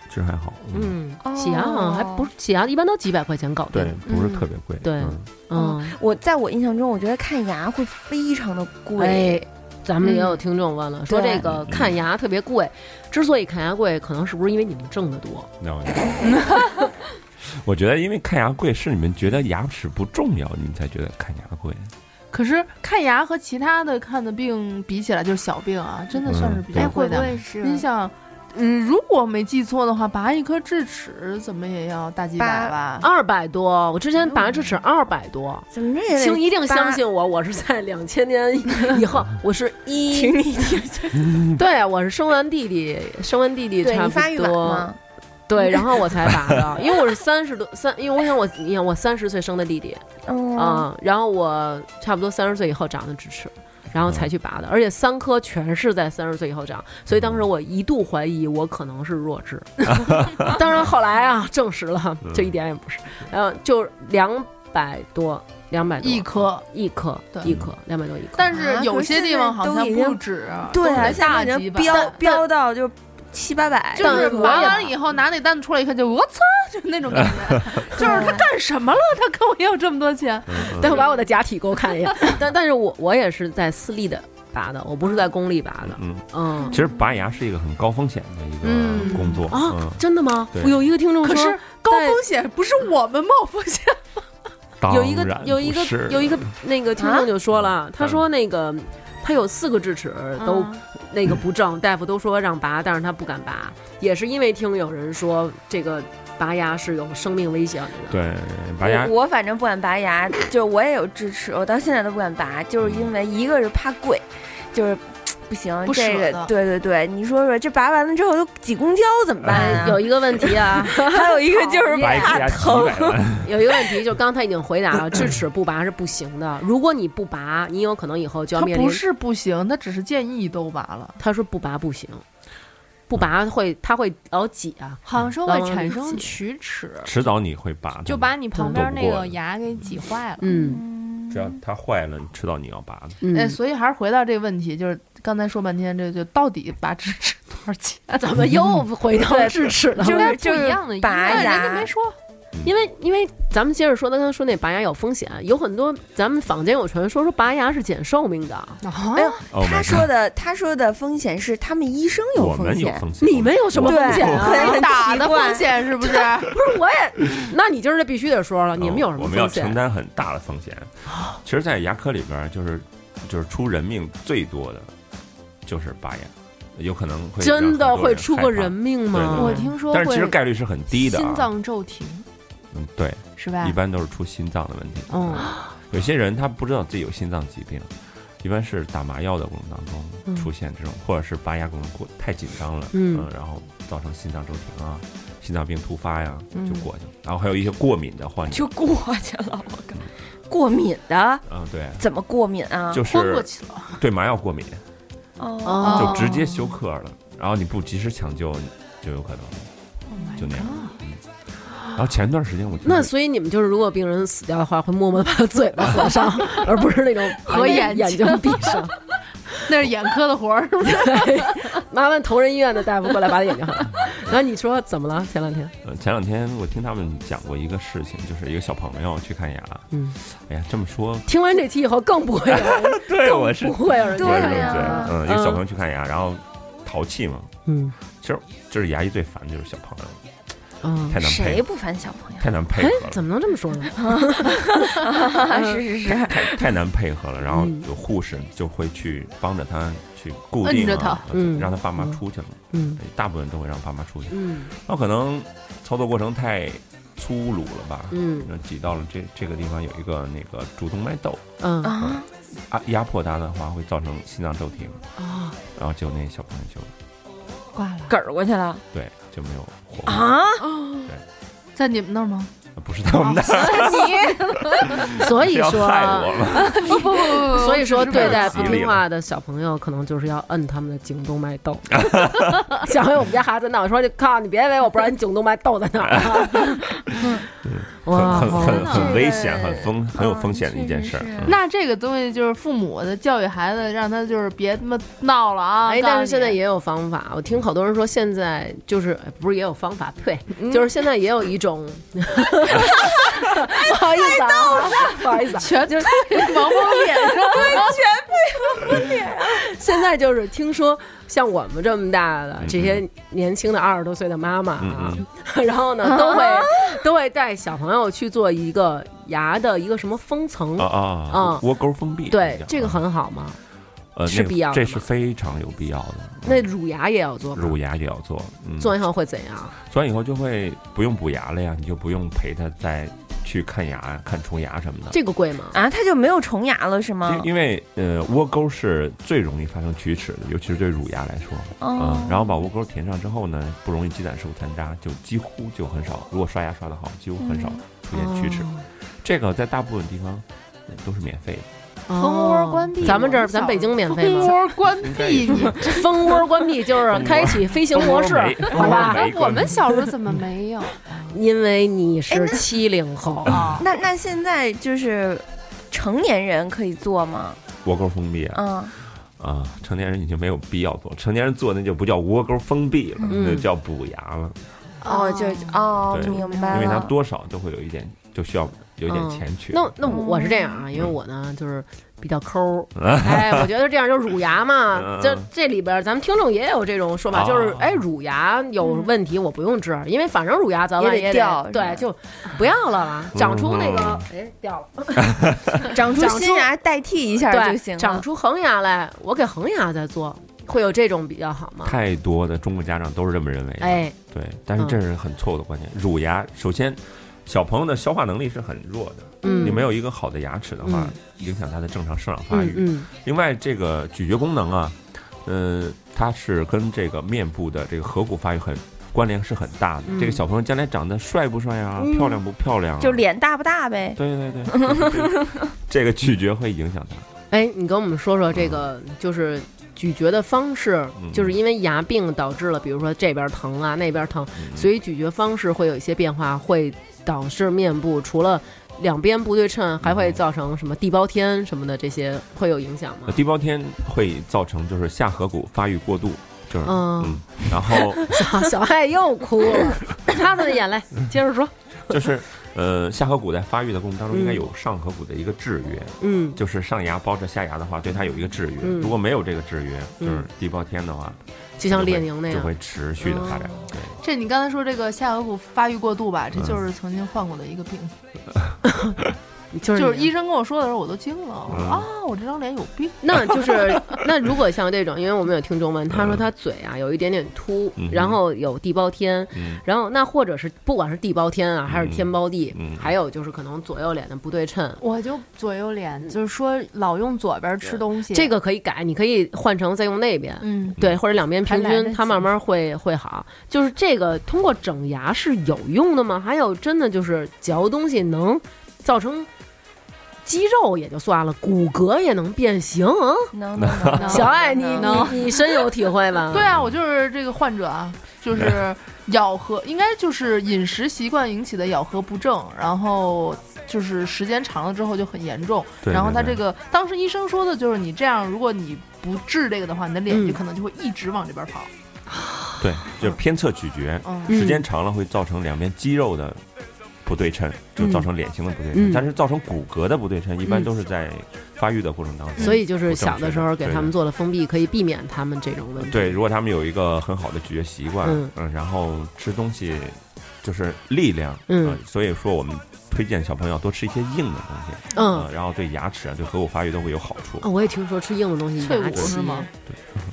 Speaker 7: 其实还好，，
Speaker 4: 嗯，
Speaker 8: 哦
Speaker 4: 洗牙好像还不是洗牙，一般都几百块钱搞定
Speaker 7: 对。，不是特别贵，
Speaker 4: 嗯对
Speaker 7: 嗯
Speaker 4: 嗯，
Speaker 8: 我在我印象中，我觉得看牙会非常的贵。
Speaker 4: 哎，咱们也有听众问了，说这个看牙特别贵，之所以看牙贵，可能是不是因为你们挣得多？
Speaker 7: 那我 我觉得，因为看牙贵是你们觉得牙齿不重要，你们才觉得看牙贵。
Speaker 6: 可是看牙和其他的看的病比起来，就是小病啊，真的算是比
Speaker 7: 嗯
Speaker 6: 较
Speaker 5: 哎，
Speaker 7: 对
Speaker 6: 贵
Speaker 5: 会不
Speaker 6: 的。
Speaker 5: 会是？
Speaker 6: 你想，嗯，如果没记错的话，拔一颗智齿怎么也要大几百吧？
Speaker 4: 二百多，我之前拔智齿二百多。
Speaker 8: 怎么着 也
Speaker 4: 请
Speaker 8: 得
Speaker 4: 一定相
Speaker 8: 八
Speaker 4: 信我，我是在两千年以 后，我是一，
Speaker 8: 请你
Speaker 4: 对我是生完弟弟，生完弟弟
Speaker 8: 对
Speaker 4: 差
Speaker 8: 你
Speaker 4: 不
Speaker 8: 发育晚
Speaker 4: 多
Speaker 8: 吗，？
Speaker 4: 对，然后我才拔的， 因为我是三十多三，因为我想我，你看我三十岁生的弟弟，
Speaker 8: 嗯，
Speaker 4: 嗯，然后我差不多三十岁以后长的智齿，然后才去拔的，
Speaker 8: 嗯
Speaker 4: 而且三颗全是在三十岁以后长，所以当时我一度怀疑我可能是弱 智，当然后来啊证实了，
Speaker 8: 嗯
Speaker 4: 就一点也不是，呃，就两百多，两百多
Speaker 6: 一颗，
Speaker 4: 一颗
Speaker 6: 对
Speaker 4: 一颗两百多一颗，
Speaker 6: 但是
Speaker 8: 啊
Speaker 6: 有
Speaker 8: 可是
Speaker 6: 些
Speaker 8: 现
Speaker 6: 地
Speaker 8: 在
Speaker 6: 方好
Speaker 8: 都
Speaker 6: 像不
Speaker 8: 已经
Speaker 6: 止，
Speaker 8: 对
Speaker 6: 都
Speaker 8: 啊，
Speaker 6: 得
Speaker 8: 现在
Speaker 6: 大
Speaker 8: 已
Speaker 6: 几
Speaker 8: 经
Speaker 6: 百。
Speaker 8: 飙飙到就七八百，
Speaker 6: 就
Speaker 4: 但
Speaker 6: 是
Speaker 4: 是我
Speaker 6: 拔
Speaker 4: 也
Speaker 6: 完了以后拿那单子出来一看就，我操，就那种感觉，就是他干什么了？他跟我要这么多钱？
Speaker 7: 嗯
Speaker 4: 等会儿把我的假体给我看一眼， 但但是我我也是在私立的拔的，我不是在公立拔的，
Speaker 7: 嗯，
Speaker 4: 嗯
Speaker 7: 其，实拔牙是一个很高风险的一
Speaker 6: 嗯
Speaker 7: 个工作
Speaker 4: 啊，，真的吗？
Speaker 7: 对
Speaker 4: 我有一个听众
Speaker 6: 可
Speaker 4: 说，
Speaker 6: 是高
Speaker 4: 在
Speaker 6: 风险不是我们冒风险，
Speaker 7: 嗯
Speaker 4: 有一
Speaker 7: 当
Speaker 4: 个
Speaker 7: 然
Speaker 4: 有一个
Speaker 7: 不是
Speaker 4: 有一个那个听众就说了，他
Speaker 7: 嗯
Speaker 4: 说那个他有四个智齿都那个不正，大夫都说让拔，但是他不敢拔，也是因为听有人说这个拔牙是有生命危险的。
Speaker 7: 对拔牙，
Speaker 8: 我我反正不敢拔牙，就是我也有智齿，我到现在都不敢拔，就是因为一个是怕贵，就是。不行，
Speaker 6: 不舍
Speaker 8: 这个
Speaker 6: 得
Speaker 8: 对对对，你说说，这拔完了之后都挤公交怎么办
Speaker 7: 哎
Speaker 8: 啊？
Speaker 4: 有一个问题啊，
Speaker 8: 还有一 个就是
Speaker 7: 拔一颗
Speaker 8: 怕
Speaker 7: 牙几
Speaker 8: 疼，
Speaker 7: 百万，
Speaker 4: 有一个问题，就刚才已经回答了，智齿不拔是不行的。如果你不拔，你有可能以后就要
Speaker 6: 他
Speaker 4: 面临嗯
Speaker 6: 不。是不行，他只是建议都拔了。
Speaker 4: 他说不拔不行，不拔会他会老挤啊，
Speaker 5: 好像说会
Speaker 4: 往里
Speaker 5: 产生
Speaker 4: 挤
Speaker 5: 龋齿，
Speaker 7: 迟早你会拔的，
Speaker 5: 就把你旁边
Speaker 7: 斗
Speaker 5: 那
Speaker 7: 不过
Speaker 5: 个牙给挤坏了。
Speaker 4: 嗯
Speaker 7: 只要它坏了，你迟早你要拔的。
Speaker 4: 嗯
Speaker 6: 哎，，所以还是回到这个问题，就是刚才说半天，这就到底拔智齿多少钱？
Speaker 4: 怎么 又回到智齿了？
Speaker 8: 就
Speaker 5: 应该
Speaker 8: 是
Speaker 5: 不
Speaker 8: 就是
Speaker 5: 一样的医
Speaker 8: 拔
Speaker 5: 院人
Speaker 8: 牙
Speaker 5: 家没说，
Speaker 4: 因为因为咱们接着说，他刚才说那拔牙有风险，有很多咱们坊间有传说说拔牙是减寿命的，
Speaker 8: 哎呦
Speaker 5: 啊，
Speaker 7: Oh my
Speaker 8: 他
Speaker 7: god，
Speaker 8: 说的他说的风险是他们医生有
Speaker 7: 我
Speaker 8: 风
Speaker 7: 们有
Speaker 8: 险，
Speaker 7: 风险，
Speaker 4: 你们有什么风险啊？
Speaker 8: 对很
Speaker 6: 打的
Speaker 8: 奇怪
Speaker 6: 风险是不是？
Speaker 4: 不是我也，那你今儿这必须得说了，
Speaker 7: 哦
Speaker 4: 你们有什
Speaker 7: 我
Speaker 4: 么
Speaker 7: 们要
Speaker 4: 风
Speaker 7: 承
Speaker 4: 险？哦
Speaker 7: 担很大的风险。其实，在牙科里边儿，就是就是出人命最多的就是拔牙，有可能会
Speaker 4: 真
Speaker 7: 让
Speaker 4: 的
Speaker 7: 很多
Speaker 4: 会
Speaker 7: 人
Speaker 4: 出
Speaker 7: 害
Speaker 4: 个
Speaker 7: 怕
Speaker 4: 人，命
Speaker 7: 对对
Speaker 4: 吗
Speaker 7: 对？
Speaker 5: 我听说
Speaker 7: 但是
Speaker 5: 会
Speaker 7: 其实概率是很低的、啊。
Speaker 5: 心脏骤停
Speaker 7: 嗯，对，
Speaker 5: 是吧
Speaker 7: 一？般都是出心脏的问题。
Speaker 5: 嗯，
Speaker 7: 有些人他不知道自己有心脏疾病，一般是打麻药的过程当中出现这种，或者是拔牙过程过太紧张了，
Speaker 4: 嗯
Speaker 7: 然后造成心脏骤停啊，心脏病突发呀，
Speaker 5: 嗯
Speaker 7: 就过去了。然后还有一些过敏的患者，
Speaker 8: 就过去了，我靠，过敏的
Speaker 7: 嗯，对，
Speaker 8: 怎么过敏啊？
Speaker 7: 就
Speaker 6: 昏过
Speaker 7: 是
Speaker 6: 去了。
Speaker 7: 对麻药过敏，
Speaker 8: 哦，
Speaker 4: 哦，
Speaker 7: 就直接休克了。然后你不及时抢救，就有可能就那样。嗯然后前段时间我听
Speaker 4: 那所以你们就是，如果病人死掉的话，会默默把嘴巴合上， 而不是那 种
Speaker 6: 合眼
Speaker 4: 眼睛
Speaker 6: 睛
Speaker 4: 闭上。
Speaker 6: 那是眼科的活儿，是不是？
Speaker 4: 麻烦同仁医院的大夫过来把他眼睛合上。然后你说怎么了？前两天，
Speaker 7: 呃前两天我听他们讲过一个事情，就是一个小朋友去看牙。
Speaker 4: 嗯，
Speaker 7: 哎呀，这么说
Speaker 4: 听完这期以后更不会有人，
Speaker 7: 对，我是
Speaker 4: 更不会有人
Speaker 7: 我是这么
Speaker 4: 这
Speaker 7: 觉
Speaker 4: 样
Speaker 7: 得，嗯，一个小朋友去看牙，然后淘气嘛。
Speaker 4: 嗯
Speaker 7: 这是牙医最烦的就是小朋友，
Speaker 4: 嗯，
Speaker 7: 太难
Speaker 8: 谁
Speaker 7: 配，
Speaker 8: 不烦小朋友？
Speaker 7: 太难配
Speaker 4: 哎
Speaker 7: 合，了，
Speaker 4: 怎么能这么说呢？
Speaker 8: 啊是是是，
Speaker 7: 太太难配合了。然后
Speaker 4: 嗯
Speaker 7: 有护士就会去帮着他去固
Speaker 6: 摁
Speaker 7: 定
Speaker 6: 着
Speaker 7: 啊，
Speaker 4: 嗯
Speaker 7: 让他爸妈
Speaker 4: 嗯
Speaker 7: 出去了。哎
Speaker 4: 嗯
Speaker 7: 大部分都会让爸妈出去，
Speaker 4: 嗯
Speaker 7: 那可能操作过程太粗鲁了吧？
Speaker 4: 嗯
Speaker 7: 然后挤到了这这个地方有一个那个主动脉窦，
Speaker 4: 嗯
Speaker 8: 啊，
Speaker 7: 啊压迫它的话会造成心脏骤停，
Speaker 4: 啊，
Speaker 7: 然后结果那小朋友就
Speaker 5: 挂了。
Speaker 8: 梗儿过去了
Speaker 7: 对就没有活过，
Speaker 8: 啊！
Speaker 6: 在你们那儿吗？
Speaker 7: 不是他们的，
Speaker 4: 所以
Speaker 7: 是要
Speaker 4: 说
Speaker 7: 害
Speaker 4: 啊
Speaker 7: 我吗？
Speaker 6: 不不不不
Speaker 4: 所以说，对待不
Speaker 7: 吉利
Speaker 4: 听
Speaker 7: 了
Speaker 4: 话的小朋友，可能就是要摁他们的颈动脉 窦。小回我们家孩子闹，说你靠，你别以为我不知道你颈动脉窦在哪儿啊。哇，
Speaker 7: 很很
Speaker 4: 好
Speaker 7: 很
Speaker 8: 这个
Speaker 7: 很危险，很风很有风险的一件事儿
Speaker 8: 嗯确实。
Speaker 7: 嗯
Speaker 6: 那这个东西就是父母的教育孩子，让他就是别他妈闹了啊！
Speaker 4: 哎，
Speaker 6: 告诉
Speaker 4: 但是
Speaker 6: 你
Speaker 4: 现在也有方法，我听好多人说现在就是哎不是也有方法，对，就是现在也有一种，不好意思啊，不好意思啊，
Speaker 6: 全
Speaker 4: 就是
Speaker 6: 毛毛脸上，
Speaker 4: 现在就是听说像我们这么大的
Speaker 7: 嗯
Speaker 4: 这些年轻的二十多岁的妈妈啊
Speaker 7: 嗯，
Speaker 4: 然后呢 都会都会带小朋友去做一个牙的一个什么封层
Speaker 7: 啊，啊
Speaker 4: 嗯
Speaker 7: 窝沟封闭，
Speaker 4: 对
Speaker 7: 叫，
Speaker 4: 这个很好嘛。
Speaker 7: 呃
Speaker 4: 是
Speaker 7: 那个
Speaker 4: 必要的
Speaker 7: 这
Speaker 4: 吗
Speaker 7: 是非常有必要的。
Speaker 4: 那
Speaker 7: 嗯
Speaker 4: 乳牙也要做吗，
Speaker 7: 乳牙也要做，嗯，
Speaker 4: 做完以后会怎样？
Speaker 7: 做完以后就会不用补牙了呀，你就不用陪他再去看牙、看虫牙什么的。
Speaker 4: 这个贵吗？
Speaker 8: 啊，他就没有虫牙了是吗
Speaker 7: 因？因为呃，窝沟是最容易发生龋齿的，尤其是对乳牙来说啊、
Speaker 8: 哦，
Speaker 7: 然后把窝沟填上之后呢，不容易积攒食物残渣，就几乎就很少。如果刷牙刷得好，几乎很
Speaker 4: 嗯
Speaker 7: 少出现龋
Speaker 4: 哦
Speaker 7: 齿。
Speaker 5: 哦
Speaker 7: 这个在大部分地方、呃都是免费
Speaker 4: 哦
Speaker 7: 的。
Speaker 5: 蜂窝关闭
Speaker 4: 咱们这
Speaker 5: 我
Speaker 4: 儿
Speaker 5: 们小
Speaker 4: 咱北京免费
Speaker 6: 蜂
Speaker 4: 吗？
Speaker 6: 窝关闭你，
Speaker 4: 这蜂窝关闭就是开启飞行模式，
Speaker 7: 好吧
Speaker 5: 哎，我们小时候怎么没有？
Speaker 4: 因为你
Speaker 8: 哎
Speaker 4: 是七零 后，
Speaker 8: 那那现在就是成年人可以做吗？
Speaker 7: 窝沟封闭啊
Speaker 8: 嗯，
Speaker 7: 啊，成年人已经没有必要做，成年人做那就不叫窝沟封闭了，
Speaker 4: 嗯
Speaker 7: 那叫补牙了。
Speaker 8: 哦，就哦，
Speaker 7: 对
Speaker 8: 明白
Speaker 4: 嗯
Speaker 7: 因为它
Speaker 8: 了。
Speaker 7: 多少都会有一点，就需要有一点钱去。
Speaker 4: 那那我我是这样
Speaker 8: 嗯
Speaker 4: 啊，因为我呢就是比较抠，哎，我觉得这样就是乳牙嘛，
Speaker 7: 嗯
Speaker 4: 这这里边儿咱们听众也有这种说法，
Speaker 7: 哦
Speaker 4: 就是哎乳牙有问题我不用治，因为反正乳牙早晚
Speaker 8: 嗯也得
Speaker 4: 也
Speaker 8: 掉是吧
Speaker 4: 对，就不要了
Speaker 7: 嗯
Speaker 4: 啦，长出那个哎掉了，
Speaker 8: 长出
Speaker 4: 长出
Speaker 8: 新牙代替一下
Speaker 4: 对，
Speaker 8: 就行了。
Speaker 4: 长出恒牙来，我给恒牙再做，会有这种比较好吗？
Speaker 7: 太多的中国家长都是这么认为的，
Speaker 4: 哎，嗯
Speaker 7: 对，但是这是很错误的观念。乳牙首先，小朋友的消化能力是很弱的，
Speaker 4: 嗯，
Speaker 7: 你没有一个好的牙齿的话，影响他的正常生长发
Speaker 4: 嗯
Speaker 7: 育。
Speaker 4: 嗯
Speaker 7: 另外，这个咀嚼功能啊，嗯，它是跟这个面部的这个颌骨发育很关联是很大的。
Speaker 4: 嗯
Speaker 7: 这个小朋友将来长得帅不帅啊，
Speaker 4: 嗯
Speaker 7: 漂亮不漂亮、啊，
Speaker 8: 就。脸大不大呗？
Speaker 7: 对对对， 这个这个咀嚼会影响他。
Speaker 4: 哎，你跟我们说说这个，就是咀嚼的方式，
Speaker 7: 嗯
Speaker 4: 就是因为牙病导致了，比如说这边疼啊，那边疼，
Speaker 7: 嗯
Speaker 4: 所以咀嚼方式会有一些变化，会导致面部除了两边不对称，还会造成什么地包天什么的，这些会有影响吗
Speaker 7: 呃，？地包天会造成就是下颌骨发育过度，就是
Speaker 4: 嗯
Speaker 7: 嗯，然后
Speaker 4: 小小爱又哭了，擦擦的眼泪，接着说，
Speaker 7: 就是呃下颌骨在发育的过程当中应该
Speaker 4: 嗯
Speaker 7: 有上颌骨的一个制约，
Speaker 4: 嗯
Speaker 7: 就是上牙包着下牙的话，对它有一个制约。
Speaker 4: 嗯
Speaker 7: 如果没有这个制约，就是
Speaker 4: 嗯
Speaker 7: 地包天的话，
Speaker 4: 就像
Speaker 7: 就会
Speaker 4: 列宁那
Speaker 7: 就
Speaker 4: 样，
Speaker 7: 会持续的发展。
Speaker 4: 哦
Speaker 7: 对，
Speaker 6: 这你刚才说这个下颌骨发育过度吧，这
Speaker 7: 嗯
Speaker 6: 就是曾经患过的一个病。
Speaker 4: 就
Speaker 6: 就是
Speaker 4: 你
Speaker 6: 医生跟我说的时候，我都惊了，我说
Speaker 7: 嗯
Speaker 6: 啊，我这张脸有病。
Speaker 4: 那就是，那如果像这种，因为我们有听众问，他说他嘴啊有一点点凸，
Speaker 7: 嗯哼
Speaker 4: 然后有地包天，
Speaker 7: 嗯
Speaker 4: 然后那或者是不管是地包天啊，还是天包地，
Speaker 7: 嗯
Speaker 4: 还有就是可能左右脸的不对称，
Speaker 5: 我就左右脸，
Speaker 7: 嗯
Speaker 5: 就是说老用左边吃东西。
Speaker 4: 这个可以改，你可以换成再用那边，
Speaker 5: 嗯，
Speaker 4: 对，或者两边平
Speaker 5: 还来得
Speaker 4: 均，
Speaker 5: 及
Speaker 4: 它慢慢会会好。就是这个通过整牙是有用的吗？还有真的就是嚼东西能造成肌肉也就算了，骨骼也能变形。嗯
Speaker 8: 能能 能。
Speaker 4: 小爱，你
Speaker 8: 能
Speaker 4: 你你深有体会吧？
Speaker 6: 哦对啊，我就是这个患者啊，就是咬合，应该就是饮食习惯引起的咬合不正，然后就是时间长了之后就很严重。
Speaker 7: 对
Speaker 6: 然后他
Speaker 7: 对
Speaker 6: 这个当时医生说的就是你这样，如果你不治这个的话，你的脸
Speaker 4: 嗯
Speaker 6: 就可能就会一直往这边跑。
Speaker 7: 对，就是偏侧咀嚼，
Speaker 6: 嗯，
Speaker 4: 嗯
Speaker 7: 时间长了会造成两边肌肉的。不对称，就造成脸型的不对
Speaker 4: 嗯
Speaker 7: 称。但是造成骨骼的不对称，一般都是在发育的过程当中。
Speaker 4: 所以就是小的时候给他们做了封闭，可以避免他们这种问题。
Speaker 7: 对，如果他们有一个很好的咀嚼习惯，
Speaker 4: 嗯
Speaker 7: 嗯、然后吃东西就是力量，
Speaker 4: 嗯
Speaker 7: 呃所以说我们推荐小朋友多吃一些硬的东西，
Speaker 4: 嗯，
Speaker 7: 呃然后对牙齿啊、对颌骨发育都会有好处。
Speaker 4: 啊我也听说吃硬的东西
Speaker 6: 脆
Speaker 4: 牙
Speaker 6: 骨
Speaker 4: 齿
Speaker 6: 是吗？？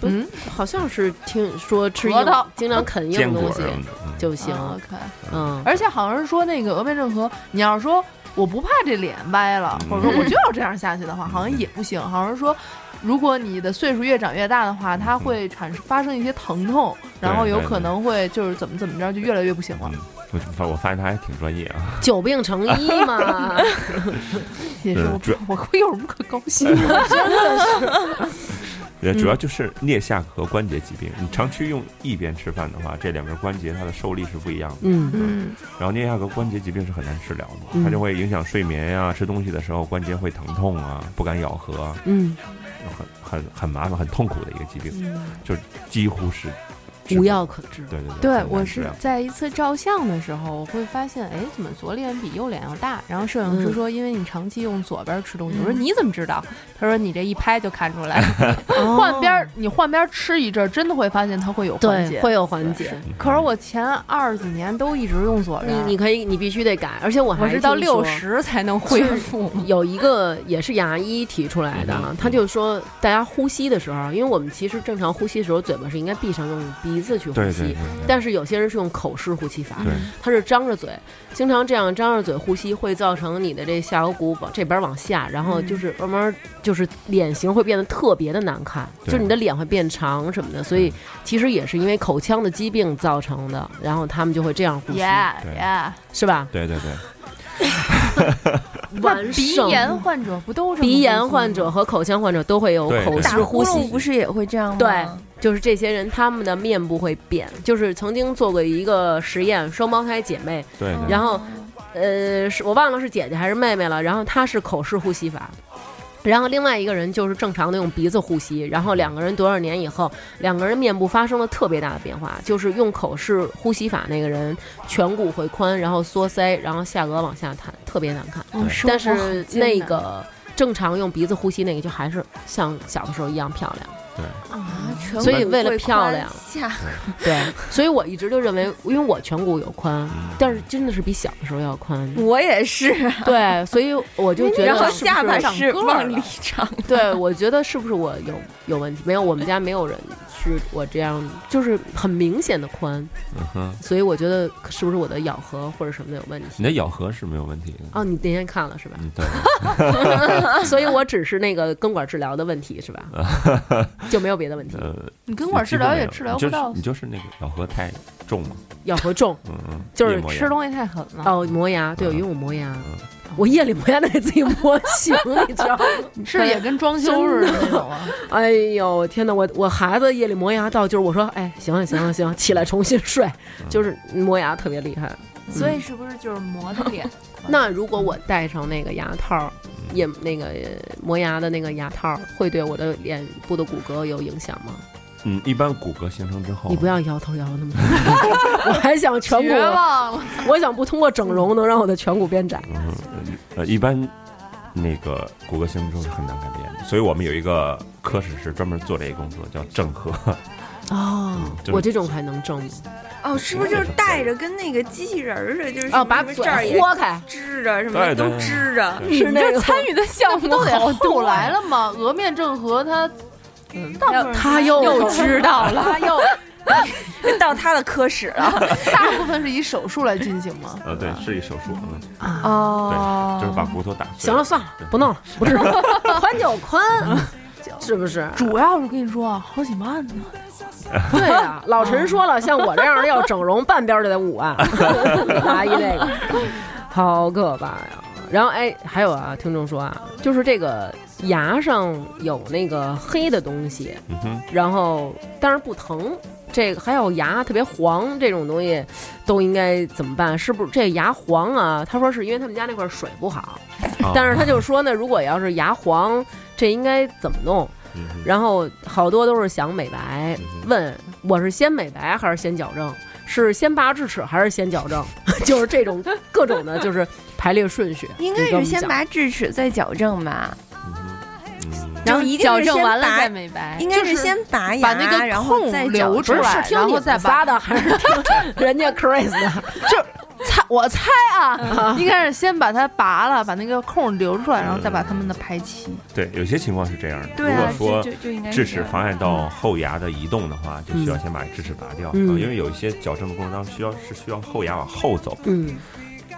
Speaker 4: 嗯，好像是听说吃硬
Speaker 6: 核桃，
Speaker 4: 经常啃
Speaker 7: 坚
Speaker 4: 硬的
Speaker 7: 果
Speaker 4: 东西
Speaker 7: 什么的，嗯
Speaker 4: 就行。
Speaker 6: 啊 OK。
Speaker 4: 嗯，
Speaker 6: 而且好像是说那个额面郑和，你要是说我不怕这脸歪了，
Speaker 7: 嗯
Speaker 6: 或者说我就要这样下去的话，好像也不行。好像是说，如果你的岁数越长越大的话，它会产生发生一些疼痛，然后有可能会就是怎么怎么着就越来越不行了，
Speaker 7: 嗯我发我发现他还挺专业啊，
Speaker 4: 久病成医 嘛。
Speaker 6: 也是我
Speaker 7: 嗯对主
Speaker 6: 我会有什么可高兴的？
Speaker 7: 呃
Speaker 4: 嗯
Speaker 7: 主要就是颞下颌关节疾病。你长期用一边吃饭的话，这两边关节它的受力是不一样的。
Speaker 4: 嗯
Speaker 6: 嗯，
Speaker 7: 然后颞下颌关节疾病是很难治疗的，
Speaker 4: 嗯
Speaker 7: 它就会影响睡眠呀、吃东西的时候关节会疼痛啊，不敢咬合啊，
Speaker 4: 嗯，
Speaker 7: 很很很麻烦、很痛苦的一个疾病。
Speaker 6: 嗯
Speaker 7: 几乎是
Speaker 4: 无药。可治。
Speaker 7: 对对
Speaker 5: 对，我是在一次照相的时候，我会发现，哎，怎么左脸比右脸要大？然后摄影师
Speaker 4: 嗯
Speaker 5: 说，因为你长期用左边吃东西。我说你怎么知道？他说你这一拍就看出来了。
Speaker 6: 换边儿你换边儿吃一阵儿，真的会发现它会有缓
Speaker 4: 对，
Speaker 6: 解。
Speaker 4: 会有缓解。
Speaker 7: 嗯
Speaker 5: 可是我前二几年都一直用左
Speaker 4: 你
Speaker 5: 边，
Speaker 4: 嗯你可以，你必须得改，而且我
Speaker 5: 我
Speaker 4: 还
Speaker 5: 是到
Speaker 4: 听说
Speaker 5: 六十才能恢复。
Speaker 4: 有一个也是牙医提出来
Speaker 7: 嗯
Speaker 4: 的，他就说大家呼吸的时候，因为我们其实正常呼吸的时候，嘴巴是应该闭上，用鼻子去呼
Speaker 7: 对
Speaker 4: 吸。
Speaker 7: 对对，
Speaker 4: 但是有些人是用口式呼吸法，
Speaker 7: 对
Speaker 4: 他是张着嘴，经常这样张着嘴呼吸，会造成你的这下颌骨往这边往下，然后就是慢慢就是脸型会变得特别的难看，就
Speaker 7: 对
Speaker 4: 是你的脸会变长什么的，所以其实也是因为口腔的疾病造成的，然后他们就会这样呼吸，
Speaker 6: Yeah
Speaker 7: 对
Speaker 6: yeah，
Speaker 4: 是吧？
Speaker 7: 对对对，
Speaker 4: 完
Speaker 5: 鼻
Speaker 4: 胜
Speaker 5: 炎患者不都这么
Speaker 4: 鼻
Speaker 5: 呼
Speaker 4: 炎
Speaker 5: 吸
Speaker 4: 患
Speaker 5: 吗
Speaker 4: 者和口腔患者都会有
Speaker 7: 对
Speaker 4: 口
Speaker 7: 对
Speaker 4: 式
Speaker 8: 打
Speaker 4: 呼
Speaker 8: 呼噜
Speaker 4: 吸，
Speaker 8: 不是也会这样吗？
Speaker 4: 对就是这些人他们的面部会变。就是曾经做过一个实验，双胞胎姐妹，
Speaker 7: 对对，
Speaker 4: 然后呃，是我忘了是姐姐还是妹妹了，然后她是口式呼吸法。然后另外一个人就是正常的用鼻子呼吸，然后两个人多少年以后，两个人面部发生了特别大的变化，就是用口式呼吸法那个人颧骨会宽，然后缩腮，然后下颌往下探，特别难看。
Speaker 5: 哦
Speaker 7: 对
Speaker 5: 生
Speaker 4: 但
Speaker 5: 活好
Speaker 4: 是
Speaker 5: 艰
Speaker 4: 那
Speaker 5: 难
Speaker 4: 个正常用鼻子呼吸那个，就还是像小的时候一样漂亮。
Speaker 8: 啊，颧骨
Speaker 4: 所以为了
Speaker 8: 会
Speaker 4: 漂
Speaker 8: 宽
Speaker 4: 亮
Speaker 8: 下
Speaker 4: 对，所以我一直就认为，因为我颧骨有宽，
Speaker 7: 嗯
Speaker 4: 但是真的是比小的时候要宽。
Speaker 8: 我也是，
Speaker 4: 对，所以我就觉得，
Speaker 8: 然后下巴
Speaker 4: 是不
Speaker 8: 是往里长。
Speaker 4: 是对我觉得是不是我有有问题？没有，我们家没有人是我这样，就是很明显的宽，
Speaker 7: 嗯哼，
Speaker 4: 所以我觉得是不是我的咬合或者什么的有问题？
Speaker 7: 你的咬合是没有问题的。
Speaker 4: 哦，你那天看了是 吧？
Speaker 7: 嗯，对，
Speaker 4: 所以我只是那个根管治疗的问题是吧？就没有别的问题，
Speaker 7: 呃，
Speaker 6: 你根管治疗也治疗不到
Speaker 7: 你，就是那个咬合太重了，
Speaker 4: 咬合重
Speaker 7: 嗯嗯，
Speaker 4: 就是
Speaker 5: 吃东西太狠
Speaker 8: 嗯
Speaker 5: 了。
Speaker 4: 哦，磨牙对，因为我磨牙
Speaker 7: 嗯，
Speaker 4: 我夜里磨牙都给自己磨醒， 你知道吗？
Speaker 6: 是也跟装修似的那种啊。
Speaker 4: 哎呦天哪，我我孩子夜里磨牙到就是我说，哎，行了行了行了，起来重新睡，
Speaker 6: 嗯
Speaker 4: 就是磨牙特别厉害。
Speaker 5: 所以是不是就是磨的脸？
Speaker 4: 那如果我戴上那个牙套，也那个呃磨牙的那个牙套，会对我的脸部的骨骼有影响吗？
Speaker 7: 嗯，一般骨骼形成之后，
Speaker 4: 你不要摇头摇得那么多， 我还想颧
Speaker 6: 哦绝
Speaker 4: 骨，
Speaker 6: 望了，
Speaker 4: 我想不通过整容能让我的颧骨变窄。
Speaker 7: 嗯，呃，一般那个骨骼形成之后是很难改变的，所以我们有一个科室是专门做这个工作，叫正颌，
Speaker 4: 哦
Speaker 7: 嗯就是
Speaker 4: 我这种还能正吗？
Speaker 8: 哦，是不是就是戴着跟那个机器人儿似的，就是
Speaker 4: 哦，把
Speaker 8: 什么
Speaker 4: 嘴
Speaker 8: 这儿也
Speaker 4: 豁开，
Speaker 8: 支着，什
Speaker 7: 对
Speaker 8: 么
Speaker 7: 对
Speaker 8: 都
Speaker 7: 对
Speaker 8: 支着。
Speaker 7: 对
Speaker 4: 是那个
Speaker 5: 与 的项
Speaker 6: 不都得后来了吗？额面郑和他，嗯，大部分人
Speaker 4: 他又
Speaker 5: 又知道了，
Speaker 6: 他又
Speaker 8: 到他的科室了。
Speaker 6: 大部分是以手术来进行吗？
Speaker 7: 呃，
Speaker 4: 啊
Speaker 7: 对，是一手术，嗯，
Speaker 8: 哦
Speaker 7: 就是把骨头打碎。
Speaker 4: 行了，算了，不弄了，不是 宽就宽， 是不是？
Speaker 6: 主要是跟你说啊，好几万呢。
Speaker 4: 对啊，老陈说了，像我这样的要整容，半边儿就得五万， 阿姨那个， 好可怕呀。然后哎，还有啊，听众说啊，就是这个牙上有那个黑的东西，
Speaker 7: 嗯哼，
Speaker 4: 然后但是不疼。这个还有牙特别黄这种东西，都应该怎么办？是不是这牙黄啊？他说是因为他们家那块儿水不好，
Speaker 7: 啊
Speaker 4: 但是他就说呢，如果要是牙黄，这应该怎么弄？
Speaker 7: 嗯哼
Speaker 4: 然后好多都是想美白
Speaker 7: 嗯，哼
Speaker 4: 问我是先美白还是先矫正？是先拔智齿还是先矫正？ 就是这种各种的，就是排列顺 序。
Speaker 8: 应该
Speaker 4: 你跟我
Speaker 8: 是
Speaker 4: 们
Speaker 8: 先
Speaker 4: 讲
Speaker 8: 拔智齿再矫正吧，
Speaker 7: 嗯
Speaker 8: 然后一定
Speaker 5: 矫
Speaker 8: 是
Speaker 5: 正
Speaker 8: 先
Speaker 5: 完了再
Speaker 8: 拔，
Speaker 5: 美白。
Speaker 8: 应该
Speaker 6: 就是
Speaker 8: 是先拔
Speaker 6: 把
Speaker 8: 牙，
Speaker 6: 那个
Speaker 8: 然后
Speaker 6: 空
Speaker 8: 再矫
Speaker 6: 留
Speaker 8: 正
Speaker 4: 不是
Speaker 6: 出
Speaker 4: 是
Speaker 6: 来，
Speaker 4: 听
Speaker 6: 然
Speaker 4: 你
Speaker 6: 后
Speaker 4: 们
Speaker 6: 再拔
Speaker 4: 发 的，还是听人家 Chris 的？
Speaker 6: 猜我猜啊，应该是先把它拔了，把那个空留出来，然后再把它们的排齐。
Speaker 7: 对，有些情况是这样的。
Speaker 8: 对啊，
Speaker 7: 如
Speaker 8: 就
Speaker 7: 果
Speaker 8: 就
Speaker 7: 说
Speaker 8: 就应该是
Speaker 7: 智
Speaker 8: 这
Speaker 7: 齿
Speaker 8: 样
Speaker 7: 妨碍到后牙的移动的话，就需要
Speaker 4: 嗯
Speaker 7: 先把智齿拔掉，
Speaker 4: 嗯
Speaker 7: 啊因为有一些矫正的过程当中需要是需要后牙往后走。
Speaker 4: 嗯，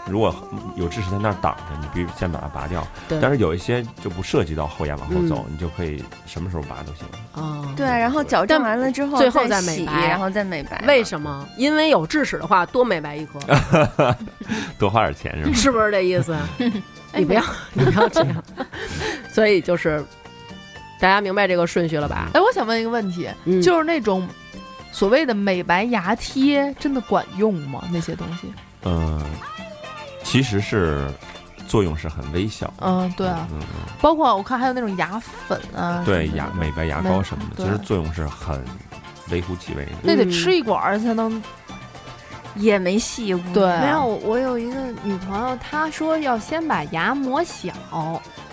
Speaker 7: 如果有智齿在那儿挡着，你必须先把它拔掉。
Speaker 4: 对
Speaker 7: 但是有一些就不涉及到后牙往后走，你就可以什么时候拔都行。
Speaker 4: 哦，
Speaker 8: 对，然后矫正完了之后，
Speaker 4: 最后再
Speaker 8: 再
Speaker 4: 美
Speaker 8: 洗
Speaker 4: 白
Speaker 8: 然后再美白。
Speaker 4: 为什么？因为有智齿的话，多美白一 颗，
Speaker 7: 多花点钱是吧？
Speaker 4: 是不是这意思？你不要， 你不要这样。所以就是，大家明白这个顺序了吧？
Speaker 6: 哎，我想问一个问题，
Speaker 4: 嗯
Speaker 6: 就是那种所谓的美白牙贴，真的管用吗？那些东西？
Speaker 7: 嗯，其实是作用是很微小。
Speaker 6: 嗯，对啊，
Speaker 7: 嗯，嗯
Speaker 6: 包括我看还有那种牙粉啊，
Speaker 7: 对
Speaker 6: 什么的
Speaker 7: 牙美白牙
Speaker 6: 美
Speaker 7: 膏什么的，
Speaker 6: 对
Speaker 7: 其实作用是很微乎其微的。
Speaker 6: 那
Speaker 4: 嗯
Speaker 6: 得吃一管儿才能
Speaker 8: 也没戏，无
Speaker 6: 对啊
Speaker 5: 没有，我有一个女朋友，她说要先把牙磨小，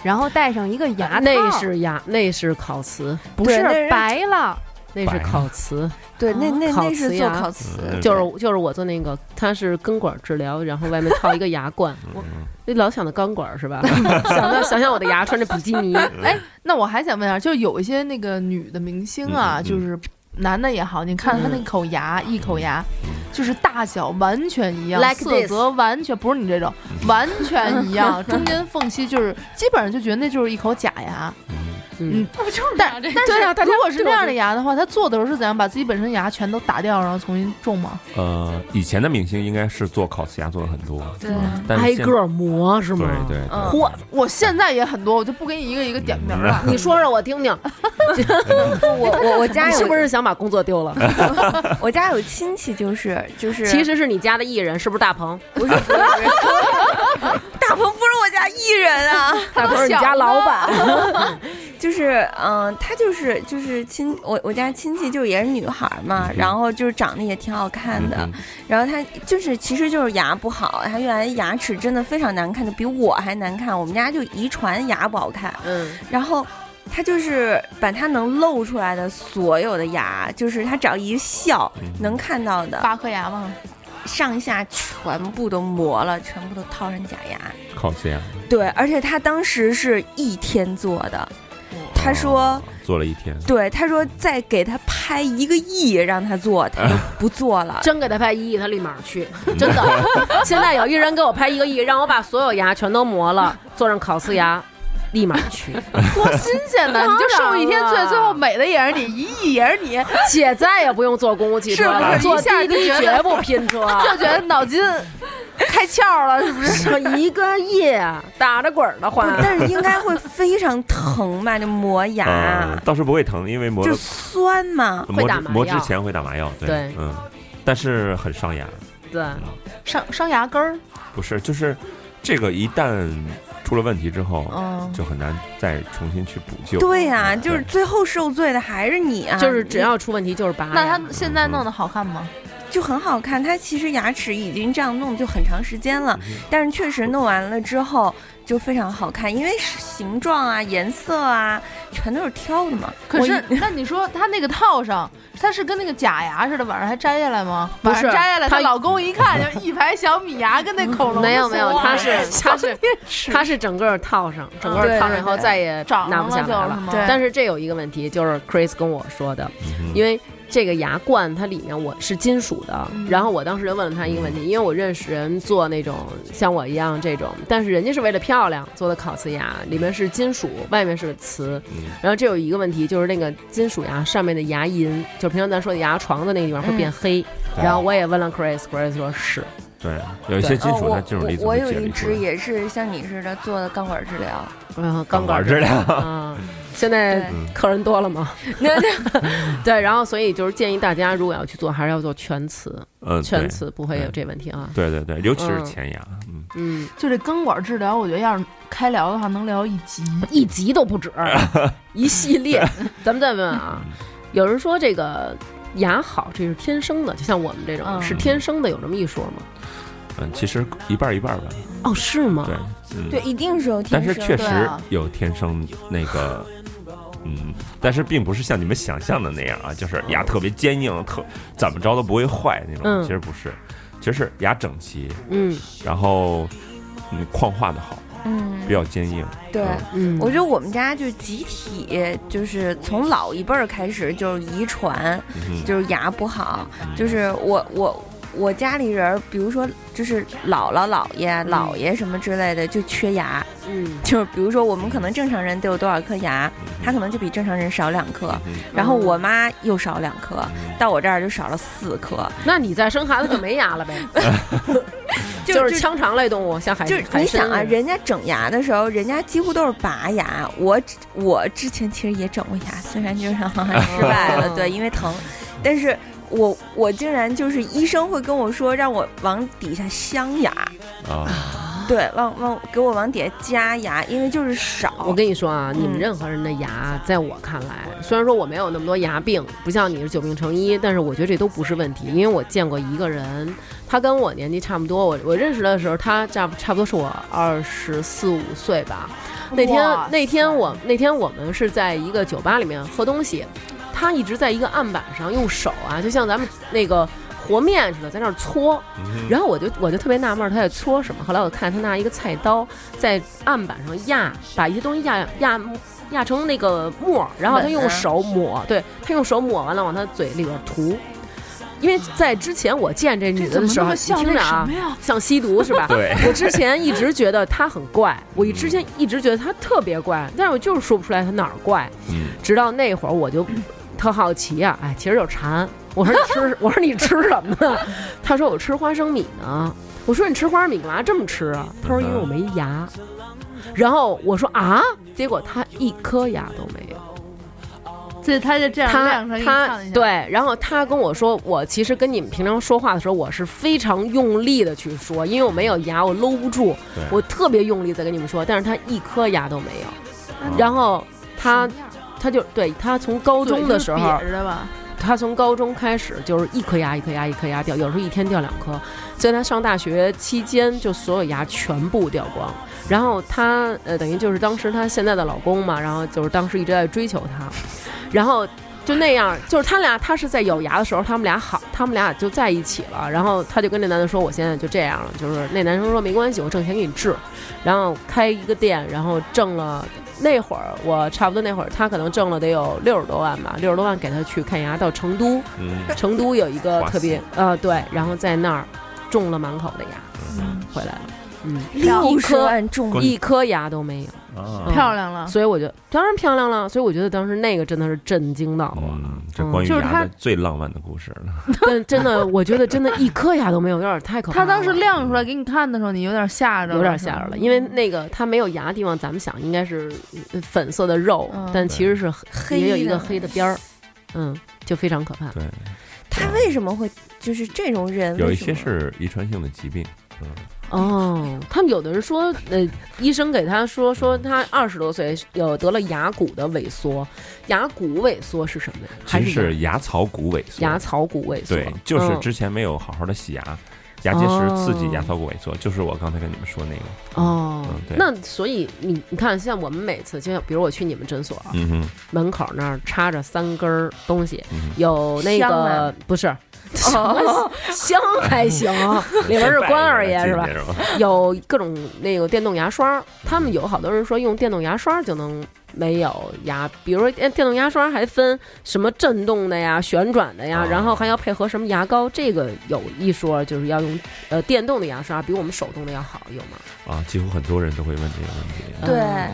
Speaker 5: 然后戴上一个
Speaker 6: 呃
Speaker 5: 牙套，
Speaker 4: 那是牙，那是烤瓷，
Speaker 5: 不
Speaker 8: 对
Speaker 5: 是
Speaker 8: 那是
Speaker 5: 白了？
Speaker 4: 那
Speaker 7: 白
Speaker 4: 是
Speaker 7: 的
Speaker 4: 烤瓷，
Speaker 8: 对，那那
Speaker 4: 烤
Speaker 8: 那是
Speaker 4: 瓷
Speaker 8: 做
Speaker 4: 牙
Speaker 8: 烤瓷，
Speaker 7: 嗯
Speaker 4: 就是就是我做那个，它是根管治疗，然后外面套一个牙冠，我
Speaker 7: 嗯
Speaker 4: 那老想到钢管是吧？ 想到想想我的牙穿着比基尼，
Speaker 6: 哎，那我还想问一下，就是有一些那个女的明星啊，
Speaker 7: 嗯嗯嗯
Speaker 6: 就是男的也好，你看他那口牙，一口牙，就是大小完全一样
Speaker 4: Like
Speaker 6: 色泽完全不是你这种，
Speaker 7: 嗯
Speaker 6: 完全一 样，中间缝隙就是基本上就觉得那就是一口假牙。
Speaker 4: 嗯，
Speaker 6: 不就是但但
Speaker 4: 对啊大
Speaker 6: 是
Speaker 4: 家
Speaker 6: 如果是
Speaker 4: 对
Speaker 6: 那
Speaker 4: 我
Speaker 6: 样
Speaker 4: 就
Speaker 6: 的牙的话，他做的时候是怎样把自己本身牙全都打掉，然后重新种吗？
Speaker 7: 呃，以前的明星应该是做烤瓷牙做的很多，
Speaker 8: 对
Speaker 7: 嗯但是
Speaker 4: 挨
Speaker 7: 现
Speaker 4: 个儿磨是
Speaker 7: 对
Speaker 4: 吗？
Speaker 7: 对对，
Speaker 8: 嗯
Speaker 4: 嚯，
Speaker 6: 我现在也很多，我就不给你一个一个点名了。
Speaker 4: 你说说我听听，
Speaker 8: 我我我家
Speaker 4: 啊你
Speaker 8: 有
Speaker 4: 是不是想把工作丢了？
Speaker 8: 我家有亲戚就是就是，
Speaker 4: 其实是你家的艺人，是不是大鹏？
Speaker 8: 不是不是，不是大鹏不是我家艺人啊，
Speaker 4: 大鹏是你家老板，
Speaker 8: 就是嗯、她就是就是亲我我家亲戚就也是女孩嘛，
Speaker 7: 嗯
Speaker 8: 然后就是长得也挺好看的，
Speaker 7: 嗯
Speaker 8: 然后她就是其实就是牙不好，她原来牙齿真的非常难看，就比我还难看，我们家就遗传牙不好看，
Speaker 4: 嗯，
Speaker 8: 然后他就是把他能露出来的所有的牙，就是他只要一笑
Speaker 7: 嗯
Speaker 8: 能看到的，
Speaker 6: 八颗牙吗？
Speaker 8: 上下全部都磨了，全部都套上假牙。
Speaker 7: 烤瓷牙，
Speaker 8: 对，而且他当时是一天做的，他说
Speaker 7: 哦做了一 天，
Speaker 8: 对，他说再给他拍一个亿让他做，他就不做 了。
Speaker 4: 真给他拍一亿，他立马去，真的。 现在有艺人给我拍一个亿，让我把所有牙全都磨了，做成烤瓷牙，立马去。
Speaker 6: 多新鲜呐！你就受一天罪，最后美的也是你，一亿也是你，
Speaker 4: 且再也不用坐公共汽车了，
Speaker 6: 是不
Speaker 4: 坐
Speaker 6: 是
Speaker 4: 滴滴
Speaker 6: 一下就觉得
Speaker 4: 绝不拼车。啊
Speaker 6: 就觉得脑筋开窍 了，是不是？
Speaker 4: 上一个亿打着滚儿的
Speaker 8: 不
Speaker 4: 话，
Speaker 8: 但是应该会非常疼吧？就磨牙，
Speaker 7: 啊，倒是不会疼，因为磨
Speaker 8: 就
Speaker 7: 了
Speaker 8: 酸嘛。
Speaker 4: 会
Speaker 7: 磨
Speaker 4: 打
Speaker 7: 之
Speaker 4: 麻
Speaker 7: 磨之
Speaker 4: 药
Speaker 7: 前会打麻药，
Speaker 4: 对
Speaker 7: 嗯，但是很伤牙，
Speaker 4: 对，
Speaker 6: 伤伤牙根儿，
Speaker 7: 不是，就是这个一旦出了问题之后，
Speaker 4: 哦
Speaker 6: 嗯，
Speaker 7: 就很难再重新去补救。
Speaker 8: 哦对呀、
Speaker 7: 嗯
Speaker 8: 就是最后受罪的还是你啊！
Speaker 4: 就是只
Speaker 8: 你
Speaker 4: 要出问题就是拔牙。
Speaker 6: 那他现在弄得好看吗？
Speaker 8: 就很好看。它其实牙齿已经这样弄就很长时间了，
Speaker 7: 嗯
Speaker 8: 但是确实弄完了之后就非常好看，因为是形状啊、颜色啊，全都是挑的嘛。
Speaker 6: 可
Speaker 8: 我
Speaker 6: 是
Speaker 8: 一
Speaker 6: 那你说他那个套上，他是跟那个假牙似的，晚上还摘下来吗？
Speaker 4: 不
Speaker 6: 晚
Speaker 4: 是
Speaker 6: 上摘下来，
Speaker 4: 他
Speaker 6: 她老公一嗯看就一排小米牙，跟那恐龙
Speaker 4: 没有没有，
Speaker 6: 似的
Speaker 4: 他是他是
Speaker 6: 电视
Speaker 4: 他是整个儿套
Speaker 6: 啊
Speaker 4: 上，整个儿
Speaker 8: 对
Speaker 4: 套上
Speaker 8: 对
Speaker 4: 以后
Speaker 8: 对
Speaker 4: 再也
Speaker 6: 长
Speaker 4: 拿
Speaker 6: 上
Speaker 4: 不
Speaker 6: 了
Speaker 4: 下
Speaker 6: 就
Speaker 4: 来
Speaker 6: 是
Speaker 4: 了。
Speaker 6: 吗？
Speaker 8: 对
Speaker 4: 但是这有一个问题，就是 Chris 跟我说的，
Speaker 7: 嗯
Speaker 4: 因为这个牙冠它里面我是金属的，
Speaker 6: 嗯
Speaker 4: 然后我当时就问了他一个问题，因为我认识人做那种像我一样这种，但是人家是为了漂亮做的烤瓷牙，里面是金属，外面是瓷，
Speaker 7: 嗯
Speaker 4: 然后这有一个问题就是那个金属牙上面的牙龈，就是平常咱说的牙床的那个地方会变黑，然后我也问了 Chris，Chris 说是，
Speaker 7: 对，有一些金属它这种离子
Speaker 8: 哦我
Speaker 7: 会
Speaker 8: 我有
Speaker 7: 解
Speaker 8: 一
Speaker 7: 离出
Speaker 8: 只
Speaker 7: 来。
Speaker 8: 也是像你似的做的钢管治疗，
Speaker 4: 然后钢
Speaker 7: 钢
Speaker 4: 管
Speaker 7: 管治疗，
Speaker 4: 啊，现在
Speaker 7: 嗯
Speaker 8: 对
Speaker 4: 客人多了吗？
Speaker 8: 那 那
Speaker 4: 对，然后所以就是建议大家，如果要去做，还是要做全瓷，
Speaker 7: 嗯，
Speaker 4: 全
Speaker 7: 对，
Speaker 4: 瓷不会有这问题啊。
Speaker 7: 对对对，尤其是
Speaker 4: 嗯
Speaker 7: 前牙，嗯，
Speaker 4: 嗯，
Speaker 6: 就这根管治疗，我觉得要是开聊的话，能聊一集。
Speaker 4: 一 嗯集都不止，一系列。咱们再问啊，有人说这个牙好这是天生的，就像我们这种、
Speaker 5: 嗯
Speaker 4: 是天生的，有这么一说吗？
Speaker 7: 嗯，其实一半儿一半儿吧，
Speaker 4: 哦，是吗？
Speaker 7: 对，嗯，
Speaker 8: 对，一定是有天
Speaker 7: 但
Speaker 8: 生
Speaker 7: 是
Speaker 8: 的。
Speaker 7: 确
Speaker 5: 对
Speaker 7: 实
Speaker 5: 啊
Speaker 7: 有天生那个，嗯，但是并不是像你们想象的那样啊，就是牙特别坚硬，特怎么着都不会坏那种。
Speaker 4: 嗯
Speaker 7: 其实不是，其实是牙整齐，
Speaker 4: 嗯
Speaker 7: 然后嗯矿化的好，
Speaker 8: 嗯
Speaker 7: 比，较坚硬。
Speaker 8: 对。
Speaker 7: 嗯
Speaker 4: 嗯，
Speaker 8: 我觉得我们家就集体，就是从老一辈儿开始就是遗传，
Speaker 7: 嗯哼
Speaker 8: 就是牙不好。就是我我我家里人儿，比如说就是姥姥姥爷、姥爷什么之类的，就缺牙。
Speaker 4: 嗯
Speaker 8: 就是比如说我们可能正常人得有多少颗牙，他可能就比正常人少两颗。
Speaker 7: 嗯哼
Speaker 8: 然后我妈又少两颗，到我这儿就少了四颗。
Speaker 4: 那你再生孩子就没牙了 呗？
Speaker 8: 就是
Speaker 4: 腔肠类动物，像海
Speaker 8: 就是
Speaker 4: 海参
Speaker 8: 你想啊，
Speaker 4: 那种
Speaker 8: 人家整牙的时候，人家几乎都是拔牙。我只我之前其实也整过牙，虽然就是好像失败
Speaker 4: 嗯
Speaker 8: 了，对，因为疼，但是。我我竟然就是医生会跟我说让我往底下镶牙，
Speaker 7: 啊，
Speaker 8: 对，往往给我往底下加牙，因为就是少。
Speaker 4: 我跟你说啊，
Speaker 8: 嗯
Speaker 4: 你们任何人的牙，在我看来，虽然说我没有那么多牙病，不像你是久病成医，但是我觉得这都不是问题，因为我见过一个人，他跟我年纪差不多，我我认识他的时候，他差不差不多是我二十四五岁吧。那天
Speaker 6: 哇塞
Speaker 4: 那天我那天我们是在一个酒吧里面喝东西，他一直在一个案板上用手啊，就像咱们那个和面似的，在那儿搓。
Speaker 7: 嗯
Speaker 4: 然后我就我就特别纳闷儿他在搓什么，后来我看他拿一个菜刀在案板上压，把一些东西压压压成那个沫儿，然后他
Speaker 8: 粉
Speaker 4: 用
Speaker 8: 啊
Speaker 4: 手抹，对他用手抹完了往他嘴里边涂。因为在之前我见这女的
Speaker 6: 这怎
Speaker 4: 的
Speaker 6: 么
Speaker 4: 时
Speaker 6: 那
Speaker 4: 候，
Speaker 6: 么
Speaker 4: 你
Speaker 6: 像
Speaker 4: 听着
Speaker 6: 那什
Speaker 4: 啊
Speaker 6: 么， 呀？
Speaker 4: 像吸毒是吧？
Speaker 7: 对，
Speaker 4: 我之前一直觉得她很怪，我一之前一直觉得她特别怪，但是我就是说不出来她哪儿怪。
Speaker 7: 嗯，
Speaker 4: 直到那会儿我就特好奇呀、哎，其实就是馋。我说你吃， 我说你吃什么呢？他说我吃花生米呢。我说你吃花生米干嘛这么吃啊？他说因为我没牙。然后我说啊，结果他一颗牙都没有。
Speaker 6: 这他就这样
Speaker 4: 他
Speaker 6: 亮上一
Speaker 4: 他
Speaker 6: 看一下，
Speaker 4: 对，然后他跟我说，我其实跟你们平常说话的时候，我是非常用力的去说，因为我没有牙，我搂不住
Speaker 7: 对，
Speaker 4: 我特别用力在跟你们说，但是他一颗牙都没有。
Speaker 7: 啊
Speaker 4: 然后他他就对他从高
Speaker 6: 嘴
Speaker 4: 中
Speaker 6: 就
Speaker 4: 的
Speaker 6: 是
Speaker 4: 时候
Speaker 6: 瘪，着的吧，
Speaker 4: 他从高中开始就是一颗牙一颗牙一颗牙掉，有时候一天掉两颗，所以他上大学期间就所有牙全部掉光。然后他呃，等于就是当时她现在的老公嘛，然后就是当时一直在追求她，然后就那样，就是他俩，他是在有牙的时候，他们俩好，他们俩就在一起了。然后他就跟那男的说：“我现在就这样了。”就是那男生说：“没关系，我挣钱给你治。”然后开一个店，然后挣了。那会儿我差不多那会儿，他可能挣了得有六十多万吧，六十多万给他去看牙，到成都，
Speaker 7: 嗯
Speaker 4: 成都有一个
Speaker 7: 哇塞
Speaker 4: 特别呃对，然后在那儿种了满口的牙
Speaker 7: 嗯
Speaker 4: 回来了，嗯，
Speaker 8: 六
Speaker 4: 一
Speaker 8: 十
Speaker 4: 颗
Speaker 8: 万重
Speaker 7: 关
Speaker 4: 一颗牙都没有，
Speaker 7: 啊
Speaker 4: 嗯
Speaker 6: 漂亮了。
Speaker 4: 所以我觉得当然漂亮了，所以我觉得当时那个真的是震惊到我，
Speaker 7: 嗯，这关于
Speaker 6: 就是
Speaker 7: 牙
Speaker 6: 他
Speaker 7: 的最浪漫的故事了。
Speaker 4: 但 真的我觉得真的一颗牙都没有，有点太可怕
Speaker 6: 他
Speaker 4: 了。
Speaker 6: 当时亮出来给你看的时候，你有点吓着了，
Speaker 4: 有点吓人了，因为那个它没有牙的地方，咱们想应该是呃粉色的肉，
Speaker 6: 嗯
Speaker 4: 但其实是
Speaker 8: 黑
Speaker 4: 也有一
Speaker 8: 的
Speaker 4: 个黑的边儿，嗯，就非常可怕。
Speaker 7: 对，嗯
Speaker 8: 他为什么会就是这种人？
Speaker 7: 有
Speaker 8: 为
Speaker 7: 一
Speaker 8: 什
Speaker 7: 些
Speaker 8: 么
Speaker 7: 是遗传性的疾病，嗯，
Speaker 4: 哦，他们有的人说，呃，医生给他说说他二十多岁有得了牙骨的萎缩，牙骨萎缩是什么呀？还
Speaker 7: 其实
Speaker 4: 是
Speaker 7: 是牙槽骨萎缩。
Speaker 4: 牙牙槽骨萎缩？
Speaker 7: 对，就是
Speaker 4: 嗯
Speaker 7: 之前没有好好的洗牙，牙结石刺激牙槽骨萎缩，就是我刚才跟你们说那个。
Speaker 4: 哦
Speaker 7: 嗯，对
Speaker 4: 那所以你你看，像我们每次，就像比如我去你们诊所，
Speaker 7: 嗯哼，
Speaker 4: 门口那儿插着三根儿东西，
Speaker 7: 嗯
Speaker 4: 有那
Speaker 8: 香
Speaker 4: 个
Speaker 8: 啊
Speaker 4: 不是。 什么香还行，里边是关二爷是吧？有各种那个电动牙刷，他们有好多人说用电动牙刷就能没有牙，比如说哎电动牙刷还分什么震动的呀、旋转的呀，
Speaker 7: 啊
Speaker 4: 然后还要配合什么牙膏，这个有一说就是要用呃电动的牙刷，比我们手动的要好，有吗？
Speaker 7: 啊，几乎很多人都会问这个问题。
Speaker 8: 对
Speaker 4: 嗯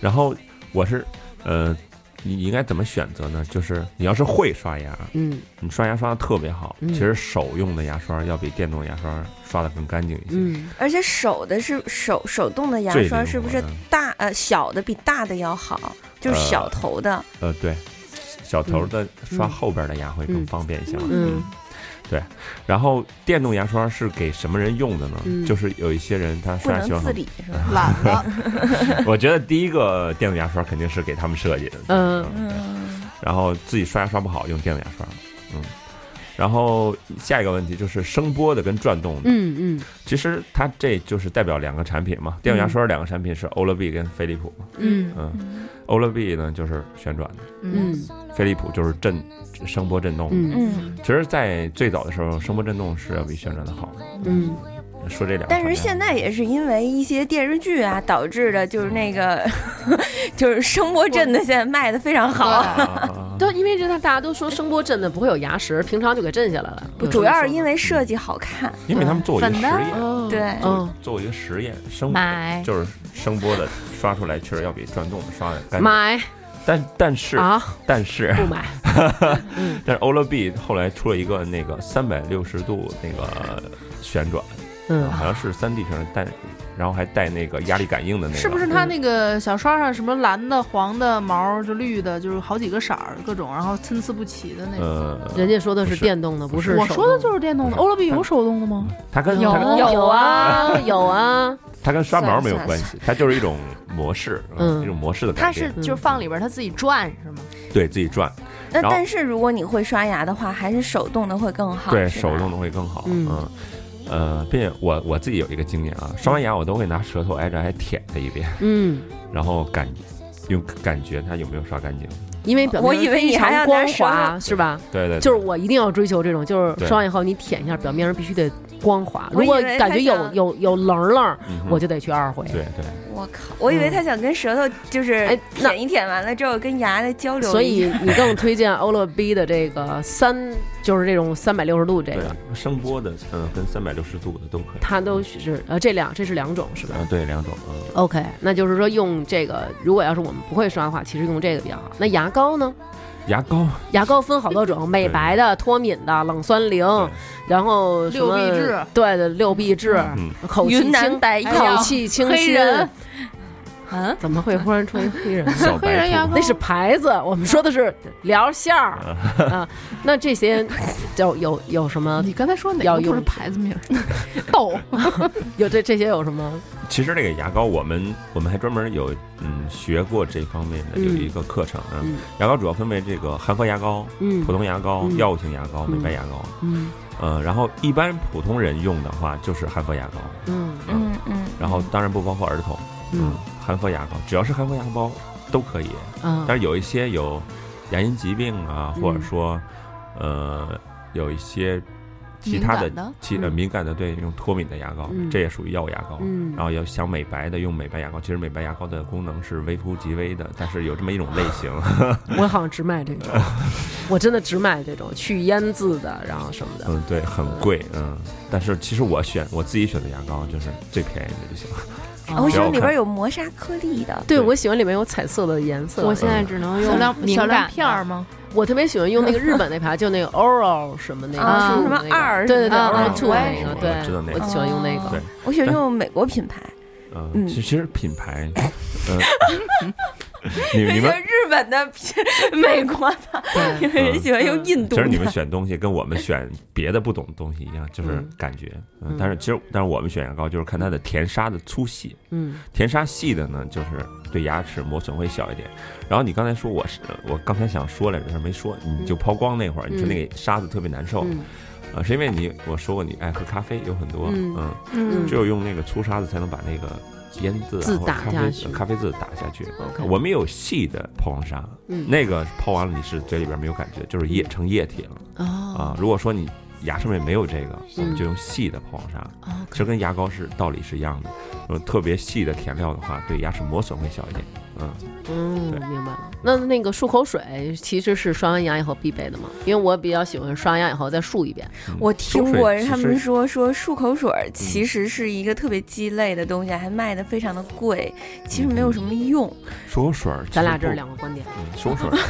Speaker 7: 然后我是，呃，你你应该怎么选择呢？就是你要是会刷牙，
Speaker 4: 嗯
Speaker 7: 你刷牙刷的特别好，
Speaker 4: 嗯
Speaker 7: 其实手用的牙刷要比电动牙刷刷的更干净一些。
Speaker 4: 嗯，
Speaker 8: 而且手的是手手动的牙
Speaker 7: 最
Speaker 8: 刷
Speaker 7: 灵
Speaker 8: 是不
Speaker 7: 活
Speaker 8: 是
Speaker 7: 的
Speaker 8: 大呃小的比大的要好？就是
Speaker 7: 呃
Speaker 8: 小头的，
Speaker 7: 呃，对，小头的刷后边的牙会更
Speaker 4: 嗯
Speaker 7: 方便一些嘛。
Speaker 4: 嗯，
Speaker 7: 对。然后电动牙刷是给什么人用的呢？
Speaker 4: 嗯
Speaker 7: 就是啊有一些人他
Speaker 8: 不
Speaker 7: 刷牙习惯
Speaker 8: 能自
Speaker 7: 很
Speaker 8: 理是吧？
Speaker 6: 懒了。
Speaker 7: 我觉得第一个电动牙刷肯定是给他们设计的，
Speaker 4: 嗯
Speaker 7: 对，然后自己刷牙刷不好用电动牙刷，嗯。然后下一个问题就是声波的跟转动的，
Speaker 4: 嗯嗯
Speaker 7: 其实它这就是代表两个产品嘛。电动牙刷两个产品是欧乐 B 跟飞利浦嘛，
Speaker 4: 嗯
Speaker 7: 嗯，欧乐 B 呢就是旋转的，
Speaker 4: 嗯
Speaker 7: 飞利浦就是震声波震动的。
Speaker 4: 嗯
Speaker 8: 嗯，
Speaker 7: 其实，在最早的时候，声波震动是要比旋转的好。
Speaker 4: 嗯，
Speaker 7: 说这两个产品，
Speaker 8: 但是现在也是因为一些电视剧啊导致的，就是 那个就是声波震的现在卖的非常好。
Speaker 7: 啊啊啊啊
Speaker 4: 对，因为这大家都说声波震的不会有牙石，平常就给震下来了。
Speaker 8: 主要是
Speaker 4: 为
Speaker 8: 因为设计好看，
Speaker 7: 因为他们做过一个实验，
Speaker 8: 对
Speaker 4: 嗯，
Speaker 7: 做过一个实验，声
Speaker 5: 买
Speaker 7: 就是声波的刷出来确实要比转动的刷的干净。
Speaker 4: 买
Speaker 7: 但但是
Speaker 4: 啊，
Speaker 7: 但是
Speaker 4: 不买，
Speaker 7: 但是 Ola B 后来出了一个那个三百六十度那个旋转，
Speaker 4: 嗯，
Speaker 7: 好像是三 D 旋转带，然后还带那个压力感应的那个，
Speaker 6: 是不是它那个小刷上什么蓝的、黄的、毛就绿的，就是好几个色儿，各种，然后参差不齐的那种。
Speaker 7: 呃，
Speaker 4: 人家说的
Speaker 7: 不
Speaker 4: 是
Speaker 7: 是
Speaker 4: 电动的，不是
Speaker 6: 我说的就是是电动的，
Speaker 7: 不是
Speaker 6: 欧乐 B 有手动 的吗？
Speaker 7: 它跟它跟
Speaker 4: 有 啊有啊，
Speaker 7: 它跟刷毛没有
Speaker 8: 算了
Speaker 7: 关系，它就是一种模式，
Speaker 4: 嗯
Speaker 7: 一种模式的
Speaker 5: 它
Speaker 7: 改
Speaker 5: 是
Speaker 7: 变，
Speaker 5: 就是放里边，它自己转是吗？
Speaker 7: 对自己转，
Speaker 8: 那
Speaker 7: 然后
Speaker 8: 但是如果你会刷牙的话，还是手动的会更好。
Speaker 7: 对
Speaker 8: 是吧
Speaker 7: 手动的会更好，
Speaker 4: 嗯
Speaker 7: 嗯。呃，并且我我自己有一个经验啊，刷完牙我都会拿舌头挨着还舔它一遍，
Speaker 4: 嗯，
Speaker 7: 然后感用感觉它有没有刷干净。
Speaker 4: 因为表面
Speaker 8: 我以为你还要
Speaker 4: 非常
Speaker 8: 拿舌头
Speaker 4: 光滑是吧？
Speaker 7: 对对，对
Speaker 4: 就是我一定要追求这种，就是
Speaker 7: 对
Speaker 4: 刷完以后你舔一下，表面上必须得光滑。
Speaker 8: 我
Speaker 4: 如
Speaker 8: 以
Speaker 4: 果
Speaker 8: 为
Speaker 4: 感
Speaker 8: 它
Speaker 4: 觉有
Speaker 8: 像
Speaker 4: 有有棱儿棱儿，
Speaker 7: 嗯哼
Speaker 4: 我就得去二回。
Speaker 7: 对对，
Speaker 8: 我靠，我以为他想跟舌头就是
Speaker 4: 哎那
Speaker 8: 舔一舔，完了之后跟牙的交流一下。
Speaker 4: 所以你更推荐欧乐 B 的这个三，就是这种三百六十度这个，
Speaker 7: 对，声波的，嗯，跟三百六十度的都可以。
Speaker 4: 它都是呃这两这是两种是吧
Speaker 7: 啊，对，两种，嗯，
Speaker 4: ？OK，那就是说用这个，如果要是我们不会刷的话，其实用这个比较好。那牙膏呢？
Speaker 7: 牙膏，
Speaker 4: 牙膏分好多种，美白的、脱敏的、冷酸灵，然后什么
Speaker 6: 六必治
Speaker 4: 对的六必治，
Speaker 7: 嗯，
Speaker 4: 口气
Speaker 8: 云南
Speaker 4: 清，
Speaker 8: 白
Speaker 5: 哎呀
Speaker 8: 药啊
Speaker 4: 口气清新。啊
Speaker 5: 黑人嗯，
Speaker 4: 怎么会忽然出一黑 人？
Speaker 7: 小
Speaker 6: 黑人
Speaker 7: 白
Speaker 6: 牙
Speaker 7: 兔
Speaker 6: 膏
Speaker 4: 那是牌子，我们说的是疗效儿啊。那这些就有有什么
Speaker 6: 你刚才说哪
Speaker 4: 要
Speaker 6: 个不是
Speaker 4: 用
Speaker 6: 牌子名儿？豆
Speaker 4: 有这这些有什么？
Speaker 7: 其实这个牙膏，我们我们还专门有嗯学过这方面的
Speaker 4: 嗯
Speaker 7: 有一个课程啊
Speaker 4: 嗯。
Speaker 7: 牙膏主要分为这个含氟牙膏、
Speaker 4: 嗯
Speaker 7: 普通牙膏、
Speaker 4: 嗯
Speaker 7: 药物性牙膏、
Speaker 4: 嗯
Speaker 7: 美白牙膏。
Speaker 4: 嗯
Speaker 7: 嗯，然后一般普通人用的话就是含氟牙膏，
Speaker 4: 嗯
Speaker 8: 嗯嗯，
Speaker 7: 然后当然不包括儿童。嗯，含氟牙膏只要是含氟牙膏都可以，
Speaker 4: 嗯
Speaker 7: 但是有一些有牙龈疾病啊，
Speaker 4: 嗯
Speaker 7: 或者说呃有一些其他的
Speaker 5: 敏感的
Speaker 7: 其呃敏感的对用脱敏的牙膏，
Speaker 4: 嗯
Speaker 7: 这也属于药物牙膏。
Speaker 4: 嗯
Speaker 7: 然后要想美白的用美白牙膏，其实美白牙膏的功能是微乎其微的，但是有这么一种类型，
Speaker 4: 我好像只买这种，我真的只买这种去腌制的，然后什么的。
Speaker 7: 嗯，对，很贵，嗯，但是其实我选我自己选的牙膏就是最便宜的就行。
Speaker 4: 哦
Speaker 8: 啊我
Speaker 7: 喜
Speaker 8: 喜
Speaker 7: 欢
Speaker 8: 欢里边有磨砂颗粒的。
Speaker 4: 对，
Speaker 7: 对
Speaker 4: 我喜欢里面有彩色的颜色。
Speaker 5: 我
Speaker 4: 我
Speaker 5: 现在只能
Speaker 6: 小
Speaker 5: 用
Speaker 6: 亮
Speaker 5: 敏
Speaker 6: 小亮
Speaker 5: 感
Speaker 6: 片儿吗？
Speaker 4: 我特别喜欢用那个日本那牌，就那个 Oral 什么那个
Speaker 8: 啊
Speaker 4: 是
Speaker 8: 什么
Speaker 4: 那个
Speaker 8: 二
Speaker 4: 对对对
Speaker 5: 啊
Speaker 4: ，Oral
Speaker 5: 啊
Speaker 4: Two
Speaker 5: 我
Speaker 4: 那
Speaker 5: 也
Speaker 4: 个，
Speaker 7: 是
Speaker 4: 对，
Speaker 7: 我知道那个
Speaker 4: 我喜欢用那个
Speaker 7: 对。
Speaker 8: 我喜欢用美国品牌，
Speaker 7: 嗯，
Speaker 8: 嗯
Speaker 7: 其实 品牌，嗯，你哎你们
Speaker 8: 日本的、美国的，
Speaker 4: 对
Speaker 8: 有人喜欢用印
Speaker 7: 嗯其
Speaker 8: 度
Speaker 7: 实你
Speaker 8: 的。
Speaker 7: 们选东西跟我们选别的不懂的东西一样，就是
Speaker 4: 嗯
Speaker 7: 感觉。
Speaker 4: 嗯
Speaker 7: 嗯，但是其实，但是我们选牙膏就是看它的填沙的粗细，
Speaker 4: 嗯
Speaker 7: 填沙细的呢，就是对牙齿磨损会小一点。然后你刚才说我是，我刚才想说来着，但是没说。你就抛光那会儿，你说那个沙子特别难受，
Speaker 4: 嗯
Speaker 7: 呃，是因为你我说过你爱喝咖啡，有很多，
Speaker 4: 嗯
Speaker 7: 嗯，
Speaker 4: 嗯
Speaker 7: 只有用那个粗沙子才能把那个烟渍啊
Speaker 4: 字
Speaker 7: 或者
Speaker 4: 打
Speaker 7: 咖啡
Speaker 4: 下去
Speaker 7: 呃咖啡渍打下去。
Speaker 4: OK
Speaker 7: 我们有细的抛光沙，
Speaker 4: 嗯
Speaker 7: 那个泡完了你是嘴里边没有感觉，就是液成液体了。
Speaker 4: 哦
Speaker 7: 啊，如果说你牙上面没有这个，我
Speaker 4: 嗯
Speaker 7: 们就用细的泡黄沙，其
Speaker 4: OK
Speaker 7: 实跟牙膏是道理是一样的。嗯，特别细的填料的话，对牙齿磨损会小一点。嗯，
Speaker 4: 嗯，
Speaker 7: 对
Speaker 4: 明白了。那那个漱口水其实是刷完牙以后必备的嘛，因为我比较喜欢刷完牙以后再漱一遍。
Speaker 8: 我听
Speaker 7: 漱口
Speaker 8: 过
Speaker 7: 水
Speaker 8: 他
Speaker 7: 其
Speaker 8: 们
Speaker 7: 实嗯
Speaker 8: 说，说漱口水儿其实是一个特别鸡肋的东西，还卖的非常的贵，其实没有什么用。
Speaker 7: 漱口水儿其实不，
Speaker 4: 咱俩这是两个观点。
Speaker 7: 嗯，漱口水儿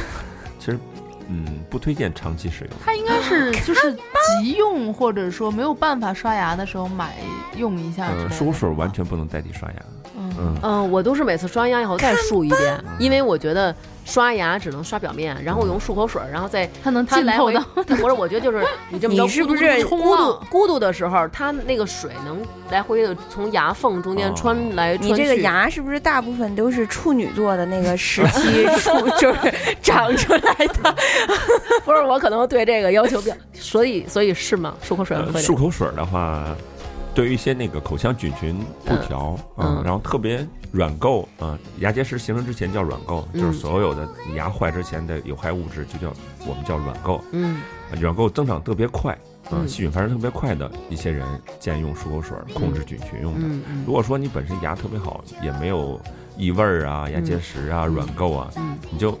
Speaker 7: 其实嗯不推荐长期使用。
Speaker 6: 它应该是就是急用，或者说没有办法刷牙的时候买用一下之类
Speaker 7: 呃，
Speaker 6: 的。
Speaker 7: 漱口水儿完全不能代替刷牙，
Speaker 6: 嗯
Speaker 7: 嗯，
Speaker 4: 嗯，我都是每次刷完牙以后再漱一遍，因为我觉得刷牙只能刷表面，然后我用漱口水，然后再
Speaker 6: 它嗯能
Speaker 4: 它
Speaker 6: 浸
Speaker 4: 来
Speaker 6: 透
Speaker 4: 回
Speaker 6: 到，
Speaker 4: 它或者我觉得 就是你这么着，
Speaker 8: 你是不是
Speaker 4: 咕嘟咕嘟的时候，它那个水能来回的从牙
Speaker 7: 哦
Speaker 4: 缝中间穿来穿
Speaker 8: 你
Speaker 4: 去。
Speaker 8: 这个牙 是不是大部分都是处女座的那个时 期出，就是长出来的？
Speaker 4: 不是我可能对这个要求比较，所以所以是吗？漱口水
Speaker 7: 呃
Speaker 4: 会
Speaker 7: 漱口水儿的话，对于一些那个口腔菌群不调
Speaker 4: 嗯
Speaker 7: 啊，然后特别软垢啊，牙结石形成之前叫软垢，
Speaker 4: 嗯
Speaker 7: 就是所有的你牙坏之前的有害物质就叫我们叫软垢，
Speaker 4: 嗯
Speaker 7: 啊软垢增长特别快啊，
Speaker 4: 嗯
Speaker 7: 细菌繁殖特别快的一些人建议用漱口水儿控制菌群用的。
Speaker 4: 嗯嗯
Speaker 7: 如果说你本身牙特别好，也没有异味儿啊、牙结石啊、软垢啊，
Speaker 4: 嗯
Speaker 7: 你就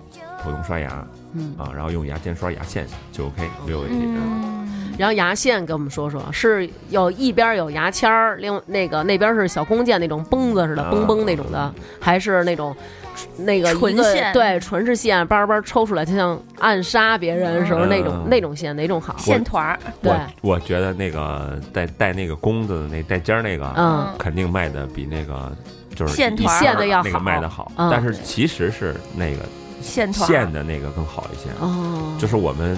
Speaker 7: 普通刷牙
Speaker 4: 嗯。
Speaker 7: 啊，然后用牙尖刷牙线就 OK，没有问题。嗯
Speaker 8: 嗯
Speaker 4: 然后牙线跟我们说说，是有一边有牙签儿，另外那个那边是小弓箭那种蹦子似的，
Speaker 7: 啊
Speaker 4: 嘣嘣那种的，还是那种那个一
Speaker 6: 纯
Speaker 4: 个
Speaker 6: 线
Speaker 4: 对，纯是线，叭叭抽出来，就像暗杀别人的时候
Speaker 7: 嗯
Speaker 4: 那种那种线，哪种好？
Speaker 8: 线团儿，
Speaker 4: 对，
Speaker 7: 我我觉得那个带带那个弓子的那带尖儿那个，
Speaker 4: 嗯
Speaker 7: 肯定卖的比那个就是
Speaker 8: 线
Speaker 7: 一
Speaker 8: 团儿
Speaker 7: 线
Speaker 4: 线的要
Speaker 7: 那个
Speaker 4: 好
Speaker 7: 卖的好，
Speaker 4: 嗯
Speaker 7: 但是其实是那个
Speaker 8: 线团儿。
Speaker 7: 线的那个更好一些，
Speaker 4: 哦，
Speaker 6: 嗯
Speaker 7: 就是我们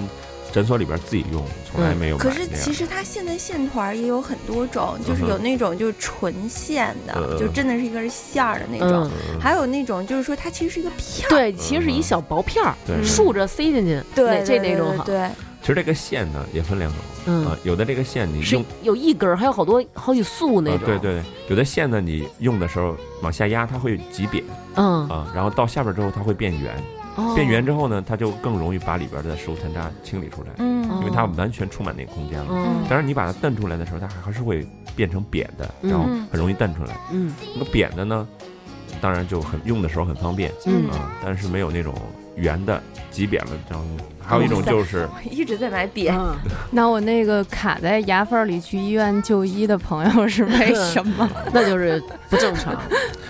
Speaker 7: 诊所里边自己用，从来没有买
Speaker 8: 嗯可
Speaker 7: 那
Speaker 8: 是
Speaker 7: 样。
Speaker 8: 其实它现在线团儿也有很多种，就是
Speaker 7: 嗯哼
Speaker 8: 有那种就是纯线的，
Speaker 7: 嗯嗯
Speaker 8: 就真的是一根线儿的那种，
Speaker 4: 嗯，
Speaker 7: 嗯
Speaker 8: 还有那种就是说它其实是一个片儿，
Speaker 4: 对，其实是一小薄片儿，
Speaker 8: 嗯
Speaker 7: 对，
Speaker 4: 竖着塞进去，那
Speaker 8: 对，
Speaker 4: 这
Speaker 8: 对
Speaker 4: 那种好，
Speaker 8: 对，
Speaker 7: 其实这个线呢也分两种，
Speaker 4: 嗯
Speaker 7: 啊，，有的这个线你
Speaker 4: 是
Speaker 7: 用。
Speaker 4: 有一根儿，还有好多好几束那
Speaker 7: 呃
Speaker 4: 种，
Speaker 7: 对对，对，有的线呢，你用的时候往下压，它会挤扁
Speaker 4: 嗯，
Speaker 7: 啊，然后到下边之后它会变圆，
Speaker 4: 哦
Speaker 7: 变圆之后呢，它就更容易把里边的食物残渣清理出来，
Speaker 8: 嗯
Speaker 7: 因为它完全充满那个空间了。
Speaker 4: 嗯
Speaker 7: 当然，你把它蹬出来的时候，它还是会变成扁的，然后
Speaker 8: 嗯
Speaker 7: 很容易蹬出来。
Speaker 4: 嗯
Speaker 7: 那个扁的呢，当然就很用的时候很方便
Speaker 4: 嗯
Speaker 7: 啊，但是没有那种圆的挤扁了这样。还有一种就是
Speaker 8: 我一直在买扁，
Speaker 4: 嗯，
Speaker 6: 哎那我那个卡在牙缝里去医院就医的朋友是 为什么？
Speaker 4: 那就是不正常，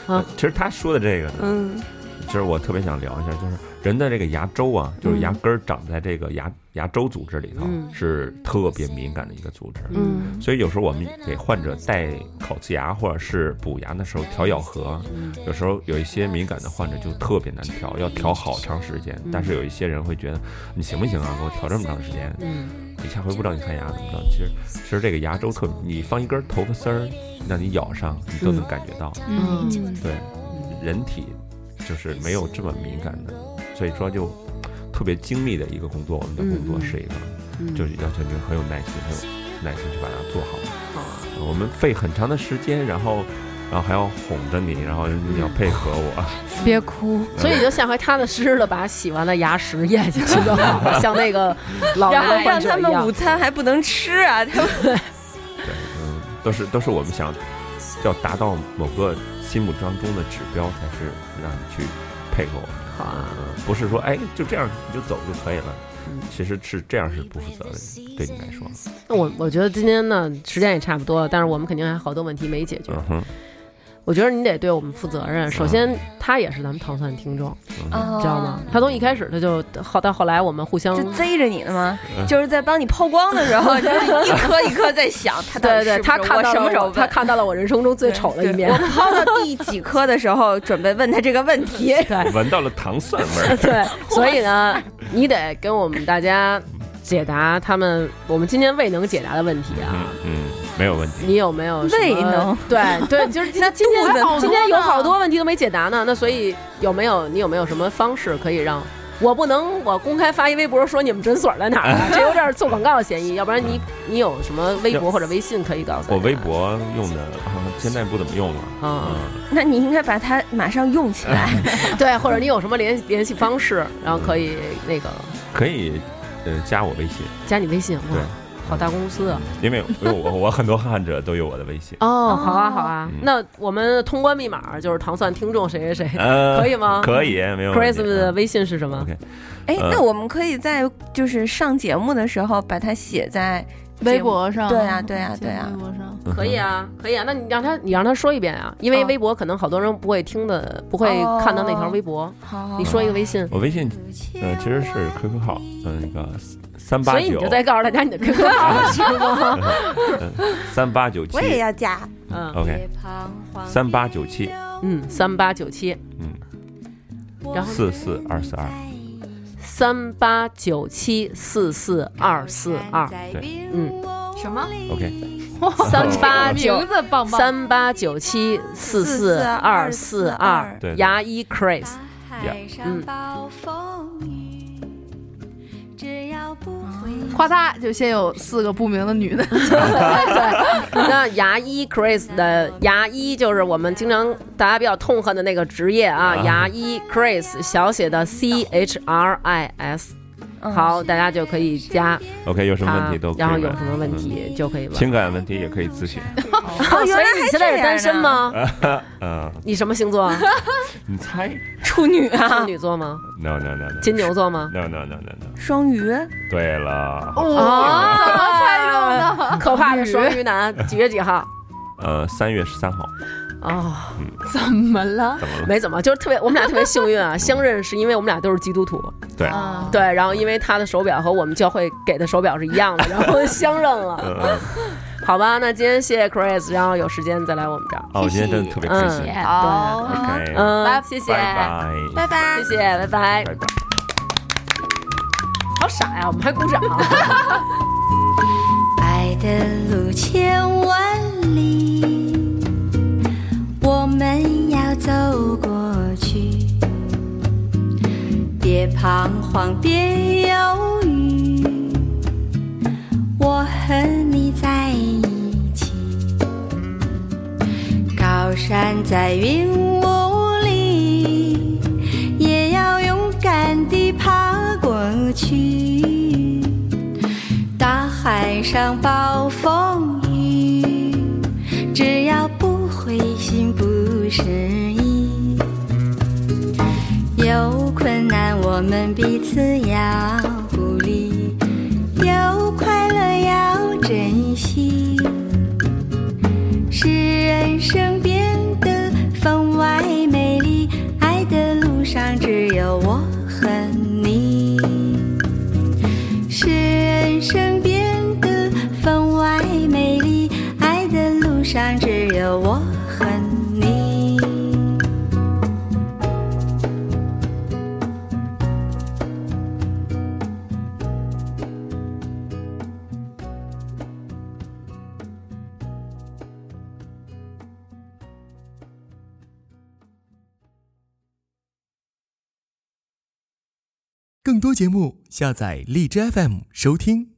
Speaker 7: 呃其实他说的这个呢，
Speaker 6: 嗯，
Speaker 7: 其实我特别想聊一下，就是人的这个牙周啊，就是牙根儿长在这个牙牙周组织里头，
Speaker 4: 嗯
Speaker 7: 是特别敏感的一个组织。
Speaker 4: 嗯
Speaker 7: 所以有时候我们给患者戴烤瓷牙或者是补牙的时候调咬合，
Speaker 4: 嗯
Speaker 7: 有时候有一些敏感的患者就特别难调，要调好长时间。
Speaker 4: 嗯
Speaker 7: 但是有一些人会觉得你行不行啊？给我调这么长时间，
Speaker 4: 嗯。
Speaker 7: 你下回不让你看牙怎么着？其实其实这个牙周特，你放一根头发丝儿，让你咬上，你都能感觉到。
Speaker 4: 嗯
Speaker 7: 对，人体就是没有这么敏感的，所以说就特别精密的一个工作。我们的工作
Speaker 4: 嗯嗯
Speaker 7: 是一个，
Speaker 4: 嗯
Speaker 7: 就是要求你很有耐心，很有耐心去把它做好。
Speaker 4: 啊
Speaker 7: 啊我们费很长的时间，然后，然后还要哄着你，然后你要配合我。
Speaker 6: 别哭，
Speaker 4: 所以就下回踏踏实实的把洗完的牙石咽下去就好了，像那个老年
Speaker 8: 然后
Speaker 4: 的患
Speaker 8: 让
Speaker 4: 者
Speaker 8: 他
Speaker 4: 一
Speaker 8: 们
Speaker 4: 样
Speaker 8: 午。餐还不能吃啊，他们
Speaker 7: 对，嗯，都是都是我们想要达到某个心目当中的指标，才是让你去配合我们。
Speaker 4: 好啊
Speaker 7: 嗯，不是说哎就这样你就走就可以了
Speaker 4: 嗯。
Speaker 7: 其实是这样是不负责任，对你来说。
Speaker 4: 那我我觉得今天呢时间也差不多了，但是我们肯定还有好多问题没解决。
Speaker 7: 嗯哼，
Speaker 4: 我觉得你得对我们负责任。首先，他也是咱们糖蒜听众，
Speaker 8: 哦
Speaker 4: 知道吗？他从一开始他就好到后来我们互相
Speaker 8: 就贼着你呢吗
Speaker 7: 嗯？
Speaker 8: 就是在帮你抛光的时 候，就是一颗一颗在想，他到
Speaker 4: 对
Speaker 8: 底
Speaker 4: 对，
Speaker 8: 是不是
Speaker 4: 他看
Speaker 8: 我
Speaker 4: 到
Speaker 8: 什么时
Speaker 4: 了
Speaker 8: 候
Speaker 4: 我他
Speaker 8: 问？
Speaker 4: 看到了我人生中最丑的一面
Speaker 8: 我。抛到第几颗的时候，准备问他这个问 题。
Speaker 4: 对，
Speaker 7: 闻到了糖蒜 味儿。
Speaker 4: 对，所以呢，你得跟我们大家解答他们我们今天未能解答的问题啊。
Speaker 7: 嗯嗯，没有问题。
Speaker 4: 你有没有什么
Speaker 8: 未能？
Speaker 4: 对对，就是 今天今
Speaker 8: 肚子
Speaker 4: 天
Speaker 8: 呢
Speaker 4: 今天有好多问题都没解答呢。那所以有没有你有没有什么方式可以让我不能我公开发一微博说你们诊所在哪儿啊？这有点做广告的嫌疑。要不然你你有什么微博或者微信可以告诉
Speaker 7: 我
Speaker 4: 大家
Speaker 7: 微博用的啊，现在不怎么用了。
Speaker 4: 啊，
Speaker 7: 嗯，
Speaker 8: 那你应该把它马上用起来。
Speaker 4: 对，或者你有什么联联系方式，然后可以那个
Speaker 7: 可以，呃，加我微信。
Speaker 4: 加你微信。哇
Speaker 7: 对，
Speaker 4: 好大公司啊！
Speaker 7: 因为因为我我很多患者都有我的微 信。
Speaker 4: 哦，好啊，好啊
Speaker 7: 嗯，
Speaker 4: 那我们通关密码就是糖蒜听众谁谁谁
Speaker 7: 呃，
Speaker 4: 可以吗
Speaker 7: 可以，没有问题。嗯
Speaker 4: ，Chris 的微信是什么？
Speaker 7: OK，
Speaker 8: 哎，
Speaker 7: 呃
Speaker 8: 那我们可以在就是上节目的时候把它写在
Speaker 9: 微博上，
Speaker 8: 对啊对啊对啊
Speaker 9: 微博上，
Speaker 7: 嗯
Speaker 4: 可以啊，可以啊，那你让他你让他说一遍啊，因为
Speaker 8: 哦
Speaker 4: 微博可能好多人不会听的，不会看到那条微博。
Speaker 8: 好
Speaker 7: 嗯
Speaker 8: 好
Speaker 4: 你说一个微信，
Speaker 7: 我微信，呃，其实是 QQ 号，嗯、那个三
Speaker 4: 所
Speaker 7: 八
Speaker 4: 以你
Speaker 7: 九
Speaker 4: 就在告诉大家你的 QQ 号是吗？
Speaker 7: 三八九七
Speaker 8: 我也要加，
Speaker 4: 嗯
Speaker 7: OK，三八九七，
Speaker 4: 嗯，三八九七，
Speaker 7: 嗯，
Speaker 4: 然后
Speaker 7: 四四二四二，
Speaker 4: 三八九七四四二四二，
Speaker 7: 对，
Speaker 4: 嗯，
Speaker 10: 什么？
Speaker 7: OK，
Speaker 4: 三
Speaker 7: 哦
Speaker 4: 八九
Speaker 10: 名字棒棒。
Speaker 4: 三八九七四四二四二，
Speaker 7: 对对
Speaker 4: 牙医 Chris，
Speaker 7: 呀
Speaker 4: 嗯，
Speaker 6: 夸嗒就先有四个不明的女的，
Speaker 4: 那牙医 Chris 的牙医就是我们经常大家比较痛恨的那个职业啊，
Speaker 7: 啊
Speaker 4: 牙医 Chris 小写的 C H R I S，好，大家就可以加
Speaker 7: OK，有什么问
Speaker 4: 他
Speaker 7: 题都，可以
Speaker 4: 然后
Speaker 7: 问，
Speaker 4: 有什么问题就可以
Speaker 7: 嗯，
Speaker 4: 问。
Speaker 7: 情感问题也可以咨询。
Speaker 4: 哦，所以你现在是单身吗？
Speaker 7: 嗯，
Speaker 4: 你什么星 座啊？
Speaker 7: 你猜
Speaker 11: 处女啊
Speaker 4: 处，女座吗？
Speaker 7: ？No No No No，
Speaker 4: 金牛座吗？
Speaker 7: No No No No No，
Speaker 11: 双鱼，
Speaker 7: 对了，
Speaker 4: 哦，怎么猜中的？可怕的双鱼男，几月几号？
Speaker 7: 呃，三月十三号，
Speaker 4: 哦，
Speaker 6: 怎么了？
Speaker 7: 怎么了？
Speaker 4: 没怎么，就是特别，我们俩特别幸运啊！相认是因为我们俩都是基督徒，
Speaker 7: 对，
Speaker 4: 对，然后因为他的手表和我们教会给的手表是一样 的，然后相认了，
Speaker 7: 嗯，
Speaker 4: 好吧？那今天谢谢 Chris，然后有时间再来我们这儿，
Speaker 7: 哦，我今天真的特别开心
Speaker 4: 嗯
Speaker 6: 好，
Speaker 7: ，OK，
Speaker 4: 嗯，谢谢，
Speaker 7: 拜拜。
Speaker 11: 拜拜
Speaker 4: 谢。谢，拜拜，
Speaker 7: 拜拜。
Speaker 4: 好傻呀，我们还鼓掌。啊
Speaker 8: 爱的路千万里，我们要走过去。别彷徨，别犹豫，我和你在一起。高山在云雾里，也要勇敢地爬过去。大海上暴风雨，只要不灰心不失意。有困难我们彼此要鼓励，有快乐要珍惜，使人生变得分外美丽。爱的路上只有我和你。使人生变得分外美丽。爱的路上只有我和你。
Speaker 12: 更多节目，下载荔枝 FM 收听。